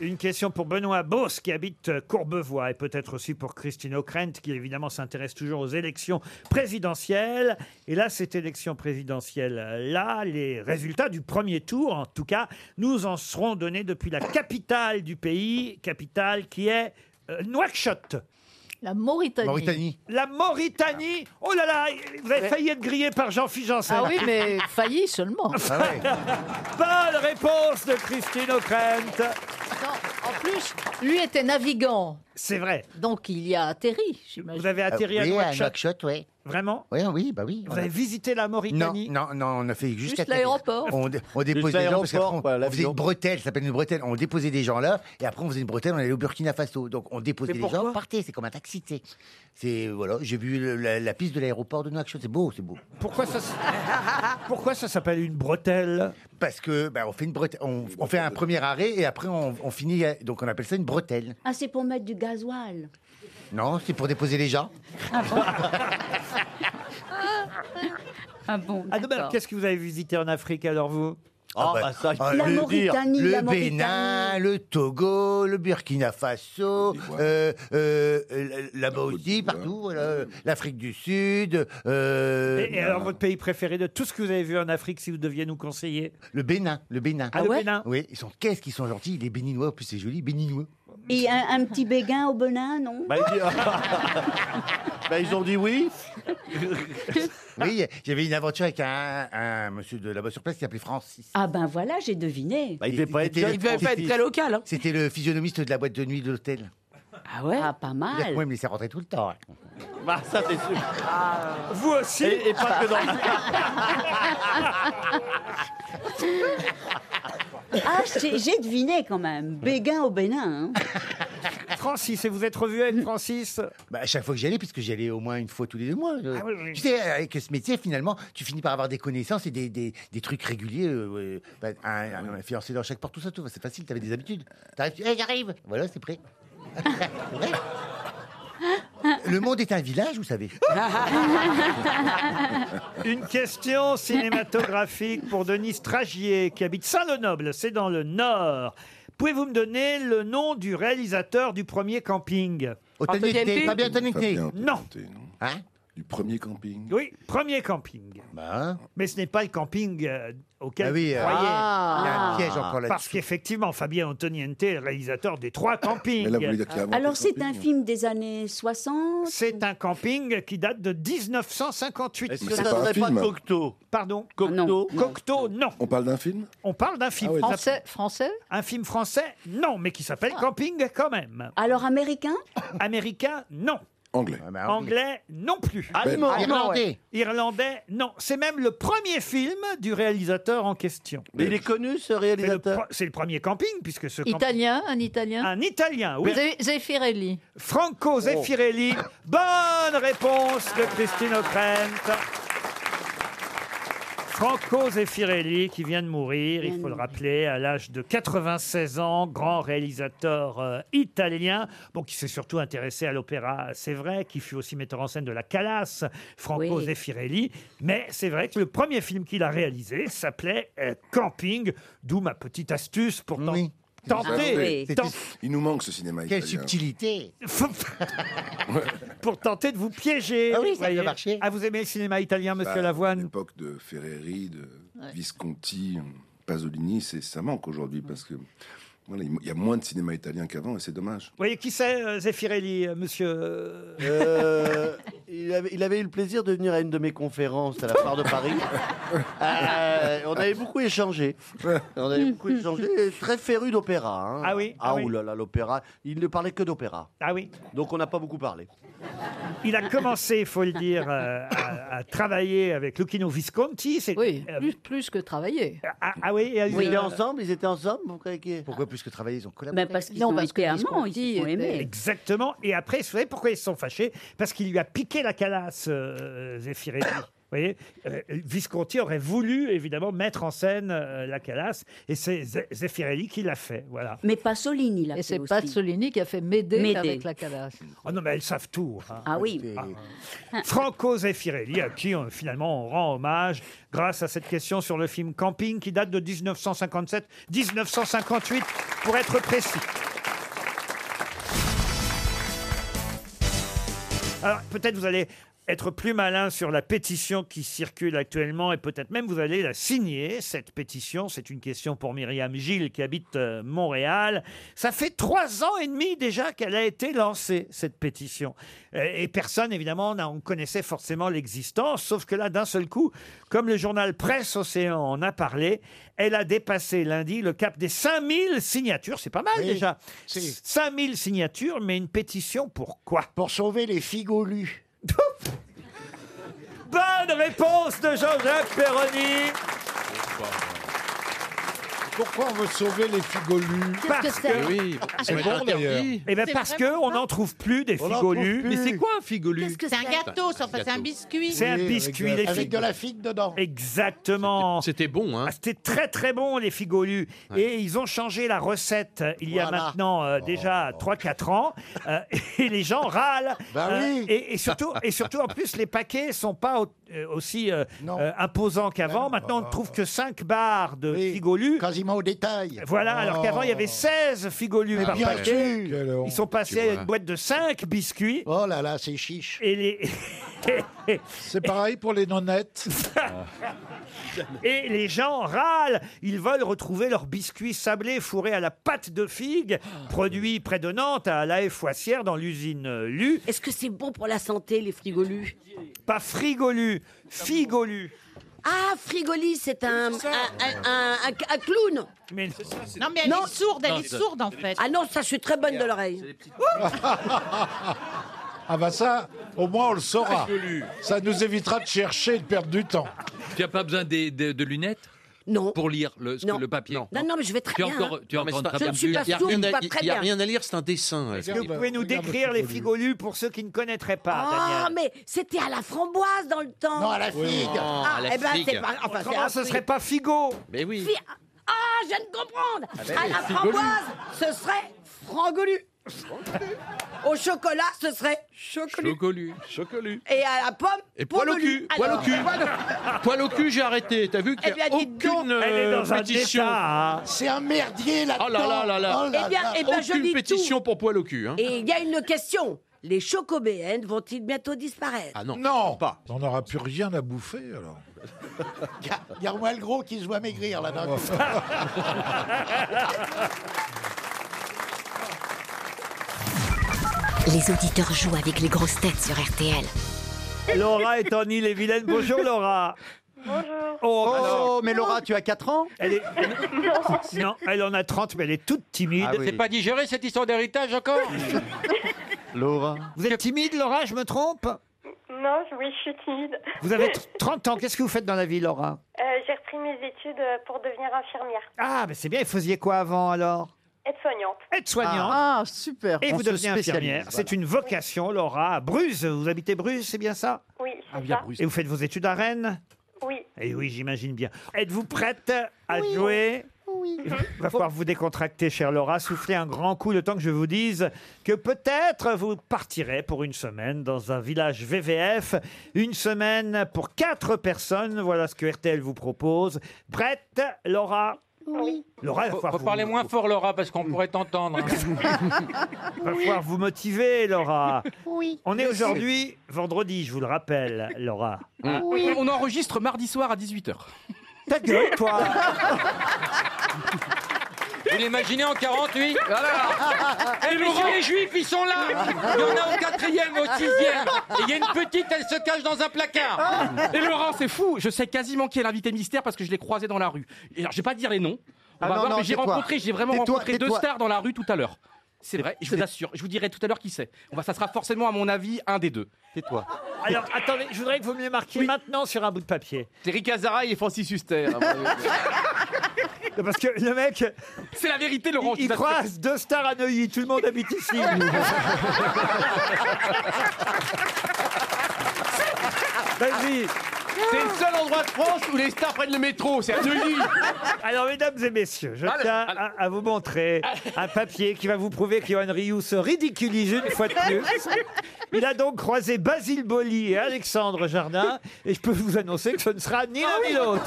Speaker 3: Une question pour Benoît Beauce qui habite euh, Courbevoie et peut-être aussi pour Christine O'Krent qui évidemment s'intéresse toujours aux élections présidentielles. Et là, cette élection présidentielle, euh, là, les résultats du premier tour, en tout cas, nous en seront donnés depuis la capitale du pays, capitale qui est euh, Nouakchott.
Speaker 13: La Mauritanie.
Speaker 3: La Mauritanie Oh là là, vous avez failli être grillé par Jean-Philippe Janssen.
Speaker 13: Ah oui, mais failli seulement.
Speaker 3: [LAUGHS] Bonne réponse de Christine O'Krent.
Speaker 13: En plus, lui était navigant.
Speaker 3: C'est vrai.
Speaker 13: Donc il y a atterri, j'imagine.
Speaker 3: Vous avez
Speaker 11: Ah
Speaker 3: atterri à
Speaker 1: Euh, oui,
Speaker 3: Nouakchott.
Speaker 1: Nouakchott, oui.
Speaker 3: Vraiment
Speaker 1: Oui, oui, bah oui.
Speaker 3: Vous avez visité la Mauritanie
Speaker 1: Non, non, non, on a fait juste,
Speaker 13: Juste
Speaker 1: atterrir.
Speaker 13: l'aéroport.
Speaker 1: On, dé- on
Speaker 9: Juste
Speaker 1: dépose des gens parce
Speaker 9: l'aéroport,
Speaker 1: qu'après, on-
Speaker 9: quoi,
Speaker 1: on faisait
Speaker 9: l'avion.
Speaker 1: une bretelle, ça s'appelle une bretelle. On déposait des gens là et après on faisait une bretelle, on allait au Burkina Faso. Donc on déposait
Speaker 9: Mais
Speaker 1: les gens,
Speaker 9: pourquoi
Speaker 1: on partait. C'est comme un taxi, tu sais. C'est voilà, j'ai vu le- la, la piste de l'aéroport de Nouakchott, c'est beau, c'est beau.
Speaker 3: Pourquoi ça s- Pourquoi ça s'appelle une bretelle
Speaker 1: Parce que bah, on fait une bretelle, on, on fait un premier arrêt et après on, on finit. à- Donc on appelle ça une bretelle.
Speaker 10: Ah, c'est pour mettre du gasoil.
Speaker 1: Non, c'est pour déposer les gens.
Speaker 10: Ah bon
Speaker 3: Ah non, mais alors, qu'est-ce que vous avez visité en Afrique alors vous
Speaker 1: Ah, bah, ah,
Speaker 3: La
Speaker 1: le-
Speaker 3: Mauritanie,
Speaker 1: le
Speaker 3: la Mauritanie.
Speaker 1: [LAUGHS] Bénin, le Togo, le Burkina Faso, euh, euh, euh, là-bas aussi, partout, voilà, l'Afrique du Sud, euh,
Speaker 3: et, et alors votre pays préféré de tout ce que vous avez vu en Afrique si vous deviez nous conseiller
Speaker 1: le Bénin, le Bénin.
Speaker 3: Ah, le Ah ouais Bénin.
Speaker 1: Oui, ils sont qu'est-ce qu'ils sont gentils, les Béninois, en plus c'est
Speaker 3: [LAUGHS]
Speaker 1: joli, Béninois.
Speaker 10: Et un, un petit béguin au Benin, non
Speaker 3: Bah,
Speaker 1: [LAUGHS] Bah, ils ont
Speaker 3: [LAUGHS]
Speaker 1: dit oui. oui, j'avais une aventure avec un, un monsieur de là-bas sur place qui s'appelait Francis.
Speaker 10: Ah ben voilà, j'ai deviné.
Speaker 1: Bah, il devait pas
Speaker 10: être- il devait pas être très [LAUGHS]
Speaker 1: local. C'était le physionomiste de la boîte de nuit de l'hôtel.
Speaker 10: Ah ouais Ah pas mal.
Speaker 1: Oui, mais il s'est rentré tout le temps. hein.
Speaker 9: Bah, ça, c'est sûr.
Speaker 3: Ah. Vous aussi
Speaker 9: Et, et pas que dans
Speaker 3: [LAUGHS]
Speaker 10: Ah, j'ai j'ai deviné quand même. Béguin au Bénin. hein.
Speaker 3: Francis, et vous êtes revu avec Francis
Speaker 1: bah, À chaque fois que j'y allais, puisque j'y allais au moins une fois tous les deux mois. euh,
Speaker 3: Ah oui, oui.
Speaker 1: Tu sais, avec ce métier, finalement, tu finis par avoir des connaissances et des, des- des trucs réguliers. euh, euh, bah, un, un- un fiancé dans chaque porte, tout ça, tout. C'est facile, t'avais des habitudes. T'arrives, tu- Hey, j'arrive Voilà, c'est prêt. C'est vrai.
Speaker 10: hein.
Speaker 1: Le [LAUGHS] monde est un village, vous savez.
Speaker 3: Une question cinématographique pour Denis Stragier qui habite Saint-Lenoble, c'est dans le Nord. Pouvez-vous me donner le nom du réalisateur du premier camping
Speaker 1: Antoniente, Antoniente. Fabien Antoniente. Fabien
Speaker 3: Non.
Speaker 11: Hein? Du premier camping.
Speaker 3: Oui, premier camping. Mais ce n'est pas le camping euh, auquel
Speaker 1: Ben. Ah oui,
Speaker 3: vous
Speaker 1: euh,
Speaker 3: croyez.
Speaker 1: ah, il y a un piège encore là-dessus.
Speaker 3: Parce qu'effectivement, Fabien Antoniente est réalisateur des trois campings.
Speaker 1: Mais là, vous voulez dire qu'il a inventé
Speaker 10: Alors c'est un film des années 60
Speaker 3: C'est un camping qui date de 1958.
Speaker 11: Est-ce que Mais ça c'est pas serait un pas film.
Speaker 3: Cocteau Pardon
Speaker 10: Non.
Speaker 3: Cocteau Cocteau, non.
Speaker 11: On parle d'un film
Speaker 3: On parle d'un film
Speaker 11: Ah oui.
Speaker 3: français. Un film français, non, mais qui s'appelle Camping quand même.
Speaker 10: Alors américain
Speaker 3: Américain, non.
Speaker 11: Ah, Anglais. Ah,
Speaker 3: Anglais, non plus.
Speaker 11: Allemand,
Speaker 3: Ben,
Speaker 11: allemand,
Speaker 3: Irlandais.
Speaker 11: ouais.
Speaker 3: Irlandais, non. C'est même le premier film du réalisateur en question.
Speaker 5: Mais il est connu, ce
Speaker 3: C'est le, pro- c'est le premier camping, puisque ce camping-
Speaker 13: Italien, un Italien.
Speaker 3: Un Italien, ah oui.
Speaker 13: Ze- Zeffirelli.
Speaker 11: Oh.
Speaker 3: Franco Zeffirelli. Bonne réponse de Christine O'Krent. Franco Zeffirelli, qui vient de mourir, il faut le rappeler, à l'âge de 96 ans, grand réalisateur euh, italien, bon, qui s'est surtout intéressé à l'opéra, c'est vrai, qui fut aussi metteur en scène de la Calas, Franco
Speaker 4: Oui.
Speaker 3: Zeffirelli. Mais c'est vrai que le premier film qu'il a réalisé s'appelait euh, Camping, d'où ma petite astuce pour ten-
Speaker 11: Ah
Speaker 3: tenter,
Speaker 11: C'était-
Speaker 3: ten-
Speaker 11: Il nous manque ce [LAUGHS] cinéma
Speaker 3: Quelle
Speaker 11: italien.
Speaker 3: subtilité. pour tenter de vous piéger.
Speaker 11: Ah oui,
Speaker 3: vous
Speaker 11: ça a bien
Speaker 3: voyez.
Speaker 11: marché.
Speaker 3: Ah, vous aimez le cinéma italien, monsieur
Speaker 11: Bah,
Speaker 3: Lavoine
Speaker 11: L'époque de Ferreri, de
Speaker 3: Ouais.
Speaker 11: Visconti, Pasolini, c'est- ça manque aujourd'hui parce que voilà, il y a moins de cinéma italien qu'avant et c'est dommage.
Speaker 3: Vous voyez qui c'est, euh, Zeffirelli, euh, monsieur
Speaker 9: Euh, il, avait, il avait eu le plaisir de venir à une de mes conférences à la foire de Paris. Euh, on avait beaucoup échangé. On avait beaucoup échangé. et Très féru d'opéra. hein.
Speaker 3: Ah oui,
Speaker 9: Ah,
Speaker 3: ah oui.
Speaker 9: oulala, l'opéra. Il ne parlait que d'opéra.
Speaker 3: Ah oui.
Speaker 9: Donc on n'a pas beaucoup parlé.
Speaker 3: Il a commencé, il faut le dire, euh, à, à travailler avec Lucchino Visconti. C'est, oui,
Speaker 13: Plus, plus que travailler.
Speaker 3: Ah, ah oui, et à-
Speaker 9: Ils étaient ensemble, ils étaient ensemble. vous croyez que-
Speaker 1: Pourquoi plus que travailler, ils ont collaboré
Speaker 10: Ben, parce qu'ils ont été amants, ils se sont aimés.
Speaker 3: Exactement. Et après, vous savez pourquoi ils se sont fâchés Parce qu'il lui a piqué la calasse, euh, Zeffirelli. voyez, euh, Visconti aurait voulu évidemment mettre en scène euh, la Calas et c'est Ze- Zeffirelli qui l'a fait. Voilà.
Speaker 10: Mais Pasolini l'a
Speaker 13: Et
Speaker 10: fait
Speaker 13: c'est
Speaker 10: aussi.
Speaker 13: Pasolini qui a fait Médée,
Speaker 10: Médée.
Speaker 13: avec la calasse.
Speaker 3: Oh non, mais elles savent tout. hein.
Speaker 10: Ah oui.
Speaker 3: Ah. Franco Zeffirelli, à qui on- finalement on rend hommage grâce à cette question sur le film Camping qui date de 1957-1958 pour être précis. Alors peut-être vous allez être plus malin sur la pétition qui circule actuellement et peut-être même vous allez la signer, cette pétition. C'est une question pour Myriam Gilles qui habite euh, Montréal. Ça fait trois ans et demi déjà qu'elle a été lancée, cette pétition. Euh, Et personne, évidemment, n'en connaissait forcément l'existence, sauf que là, d'un seul coup, comme le journal Presse Océan en a parlé, elle a dépassé lundi le cap des 5000 signatures. C'est pas mal
Speaker 27: Oui,
Speaker 3: déjà.
Speaker 27: si.
Speaker 3: 5000 signatures, mais une pétition pour quoi
Speaker 27: Pour sauver les figolus.
Speaker 3: [LAUGHS] Bonne réponse de Jean-Jacques Perroni.
Speaker 28: Pourquoi on veut sauver les figolus
Speaker 3: Parce que Eh ben
Speaker 22: C'est
Speaker 3: parce que
Speaker 22: vraiment
Speaker 3: on
Speaker 22: ça
Speaker 3: n'en trouve plus des
Speaker 28: On n'en
Speaker 3: figolus.
Speaker 28: trouve plus. Mais c'est quoi un figolu Qu'est-ce que
Speaker 22: C'est un gâteau, ça, enfin, c'est un biscuit.
Speaker 3: C'est un biscuit. les
Speaker 7: Euh,
Speaker 27: avec
Speaker 3: fig-
Speaker 27: de la figue dedans.
Speaker 3: Exactement.
Speaker 7: C'était bon, hein
Speaker 3: Ah, C'était très très bon les figolus. Et ils ont changé la recette euh, il y a
Speaker 27: Voilà. Oh.
Speaker 3: maintenant euh, déjà 3-4 ans. Euh, [LAUGHS] et les gens râlent. Euh,
Speaker 27: Bah oui.
Speaker 3: et, et surtout, et surtout en plus les paquets sont pas au- euh, aussi euh, euh, imposants qu'avant. Maintenant on ne trouve que 5 barres de figolus.
Speaker 27: Oh. Quasiment au détail. Oh.
Speaker 3: Voilà, alors qu'avant il y avait 16 figolus
Speaker 27: Mais
Speaker 3: par
Speaker 27: bien
Speaker 3: paquet.
Speaker 27: sûr. Quelle honte.
Speaker 3: Ils sont passés à
Speaker 27: Tu vois.
Speaker 3: une boîte de 5 biscuits.
Speaker 27: Oh là là, c'est chiche.
Speaker 3: Et les... [LAUGHS]
Speaker 28: C'est pareil pour les nonnettes.
Speaker 3: Et les gens râlent. Ils veulent retrouver leurs biscuits sablés fourrés à la pâte de figue, produit près de Nantes, à la Foissière, dans l'usine euh, Lu.
Speaker 12: Est-ce que c'est bon pour la santé, les frigolus
Speaker 3: Pas frigolu, figolu.
Speaker 12: Ah, frigoli, c'est un, un, un- un- un- un clown
Speaker 3: Mais
Speaker 22: Non, mais elle est sourde, elle est sourde, en fait.
Speaker 12: Ah non, ça, je suis très bonne de l'oreille.
Speaker 28: Ah bah ça, au moins on le
Speaker 7: Ah,
Speaker 28: saura. Ça nous évitera de chercher et de perdre du temps.
Speaker 23: Tu n'as pas besoin des- des- de, lunettes
Speaker 12: Non.
Speaker 23: Pour lire le, ce que- le papier Non,
Speaker 12: non, mais je vais très
Speaker 23: tu es
Speaker 12: bien,
Speaker 23: Encore,
Speaker 12: hein.
Speaker 23: tu es
Speaker 12: Non, mais
Speaker 23: encore
Speaker 12: c'est pas-
Speaker 23: très
Speaker 12: je ne suis
Speaker 23: bien.
Speaker 12: pas
Speaker 23: Il y a
Speaker 12: sourde,
Speaker 23: rien
Speaker 12: pas
Speaker 23: à-
Speaker 12: très
Speaker 23: il y a
Speaker 12: bien.
Speaker 23: rien
Speaker 7: à lire, c'est un dessin.
Speaker 3: Est-ce que vous pouvez nous décrire les figolus pour ceux qui ne connaîtraient pas,
Speaker 12: Ah,
Speaker 3: Daniel
Speaker 12: mais c'était à la framboise dans le temps.
Speaker 3: Non, à la Oui, figue. non,
Speaker 12: Ah,
Speaker 3: à la
Speaker 12: eh ben,
Speaker 3: figue.
Speaker 12: c'est pas. Enfin, c'est
Speaker 3: Comment
Speaker 12: un
Speaker 3: ce
Speaker 12: fruit.
Speaker 3: serait pas figo
Speaker 7: Mais oui.
Speaker 12: Fi- Ah, je viens de comprendre.
Speaker 7: Ah ben,
Speaker 12: à la
Speaker 7: figolu.
Speaker 12: framboise, ce serait frangolu. au chocolat, ce serait chocolu.
Speaker 7: Chocolu. Chocolu.
Speaker 12: Et à la pomme,
Speaker 7: Et poil au cul,
Speaker 12: Alors,
Speaker 7: poil au cul, poil au cul, j'ai arrêté. T'as vu qu'il
Speaker 12: Eh
Speaker 7: n'y a
Speaker 12: bien, dites donc.
Speaker 7: aucune euh,
Speaker 3: Elle est dans un
Speaker 7: pétition.
Speaker 3: état, hein.
Speaker 27: C'est un merdier là-dedans.
Speaker 7: ah. Oh là là là là.
Speaker 27: Oh là
Speaker 12: Eh bien,
Speaker 27: là.
Speaker 12: eh bien, je
Speaker 7: aucune
Speaker 12: dis
Speaker 7: pétition pour poil au cul. Hein.
Speaker 12: Et il y a une question. Les chocobéennes vont-ils bientôt disparaître
Speaker 7: Ah non.
Speaker 28: Non, on n'aura plus rien à bouffer alors.
Speaker 27: [LAUGHS] Il y a Romuald Gros qui se voit maigrir là d'un coup.
Speaker 23: [LAUGHS]
Speaker 19: Les auditeurs jouent avec les grosses têtes sur RTL.
Speaker 3: Laura est en île et vilaine. Bonjour Laura.
Speaker 26: Bonjour.
Speaker 3: Oh,
Speaker 4: mais Laura, tu as 4 ans
Speaker 27: [LAUGHS]
Speaker 3: Elle est... Non, elle en a 30, mais elle est toute timide.
Speaker 4: Ah oui. C'est
Speaker 3: pas digéré cette histoire d'héritage encore Laura. Vous êtes timide, Laura, je me trompe
Speaker 26: [LAUGHS] Non, je- oui, je suis timide.
Speaker 3: Vous avez 30 ans, qu'est-ce que vous faites dans la vie, Laura
Speaker 26: [LAUGHS] Euh, J'ai repris mes études euh, pour devenir infirmière.
Speaker 3: Ah, mais c'est bien, vous faisiez quoi avant alors
Speaker 26: Aide-soignante.
Speaker 3: Eh. Aide-soignante.
Speaker 26: Ah, super.
Speaker 3: Et vous devenez infirmière. C'est une vocation, Laura, à Bruges. Vous habitez Bruges, c'est bien ça
Speaker 26: Oui,
Speaker 3: Ah oui, Et vous faites vos études à Rennes
Speaker 26: oui.
Speaker 3: Eh oui, j'imagine bien. Êtes-vous prête à jouer
Speaker 26: Oui.
Speaker 3: Il va falloir vous décontracter, chère Laura, souffler un grand coup le temps que je vous dise que peut-être vous partirez pour une semaine dans un village VVF. Une semaine pour quatre personnes, voilà ce que RTL vous propose. Prête, Laura
Speaker 26: Oui.
Speaker 3: Laura, il va
Speaker 8: Faut,
Speaker 3: falloir
Speaker 8: faut
Speaker 3: vous-
Speaker 8: parler moins fort, Laura, parce qu'on pourrait t'entendre. hein.
Speaker 3: [LAUGHS] Il va falloir vous motiver, Laura.
Speaker 26: Oui.
Speaker 3: On est aujourd'hui vendredi, je vous le rappelle, Laura.
Speaker 26: Oui.
Speaker 25: On enregistre mardi soir à 18h.
Speaker 3: Ta gueule, toi
Speaker 8: [LAUGHS] Vous l'imaginez en 48
Speaker 25: Et
Speaker 8: Et puis
Speaker 25: Laurent-
Speaker 8: les juifs, ils sont là Il y en a au quatrième, au sixième Et il y a une petite, elle se cache dans un placard
Speaker 25: Et Laurent, c'est fou, je sais quasiment qui est l'invité mystère parce que je l'ai croisé dans la rue. Et alors, je vais pas dire les noms. On va
Speaker 8: Ah non,
Speaker 25: voir,
Speaker 8: non,
Speaker 25: mais j'ai
Speaker 8: tais-toi.
Speaker 25: rencontré, j'ai vraiment
Speaker 8: Tais-toi,
Speaker 25: rencontré deux
Speaker 8: tais-toi.
Speaker 25: stars dans la rue tout à l'heure. C'est vrai, je vous assure. Je vous dirai tout à l'heure qui c'est. On va, ça sera forcément, à mon avis, un des deux. Tais-toi.
Speaker 3: Alors, attendez, je voudrais que vous me les marquiez maintenant sur un bout de papier.
Speaker 25: C'est Rick Azara et Francis Huster.
Speaker 3: [LAUGHS] Parce que le mec.
Speaker 25: C'est la vérité, Laurent. je
Speaker 3: Il
Speaker 25: vous assure.
Speaker 3: croise deux stars à Neuilly, tout le monde habite [LAUGHS] ici. Vas-y C'est le seul endroit de France où les stars prennent le métro, c'est à Neuilly. Ah, Alors, mesdames et messieurs, je tiens à, à vous montrer un papier qui va vous prouver qu'Yohan Rioux se ridiculise une fois de plus.
Speaker 22: [LAUGHS]
Speaker 3: Il a donc croisé Basile Boli et Alexandre Jardin, et je peux vous annoncer que ce ne sera ni l'un ni l'autre.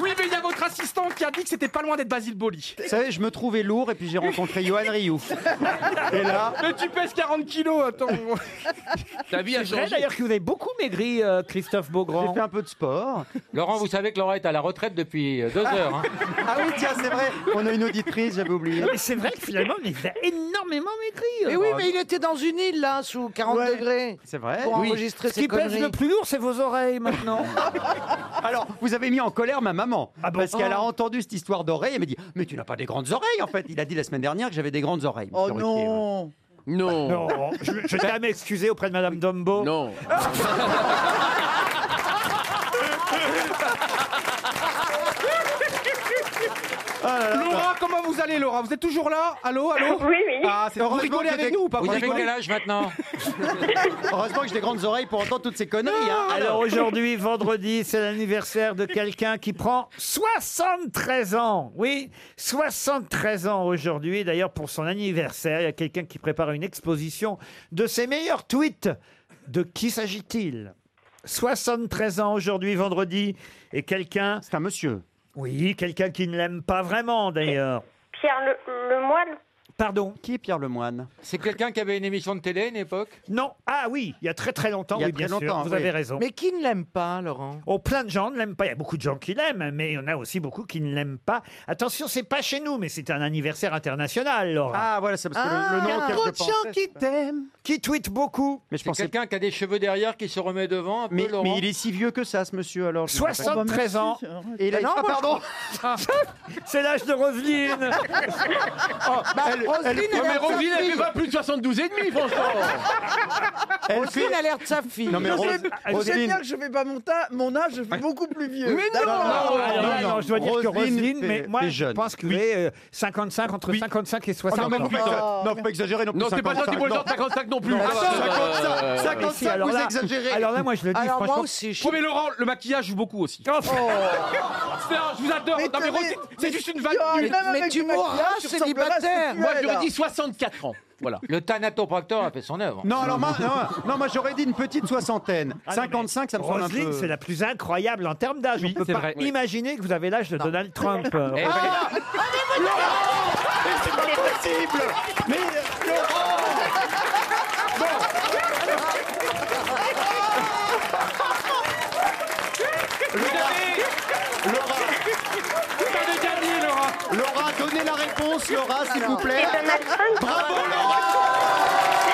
Speaker 25: Oui, mais il y a votre assistant qui a dit que c'était pas loin d'être Basile Boli.
Speaker 4: Vous savez, je me trouvais lourd et puis j'ai rencontré Johan Rioux. Et
Speaker 3: [LAUGHS]
Speaker 4: là.
Speaker 25: Mais tu pèses 40 kilos, attends.
Speaker 23: Ta vie a
Speaker 4: C'est vrai,
Speaker 23: changé.
Speaker 4: d'ailleurs,
Speaker 3: que vous avez beaucoup maigri, euh, Christophe Beaugrand.
Speaker 4: J'ai fait un peu de sport.
Speaker 8: Laurent, vous savez que Laurent est à la retraite depuis euh, deux
Speaker 3: [LAUGHS]
Speaker 8: heures. hein.
Speaker 4: Ah oui, tiens, c'est vrai. On a une auditrice, j'avais oublié.
Speaker 3: Mais c'est vrai que finalement, mais il a énormément maigri. euh.
Speaker 6: Mais oui, mais il était dans une île, là, sous 40 degrés.
Speaker 4: C'est vrai.
Speaker 6: Pour enregistrer
Speaker 4: Ce
Speaker 6: ses
Speaker 4: qui pèse
Speaker 6: conneries.
Speaker 4: le plus
Speaker 3: lourd, c'est vos
Speaker 6: [LAUGHS]
Speaker 3: oreilles maintenant.
Speaker 4: Alors, vous avez mis en colère ma maman. parce qu'elle a
Speaker 6: Oh.
Speaker 4: entendu cette histoire d'oreilles et m'a dit Mais tu n'as pas des grandes oreilles en fait. Il a dit la semaine dernière que j'avais des grandes oreilles. Oh
Speaker 6: non
Speaker 4: Non
Speaker 3: Non, je, je tiens à m'excuser auprès de Madame Dombo.
Speaker 4: Non
Speaker 5: Ah
Speaker 25: Laura, comment vous allez, Laura Vous êtes toujours là Allô, allô
Speaker 4: Oui, oui.
Speaker 25: Ah, c'est vous
Speaker 4: Heureusement
Speaker 25: rigolez
Speaker 4: que
Speaker 25: avec
Speaker 4: j'ai-
Speaker 25: nous ou pas
Speaker 4: Vous avez
Speaker 25: rigolez
Speaker 4: quel âge
Speaker 8: maintenant
Speaker 4: [LAUGHS] Heureusement que j'ai des grandes oreilles pour entendre toutes ces conneries. hein.
Speaker 3: Alors aujourd'hui, vendredi, c'est l'anniversaire de quelqu'un qui prend 73 ans. Oui, 73 ans aujourd'hui. D'ailleurs, pour son anniversaire, il y a quelqu'un qui prépare une exposition de ses meilleurs tweets. De qui s'agit-il 73 ans aujourd'hui, vendredi, et quelqu'un... C'est un monsieur. Oui, quelqu'un qui ne l'aime pas vraiment d'ailleurs.
Speaker 26: Pierre le, le Moine
Speaker 3: Pardon
Speaker 4: Qui est Pierre Lemoine
Speaker 8: C'est quelqu'un qui avait une émission de télé à une époque
Speaker 3: Non. Ah oui, il y a très très longtemps,
Speaker 8: Il y a
Speaker 3: oui,
Speaker 8: très
Speaker 3: bien sûr.
Speaker 8: longtemps,
Speaker 3: Vous
Speaker 8: oui.
Speaker 3: avez raison.
Speaker 6: Mais qui ne l'aime pas, Laurent
Speaker 3: Oh, plein de gens ne l'aiment pas. Il y a beaucoup de gens qui l'aiment, mais il y en a aussi beaucoup qui ne l'aiment pas. Attention, c'est pas chez nous, mais c'est un anniversaire international, Laura.
Speaker 4: Ah, voilà, c'est
Speaker 6: parce que le- le nom Ah, auquel je trop de pensais, gens c'est qui pas-
Speaker 3: t'aiment. Qui tweet beaucoup.
Speaker 4: Mais je
Speaker 8: C'est quelqu'un qui a des cheveux derrière qui se remet devant un peu,
Speaker 4: Mais,
Speaker 8: Laurent
Speaker 4: mais il est si vieux que ça, ce monsieur, alors. je me rappelle.
Speaker 3: 73 ans.
Speaker 4: Et il a- ah, pardon
Speaker 3: C'est l'âge
Speaker 4: [LAUGHS]
Speaker 3: de Roselyne. Oh,
Speaker 4: Bah,
Speaker 6: elle- Roselyne, elle- elle-
Speaker 23: mais Roselyne, elle
Speaker 6: elle-
Speaker 23: fait pas plus de 72 et demi, franchement.
Speaker 6: Elle a l'air de sa fille.
Speaker 23: Non, mais
Speaker 5: je
Speaker 23: Rose-
Speaker 5: sais, je sais
Speaker 23: Roselyne-
Speaker 5: bien que je fais pas mon, ta- mon âge, je fais beaucoup plus vieux. Ah,
Speaker 3: Mais Ah, non, alors là, non, je dois dire que Roselyne, mais moi, je pense que vous avez euh, 55, entre 55 et 60
Speaker 4: Oh, non, mais vous faites- non, faut pas exagérer non plus,
Speaker 3: c'est
Speaker 4: 55, non. Non, Ah,
Speaker 8: Ah,
Speaker 4: bah, attends,
Speaker 3: Attends,
Speaker 8: bah,
Speaker 4: 55,
Speaker 3: euh,
Speaker 4: 55,
Speaker 3: si, alors
Speaker 4: vous
Speaker 3: là-
Speaker 4: exagérez.
Speaker 3: Alors là, moi, je le dis franchement.
Speaker 25: Oh, mais Laurent, le maquillage joue beaucoup aussi.
Speaker 8: [LAUGHS]
Speaker 25: Putain, je vous adore. Non, mais Roselyne, c'est juste une vanne. nulle.
Speaker 6: célibataire.
Speaker 25: Moi, j'aurais dit 64 ans. Voilà.
Speaker 8: Le Thanatopracteur a fait son œuvre.
Speaker 4: Non, alors moi,
Speaker 18: Ah,
Speaker 4: non, non, moi j'aurais dit une petite soixantaine. 55, ça me semble un
Speaker 3: Roselyne,
Speaker 4: peu.
Speaker 3: c'est la plus incroyable en termes d'âge. On peut
Speaker 4: c'est
Speaker 3: pas
Speaker 4: vrai.
Speaker 3: imaginer que vous avez l'âge de Donald Trump. euh,
Speaker 4: Eh,
Speaker 3: Roselyne.
Speaker 4: Mais c'est pas possible Mais euh, Laurent Bon. Laura Laura gagné, Laura Laura, donnez la réponse, Laura, s'il vous plaît Bravo, Laura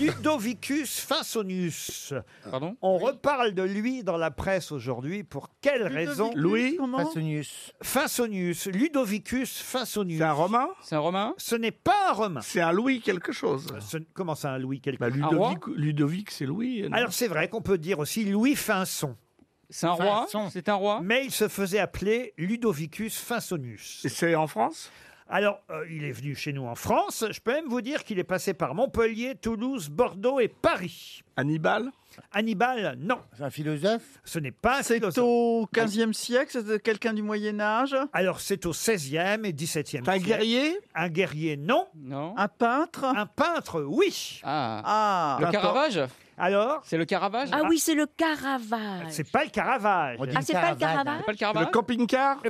Speaker 3: Ludovicus Finsonius. Pardon On reparle de lui dans la presse aujourd'hui. Pour quelle
Speaker 4: Ludovicus,
Speaker 3: raison
Speaker 4: Louis comment
Speaker 3: Finsonius. Finsonius. Ludovicus Finsonius. C'est un romain C'est un romain Ce n'est pas un romain. C'est un Louis quelque chose. Bah, Comment ça, un Louis quelque chose Un roi
Speaker 18: Ludovic, c'est Louis.
Speaker 3: Alors c'est vrai qu'on peut dire aussi Louis Finson. euh, C'est un
Speaker 18: roi
Speaker 3: C'est un roi Mais il se faisait appeler Ludovicus Finsonius. C'est en France alors, euh, il est venu chez nous en France. Je peux même vous dire qu'il est passé par Montpellier, Toulouse, Bordeaux et Paris. Hannibal Hannibal, non. C'est un philosophe Ce n'est pas un philosophe. C'est au
Speaker 5: 15e siècle, c'est quelqu'un du Moyen-Âge.
Speaker 3: Alors, c'est au 16e et 17e
Speaker 5: un
Speaker 3: siècle.
Speaker 5: guerrier
Speaker 3: Un guerrier, non.
Speaker 5: Un peintre
Speaker 3: Un peintre, oui.
Speaker 5: Ah.
Speaker 3: Le Caravage Alors
Speaker 25: C'est le Caravage
Speaker 10: Ah oui, c'est le Caravage.
Speaker 3: C'est pas le Caravage.
Speaker 10: dit Ah, c'est pas le Caravage. Caravage C'est pas le Caravage
Speaker 25: Le
Speaker 3: camping-car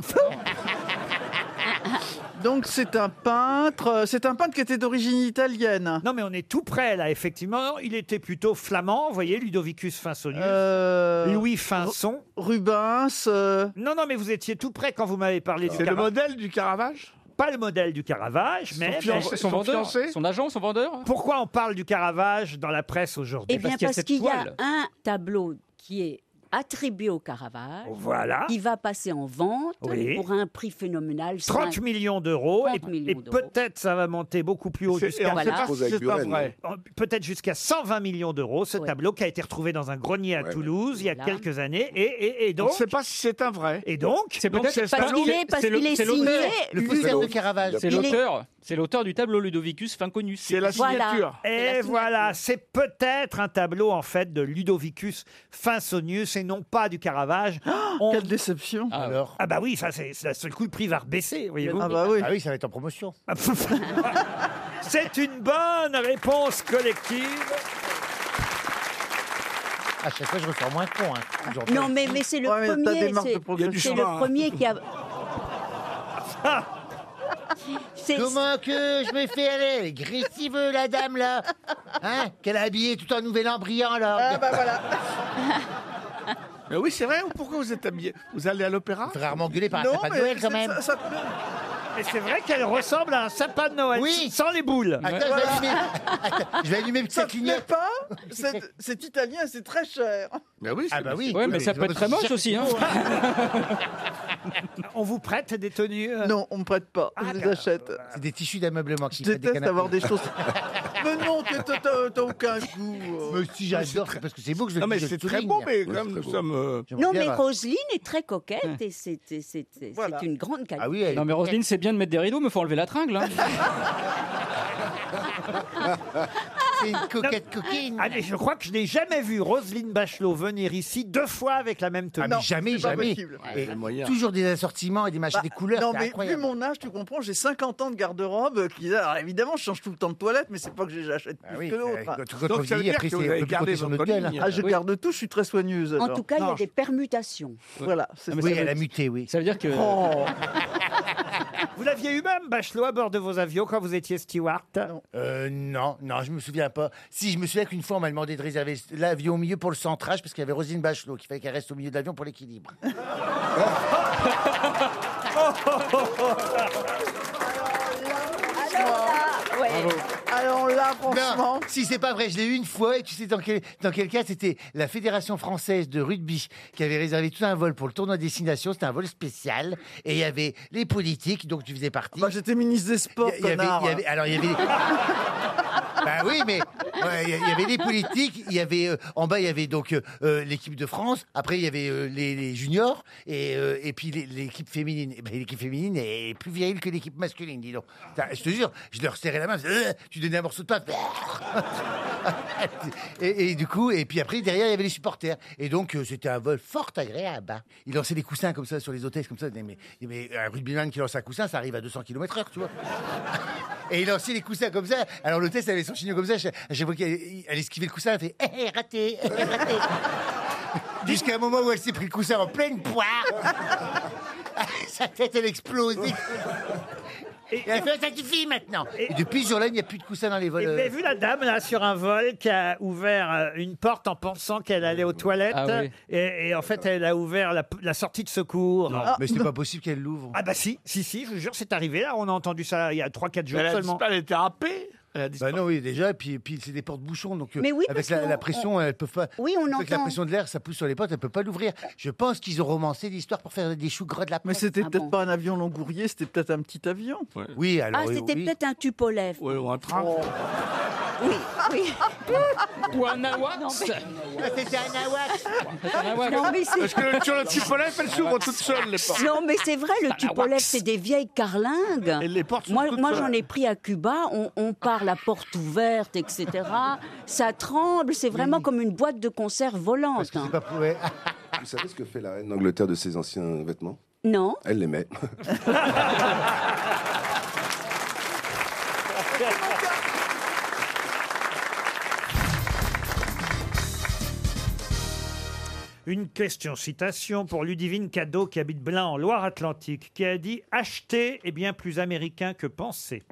Speaker 5: Donc c'est un peintre, euh, c'est un peintre qui était d'origine italienne.
Speaker 3: Non mais on est tout près là, effectivement. Il était plutôt flamand, vous voyez, Ludovicus Finsonius.
Speaker 18: Euh,
Speaker 3: Louis Finson.
Speaker 5: Rubens.
Speaker 3: Non, non, mais vous étiez tout près quand vous m'avez parlé du
Speaker 18: C'est le
Speaker 3: Caravage.
Speaker 18: modèle du Caravage
Speaker 3: Pas le modèle du Caravage, mais... mais-
Speaker 18: vendeur Son agent, son vendeur
Speaker 3: Pourquoi Eh on parle du Caravage dans la presse aujourd'hui
Speaker 10: Eh bien, parce qu'il y a un tableau qui est attribué au Caravage.
Speaker 3: Voilà.
Speaker 10: Il va passer en vente
Speaker 3: Oui.
Speaker 10: pour un prix phénoménal.
Speaker 3: 30
Speaker 10: cinq-
Speaker 3: millions d'euros. Et,
Speaker 10: 30 millions
Speaker 3: et
Speaker 10: d'euros.
Speaker 3: peut-être ça va monter beaucoup plus haut
Speaker 10: C'est- et
Speaker 3: jusqu'à
Speaker 10: on sait Voilà. pas si c'est Avec pas Buren, vrai.
Speaker 3: Oh, Peut-être jusqu'à 120 millions d'euros, ce tableau qui a été retrouvé dans un grenier à Toulouse il y a
Speaker 10: Voilà.
Speaker 3: quelques années. Et, et, et donc.
Speaker 18: On sait pas si c'est un vrai.
Speaker 3: Et donc
Speaker 18: C'est
Speaker 3: Donc,
Speaker 18: peut-être
Speaker 3: c'est parce
Speaker 18: Stallone.
Speaker 3: qu'il est- parce
Speaker 18: C'est le-
Speaker 3: qu'il est
Speaker 18: c'est l'auteur.
Speaker 3: signé
Speaker 18: Le
Speaker 3: Ludo.
Speaker 18: faussaire de Caravage. C'est
Speaker 3: Il est-
Speaker 18: l'auteur. C'est l'auteur du tableau Ludovicus Finconus. C'est la signature.
Speaker 3: Et voilà, c'est peut-être un tableau en fait de Ludovicus Finsonius et non pas du Caravage. Ah, Quelle
Speaker 5: déception
Speaker 3: alors Ah bah oui, ça c'est c'est le seul coup le prix va rebaisser, voyez-vous.
Speaker 5: Ah bah oui. Ah
Speaker 1: oui, ça va être en promotion.
Speaker 3: [LAUGHS] c'est une bonne réponse collective.
Speaker 1: À chaque fois, je ressors moins con. hein, aujourd'hui.
Speaker 10: Non, mais, mais c'est le premier. c'est- C'est
Speaker 1: hein.
Speaker 10: le premier [LAUGHS] qui a.
Speaker 1: Comment que je me fais aller Elle est Grissiveuse, la dame, là Hein Qu'elle a habillée tout en nouvel an brillant, là Ah, bah [LAUGHS] voilà
Speaker 18: Mais oui, c'est vrai. Pourquoi vous êtes habillé Vous allez à l'opéra Vous
Speaker 1: rarement gueulé
Speaker 18: par
Speaker 1: un sapin de Noël, quand même.
Speaker 3: Et c'est vrai qu'elle ressemble à un sapin de Noël
Speaker 5: Oui.
Speaker 3: sans les boules.
Speaker 5: Attends, je vais allumer-
Speaker 1: Je vais allumer
Speaker 5: Ça te plaît
Speaker 1: [LAUGHS]
Speaker 5: pas C'est- C'est italien, c'est très cher.
Speaker 18: Mais oui,
Speaker 5: Ah bah oui.
Speaker 18: Ouais, mais
Speaker 5: Oui,
Speaker 18: ça
Speaker 5: oui.
Speaker 18: peut être très moche aussi.
Speaker 1: [LAUGHS]
Speaker 18: Hein.
Speaker 3: On vous prête des tenues euh Ah,
Speaker 5: Non, on me prête pas. je les achète.
Speaker 1: C'est des tissus d'ameublement qui
Speaker 5: Je
Speaker 1: font des
Speaker 5: déteste
Speaker 1: canapés.
Speaker 5: avoir des
Speaker 1: [LAUGHS]
Speaker 5: choses. [LAUGHS] mais non, t'es- t'as t'as- t'as aucun goût. euh.
Speaker 1: Mais si j'adore, c'est parce que c'est vous que je
Speaker 5: Non, mais
Speaker 1: je le
Speaker 5: c'est très
Speaker 1: souligne.
Speaker 5: beau, mais
Speaker 1: Oui,
Speaker 5: quand même,
Speaker 1: c'est
Speaker 5: nous
Speaker 1: beau.
Speaker 5: sommes, euh,
Speaker 1: J'aimerais
Speaker 10: Non,
Speaker 1: bien
Speaker 10: mais
Speaker 1: avoir-
Speaker 10: Roselyne est très coquette et c'est c'est- c'est- c'est-
Speaker 5: Voilà.
Speaker 10: c'est une grande
Speaker 8: Ah
Speaker 5: Ah
Speaker 10: qualité.
Speaker 18: Non, mais Roselyne, c'est bien de mettre des rideaux, mais faut enlever la tringle. hein.
Speaker 1: C'est une coquette coquine.
Speaker 3: Allez, Ah, je crois que je n'ai jamais vu Roselyne Bachelot venir ici deux fois avec la même tenue.
Speaker 1: Ah, mais jamais, jamais. Et toujours des assortiments et des machins, des couleurs.
Speaker 5: Bah, Non,
Speaker 1: c'est
Speaker 5: mais
Speaker 1: incroyable.
Speaker 5: vu mon âge, tu comprends, j'ai 50 ans de garde-robe. euh, Qui, alors, évidemment, je change tout le temps de toilette, mais c'est pas que j'achète plus
Speaker 1: oui,
Speaker 5: que
Speaker 1: euh, quand-
Speaker 5: l'autre.
Speaker 1: quand Donc, on ça veut vieillit, dire après, que vous c'est un avez peu plus gardé protection de votre gueule. ligne.
Speaker 5: Ah, je
Speaker 1: Oui.
Speaker 5: garde tout, je suis très soigneuse.
Speaker 10: En
Speaker 5: alors.
Speaker 10: tout cas, il y a
Speaker 5: Non,
Speaker 10: des permutations.
Speaker 5: Voilà, c'est
Speaker 1: Oui, elle a muté, oui.
Speaker 18: Ça veut dire que.
Speaker 3: [LAUGHS]
Speaker 5: Oh.
Speaker 3: Vous l'aviez eu même, Bachelot, à bord de vos avions quand vous étiez steward
Speaker 1: Euh, non, non, je me souviens pas. Si, je me souviens qu'une fois, on m'a demandé de réserver l'avion au milieu pour le centrage parce qu'il y avait Rosine Bachelot qui fallait qu'elle reste au milieu de l'avion pour l'équilibre. Oh.
Speaker 5: Alors là, franchement.
Speaker 1: si c'est pas vrai, je l'ai eu une fois et tu sais dans quel, dans quel cas c'était la Fédération française de rugby qui avait réservé tout un vol pour le tournoi destination. C'était un vol spécial et il y avait les politiques, donc tu faisais partie. Moi,
Speaker 5: j'étais ministre des Sports,
Speaker 1: il y avait,
Speaker 5: connard.
Speaker 1: il y avait- Alors, il y avait. bah oui, mais ouais, il y- il y avait les politiques, il y avait euh, en bas il y avait donc euh, euh, l'équipe de France, après il y avait euh, les, les juniors et, euh, et puis les- l'équipe féminine. Eh ben, l'équipe féminine est plus vieille que l'équipe masculine, dis donc. Putain, Je te jure, je leur serrais la main, euh, tu donnais un morceau de pain. [LAUGHS] et, et du coup, et puis après derrière il y avait les supporters et donc euh, c'était un vol fort agréable. hein. Ils lançaient des coussins comme ça sur les hôtesses comme ça, mais, mais un rugbyman qui lance un coussin, ça arrive à 200 km/h, tu vois. Et il lançait les coussins comme ça. Alors l'hôtesse, elle avait son chignon comme ça. J'ai vu qu'elle elle esquivait le coussin, elle fait Hé, hé, raté, hé, hé, [LAUGHS] raté. Jusqu'à un moment où elle s'est pris le coussin en pleine poire. [LAUGHS] Sa tête, elle explose. Et elle fait Ça suffit maintenant. Et, depuis ce jour-là, il n'y a plus de coussin dans les vols. euh.
Speaker 3: Vous avez vu la dame là sur un vol qui a ouvert euh, une porte en pensant qu'elle allait aux toilettes
Speaker 1: Ah oui.
Speaker 3: et, et en fait elle a ouvert la, p- la sortie de secours.
Speaker 1: Non, mais c'est pas possible qu'elle l'ouvre.
Speaker 3: Ah bah si, si, si, je vous jure, c'est arrivé là, on a entendu ça il y a 3-4 jours
Speaker 1: Elle a
Speaker 3: seulement.
Speaker 1: disparu,
Speaker 3: elle était râpée
Speaker 1: Bah non, oui, déjà, et puis, et puis c'est des portes-bouchons, donc euh,
Speaker 3: Mais oui,
Speaker 1: avec
Speaker 3: parce
Speaker 1: la,
Speaker 3: qu'on-
Speaker 1: la pression,
Speaker 3: on-
Speaker 1: elles peuvent pas.
Speaker 10: Oui, on
Speaker 1: Avec la
Speaker 10: entend.
Speaker 1: pression de l'air, ça pousse sur les portes, elles peuvent pas l'ouvrir. Je pense qu'ils ont romancé l'histoire pour faire des choux gras de la
Speaker 5: Mais
Speaker 1: presse.
Speaker 5: c'était
Speaker 10: Ah
Speaker 5: peut-être pas un avion longourier, c'était peut-être un petit avion.
Speaker 1: Oui, euh, alors.
Speaker 10: ah,
Speaker 1: oui,
Speaker 10: c'était
Speaker 1: oui.
Speaker 10: peut-être un Tupolev.
Speaker 18: Ouais, ou un train.
Speaker 5: Oh.
Speaker 10: Oui, oui.
Speaker 18: Ou un Awax.
Speaker 1: Ah, C'était un Awax. Ah
Speaker 10: Non, mais c'est-
Speaker 18: Parce que sur le Tupolev, elle s'ouvre toute seule, les portes.
Speaker 10: Non, mais c'est vrai, le
Speaker 1: Ah,
Speaker 10: Tupolev, c'est des vieilles carlingues. moi,
Speaker 18: toutes
Speaker 10: moi
Speaker 18: seules.
Speaker 10: j'en ai pris à Cuba. On, on part la porte ouverte, etc. Ça tremble. C'est vraiment comme une boîte de conserve volante. hein.
Speaker 11: Vous savez ce que fait la reine d'Angleterre de ses anciens vêtements
Speaker 10: Non.
Speaker 11: Elle les
Speaker 3: [LAUGHS]
Speaker 11: met.
Speaker 3: Une question citation pour Ludivine Cadeau qui habite Blain en Loire-Atlantique qui a dit acheter est bien plus américain que penser.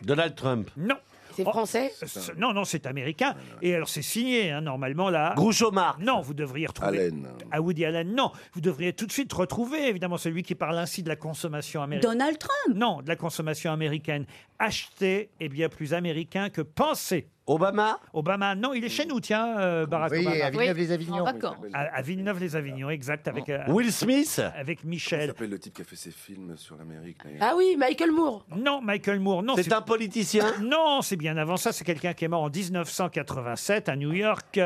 Speaker 7: Donald Trump.
Speaker 3: Non. C'est français Non, non, c'est américain. Et alors, c'est signé, hein, normalement, là.
Speaker 7: Groucho
Speaker 3: Non, vous devriez retrouver.
Speaker 7: Allen.
Speaker 3: À Woody Allen, non. Vous devriez tout de suite retrouver, évidemment, celui qui parle ainsi de la consommation américaine.
Speaker 10: Donald Trump
Speaker 3: Non, de la consommation américaine. Acheter est bien plus américain que penser. Obama Obama, non, il est chez nous, tiens, euh, Barack
Speaker 1: Oui,
Speaker 3: Obama.
Speaker 1: à Villeneuve-les-Avignon. En vacances.
Speaker 3: À, à Villeneuve-les-Avignon, exact. Avec, euh,
Speaker 11: Will Smith
Speaker 3: Avec Michel.
Speaker 11: Il s'appelle le type qui a fait ses films sur l'Amérique. d'ailleurs.
Speaker 3: Ah oui, Michael Moore. Non, Michael Moore, non. C'est un politicien Non, c'est bien avant ça. C'est quelqu'un qui est mort en 1987 à New York.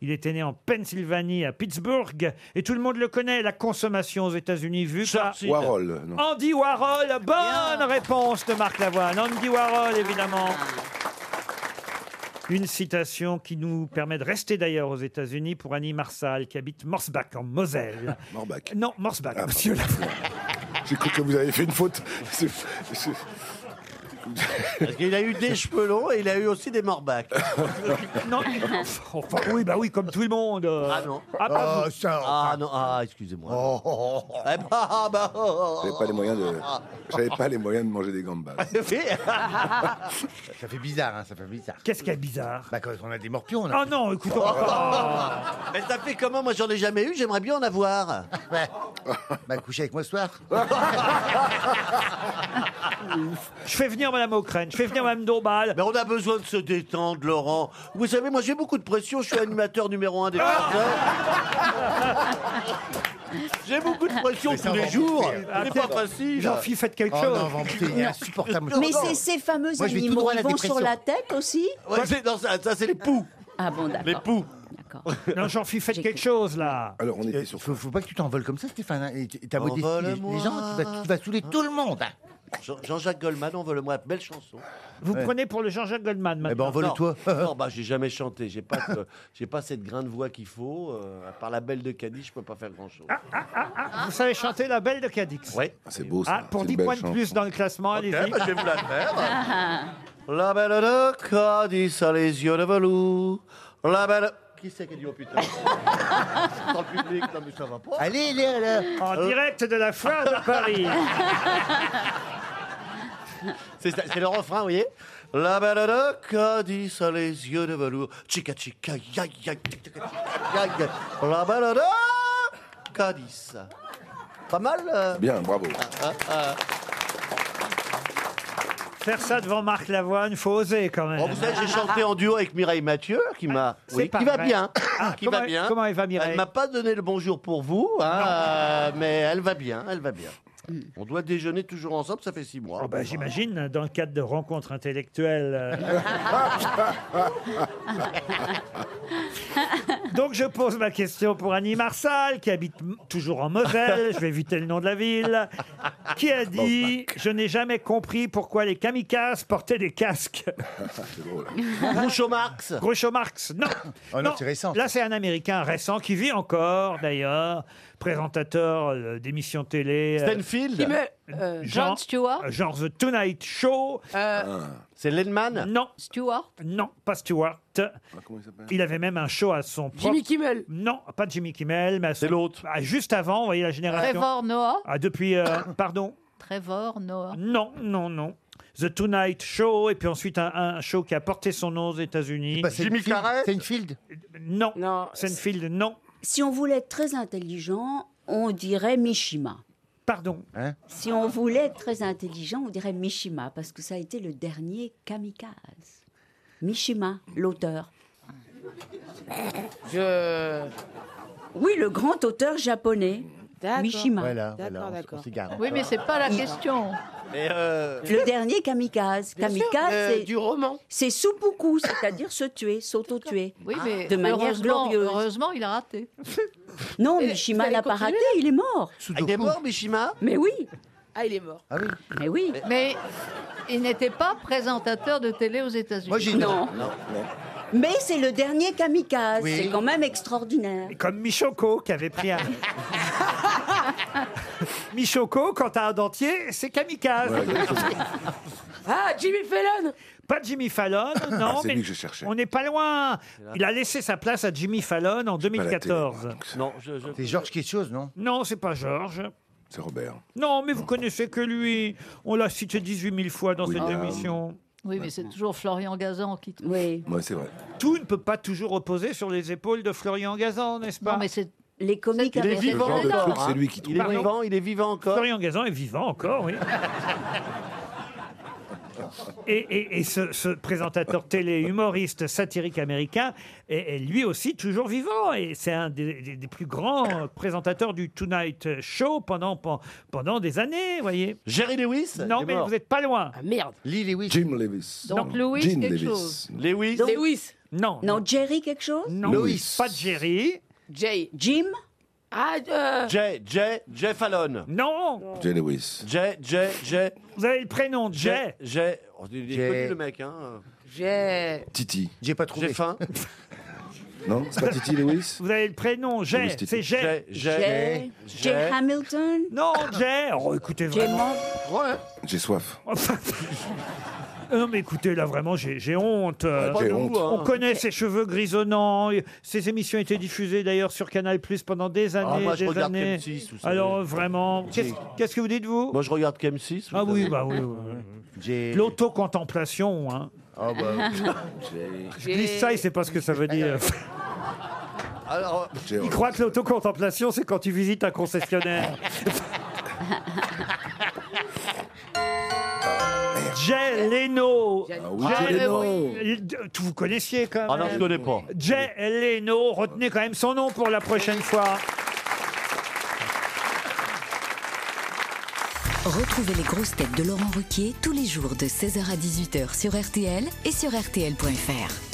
Speaker 3: Il était né en Pennsylvanie, à Pittsburgh. Et tout le monde le connaît, la consommation aux États-Unis vue par...
Speaker 11: Warhol. non.
Speaker 3: Andy Warhol, bonne réponse de Marc Lavoine. Andy Warhol, évidemment. Une citation qui nous permet de rester d'ailleurs aux États-Unis pour Annie Marsal, qui habite Morsbach, en Moselle.
Speaker 11: Morbach.
Speaker 3: Non, Morsbach, Ah, monsieur Lafont.
Speaker 11: J'ai cru que vous avez fait une faute. [LAUGHS] C'est- c'est-
Speaker 9: Parce qu'il a eu des cheveux longs et il a eu aussi des morbacs.
Speaker 3: non, enfin, oui, bah oui, comme tout le monde. Ah
Speaker 9: non.
Speaker 3: Ah, bah, vous-
Speaker 9: Ah non, ah, excusez-moi. Eh ben, ah, bah, oh, oh, oh.
Speaker 11: J'avais Oh. pas les moyens de, j'avais pas les moyens de manger des gambas. [LAUGHS]
Speaker 9: [LAUGHS]
Speaker 1: Ça fait bizarre, hein, ça fait bizarre.
Speaker 3: Qu'est-ce qu'il y a bizarre
Speaker 1: Bah quand on a des morpions, on
Speaker 3: a... Oh non, écoute, on
Speaker 9: [LAUGHS] Mais ça fait comment Moi, j'en ai jamais eu, j'aimerais bien
Speaker 1: [LAUGHS]
Speaker 9: en avoir.
Speaker 1: Bah couchez avec moi ce soir.
Speaker 3: Je fais venir Madame O'Crane, je fais venir Madame Dombal.
Speaker 9: Mais on a besoin de se détendre, Laurent. Vous savez, moi, j'ai beaucoup de pression, je suis animateur numéro un des
Speaker 3: Ah
Speaker 9: J'ai beaucoup de pression
Speaker 1: Mais ça
Speaker 9: tous les
Speaker 1: va
Speaker 9: jours.
Speaker 1: embêter.
Speaker 3: Ah,
Speaker 9: C'est
Speaker 1: Attends.
Speaker 9: pas facile.
Speaker 3: Jean-Phi, faites quelque
Speaker 1: Oh
Speaker 3: chose.
Speaker 1: non, Vampire, il est insupportable.
Speaker 10: [LAUGHS] Mais c'est ces fameux
Speaker 9: Moi, je vais tout
Speaker 10: animaux
Speaker 9: droit à la
Speaker 10: qui vont sur
Speaker 9: dépression.
Speaker 10: la tête aussi
Speaker 9: Ouais, c'est- non, ça, ça, c'est les poux.
Speaker 10: Ah bon, d'accord.
Speaker 9: Les poux.
Speaker 3: Non, Jean-Phi, faites quelque chose là.
Speaker 11: Alors on
Speaker 1: était sur. Euh, Faut, faut pas que tu t'envoles comme ça, Stéphane. hein, et t- T'as beau défier les,
Speaker 9: Envole-moi.
Speaker 1: les gens, tu vas, tu vas saouler tout le monde. hein.
Speaker 9: Jean- Jean-Jacques Goldman, on veut le moi belle chanson.
Speaker 3: Vous
Speaker 9: Ouais.
Speaker 3: prenez pour le Jean-Jacques Goldman maintenant.
Speaker 9: Eh ben, envole-toi. [LAUGHS] Non, bah, j'ai jamais chanté. J'ai pas, ce- [LAUGHS] j'ai pas cette grain de voix qu'il faut. euh, à part la belle de Caddy, je peux pas faire grand-chose.
Speaker 3: Vous savez chanter La Belle de Cadix
Speaker 9: Oui.
Speaker 11: C'est beau
Speaker 3: Ah, pour 10 points de plus dans le classement, allez-y. Ah.
Speaker 9: bah, je vais vous la
Speaker 10: [LAUGHS]
Speaker 3: [LAUGHS]
Speaker 9: La belle de Cadix a les yeux de velours. La belle. Qui c'est qui a dit oh putain [LAUGHS] Dans le public, non mais ça va pas.
Speaker 1: Allez, allez,
Speaker 9: euh,
Speaker 1: allez.
Speaker 3: En direct de la foire de Paris.
Speaker 9: [LAUGHS] C'est ça, c'est le refrain, vous voyez La belle de Cadix a les yeux de velours. Chica chica, ya ya, chica, chica, ya, ya. La belle de Cadix. Pas mal euh
Speaker 11: Bien, bravo.
Speaker 9: Ah, ah.
Speaker 3: Faire ça devant Marc Lavoine, faut oser quand même. Ah,
Speaker 9: Oh, vous savez, j'ai chanté en duo avec Mireille Mathieu, qui m'a,
Speaker 3: c'est
Speaker 9: oui,
Speaker 3: pas
Speaker 9: qui va
Speaker 3: vrai.
Speaker 9: bien,
Speaker 3: Ah,
Speaker 9: [LAUGHS] qui
Speaker 3: comment-
Speaker 9: va bien.
Speaker 3: comment elle va, Mireille
Speaker 9: Elle m'a pas donné le bonjour pour vous, hein, euh, mais elle va bien, elle va bien. On doit déjeuner toujours ensemble, ça fait six mois.
Speaker 3: Oh, Mm. bah, J'imagine, dans le cadre de rencontres intellectuelles.
Speaker 9: [LAUGHS]
Speaker 3: euh, Donc je pose ma question pour Annie Marsal, qui habite m- toujours en Moselle, je vais éviter le nom de la ville, qui a dit
Speaker 1: bah,
Speaker 3: « Je n'ai jamais compris pourquoi les kamikazes portaient des casques [LAUGHS]
Speaker 11: C'est drôle. ». hein.
Speaker 9: Groucho Marx
Speaker 3: Groucho Marx, non.
Speaker 1: Oh non, c'est récent,
Speaker 3: Là, c'est un Américain récent qui vit encore, d'ailleurs, présentateur euh, d'émissions télé. euh,
Speaker 9: Stanfield
Speaker 13: John Stewart Euh,
Speaker 3: euh, Genre The Tonight Show.
Speaker 9: C'est Lenman
Speaker 3: Non,
Speaker 13: Stewart
Speaker 3: non, pas Stewart.
Speaker 11: Comment il s'appelle
Speaker 3: Il avait même un show à son propre...
Speaker 6: Jimmy Kimmel.
Speaker 3: Non, pas Jimmy Kimmel, mais à son-
Speaker 9: l'autre.
Speaker 3: Ah, juste avant, vous voyez la génération.
Speaker 13: Trevor Noah
Speaker 3: Ah, depuis. euh, [COUGHS] pardon
Speaker 13: Trevor Noah.
Speaker 3: Non, non, non. The Tonight Show, et puis ensuite un, un show qui a porté son nom aux
Speaker 9: Bah,
Speaker 3: États-Unis.
Speaker 1: Jimmy Carrey Seinfeld
Speaker 3: Non. Senfield, non.
Speaker 10: Si on voulait être très intelligent, on dirait Mishima.
Speaker 3: Pardon.
Speaker 1: Hein
Speaker 10: Si on voulait être très intelligent, on dirait Mishima, parce que ça a été le dernier kamikaze. Mishima, l'auteur.
Speaker 6: Je...
Speaker 10: Oui, le grand auteur japonais.
Speaker 6: D'accord.
Speaker 10: Mishima.
Speaker 1: Voilà,
Speaker 6: D'accord,
Speaker 1: voilà, on,
Speaker 6: d'accord.
Speaker 1: on s'égare.
Speaker 13: Oui, mais c'est pas
Speaker 10: Ah.
Speaker 13: la question.
Speaker 9: Et, euh,
Speaker 10: Le dernier kamikaze.
Speaker 6: Bien sûr,
Speaker 10: kamikaze,
Speaker 6: euh,
Speaker 10: c'est-
Speaker 6: du roman.
Speaker 10: c'est seppuku, c'est-à-dire se tuer, s'auto-tuer.
Speaker 13: Oui, mais
Speaker 10: de manière
Speaker 13: heureusement,
Speaker 10: glorieuse.
Speaker 13: heureusement, il a raté.
Speaker 10: Non,
Speaker 6: Et
Speaker 10: Mishima
Speaker 6: vous allez
Speaker 10: n'a pas
Speaker 6: continuer,
Speaker 10: raté, il est mort.
Speaker 9: ah, il est mort, Mishima
Speaker 10: [LAUGHS] Mais oui,
Speaker 6: Ah, il est mort.
Speaker 1: Ah oui.
Speaker 10: mais oui.
Speaker 13: Mais il n'était pas présentateur de télé aux États-Unis.
Speaker 1: Moi j'ai
Speaker 10: Non. Mais c'est le dernier kamikaze.
Speaker 1: Oui.
Speaker 10: C'est quand même extraordinaire.
Speaker 3: Comme Michoko, qui avait pris un. Michoko, quand t'as un dentier, c'est kamikaze.
Speaker 6: Ah, Jimmy Fallon
Speaker 3: Pas Jimmy Fallon, non.
Speaker 11: Ah, c'est
Speaker 3: mais
Speaker 11: lui que je cherchais.
Speaker 3: On n'est pas loin. Il a laissé sa place à Jimmy Fallon en
Speaker 11: la télé,
Speaker 3: 2014.
Speaker 9: Non, je, je-
Speaker 1: C'est Georges quelque chose, non
Speaker 3: Non, c'est pas Georges.
Speaker 11: C'est Robert.
Speaker 3: Non, mais vous connaissez que lui. On l'a cité 18 000 fois dans
Speaker 11: Oui,
Speaker 3: cette
Speaker 11: mais, euh,
Speaker 3: émission.
Speaker 13: Oui, mais c'est toujours Florian Gazan qui.
Speaker 10: Ah. Oui.
Speaker 11: Moi, Bah, c'est vrai.
Speaker 3: Tout ne peut pas toujours reposer sur les épaules de Florian Gazan, n'est-ce pas
Speaker 13: Non, mais c'est.
Speaker 10: Les comiques
Speaker 9: Il est
Speaker 13: Américains.
Speaker 11: Ce
Speaker 9: vivant
Speaker 11: genre de
Speaker 9: encore.
Speaker 11: truc,
Speaker 9: hein.
Speaker 11: c'est lui qui
Speaker 9: Il
Speaker 11: trouve.
Speaker 9: est
Speaker 3: Pardon
Speaker 9: vivant, il est vivant encore.
Speaker 3: Florian Gazan est vivant encore, oui. Et, et- et ce, ce présentateur télé, humoriste, satirique américain, est, est lui aussi toujours vivant. Et c'est un des, des- des plus grands euh, présentateurs du Tonight Show pendant, pen- pendant des années, voyez.
Speaker 9: Jerry Lewis
Speaker 3: Non,
Speaker 9: Il est
Speaker 3: mais
Speaker 9: mort.
Speaker 3: vous n'êtes pas loin.
Speaker 12: merde.
Speaker 9: Lee Lewis.
Speaker 11: Jim Lewis.
Speaker 3: Donc, Louis,
Speaker 11: Jim
Speaker 3: quelque
Speaker 11: Lewis.
Speaker 3: chose.
Speaker 9: Lewis.
Speaker 12: Lewis.
Speaker 3: Non.
Speaker 10: Non, Jerry quelque chose
Speaker 3: Non. Pas de Jerry.
Speaker 12: Jay.
Speaker 10: Jim
Speaker 12: Ah,
Speaker 9: Jay, Jay, Jay Fallon.
Speaker 3: Non.
Speaker 11: Jay Lewis.
Speaker 9: Jay, Jay, Jay.
Speaker 3: Vous avez le prénom de Jay
Speaker 9: Jay. Oh, il est
Speaker 11: Jay.
Speaker 9: connu le mec, hein.
Speaker 12: J'ai.
Speaker 11: Titi.
Speaker 9: J'ai pas trouvé. J'ai [LAUGHS] faim.
Speaker 11: Non, c'est pas Titi Lewis
Speaker 3: Vous avez le [LAUGHS] prénom Jay.
Speaker 11: Lewis Titi.
Speaker 3: C'est Jay.
Speaker 11: Jay- Jay-
Speaker 10: Jay Hamilton
Speaker 3: Non, Jay. Oh, écoutez,
Speaker 10: Jay
Speaker 3: vraiment.
Speaker 11: J'ai soif.
Speaker 3: Euh, Non, mais écoutez, là, vraiment, j'ai j'ai honte.
Speaker 9: Ah,
Speaker 3: Euh,
Speaker 11: j'ai honte.
Speaker 3: On connaît ses cheveux grisonnants. Ces émissions étaient diffusées, d'ailleurs, sur Canal+, pendant des années.
Speaker 9: Ah, moi, je
Speaker 3: des
Speaker 9: regarde
Speaker 3: années.
Speaker 9: M6, vous savez.
Speaker 3: Alors, vraiment, qu'est-ce qu'est-ce que vous dites, vous
Speaker 9: Moi, je regarde KM6.
Speaker 3: Ah oui, bah oui. oui. L'autocontemplation, hein.
Speaker 9: Ah bah.
Speaker 3: [LAUGHS]
Speaker 9: [LAUGHS]
Speaker 3: Je glisse ça, il sait pas ce que ça veut dire.
Speaker 9: Alors,
Speaker 3: [LAUGHS] Il croit que l'autocontemplation, c'est quand tu visites un
Speaker 9: [LAUGHS]
Speaker 3: concessionnaire. Jay Leno.
Speaker 9: Ah oui, Jay Leno.
Speaker 3: L- Tout vous connaissiez quand même.
Speaker 9: Ah non, je connais pas.
Speaker 3: Jay Leno, retenez quand même son nom pour la prochaine fois.
Speaker 19: Retrouvez les grosses têtes de Laurent Ruquier tous les jours de 16h à 18h sur RTL et sur RTL.fr.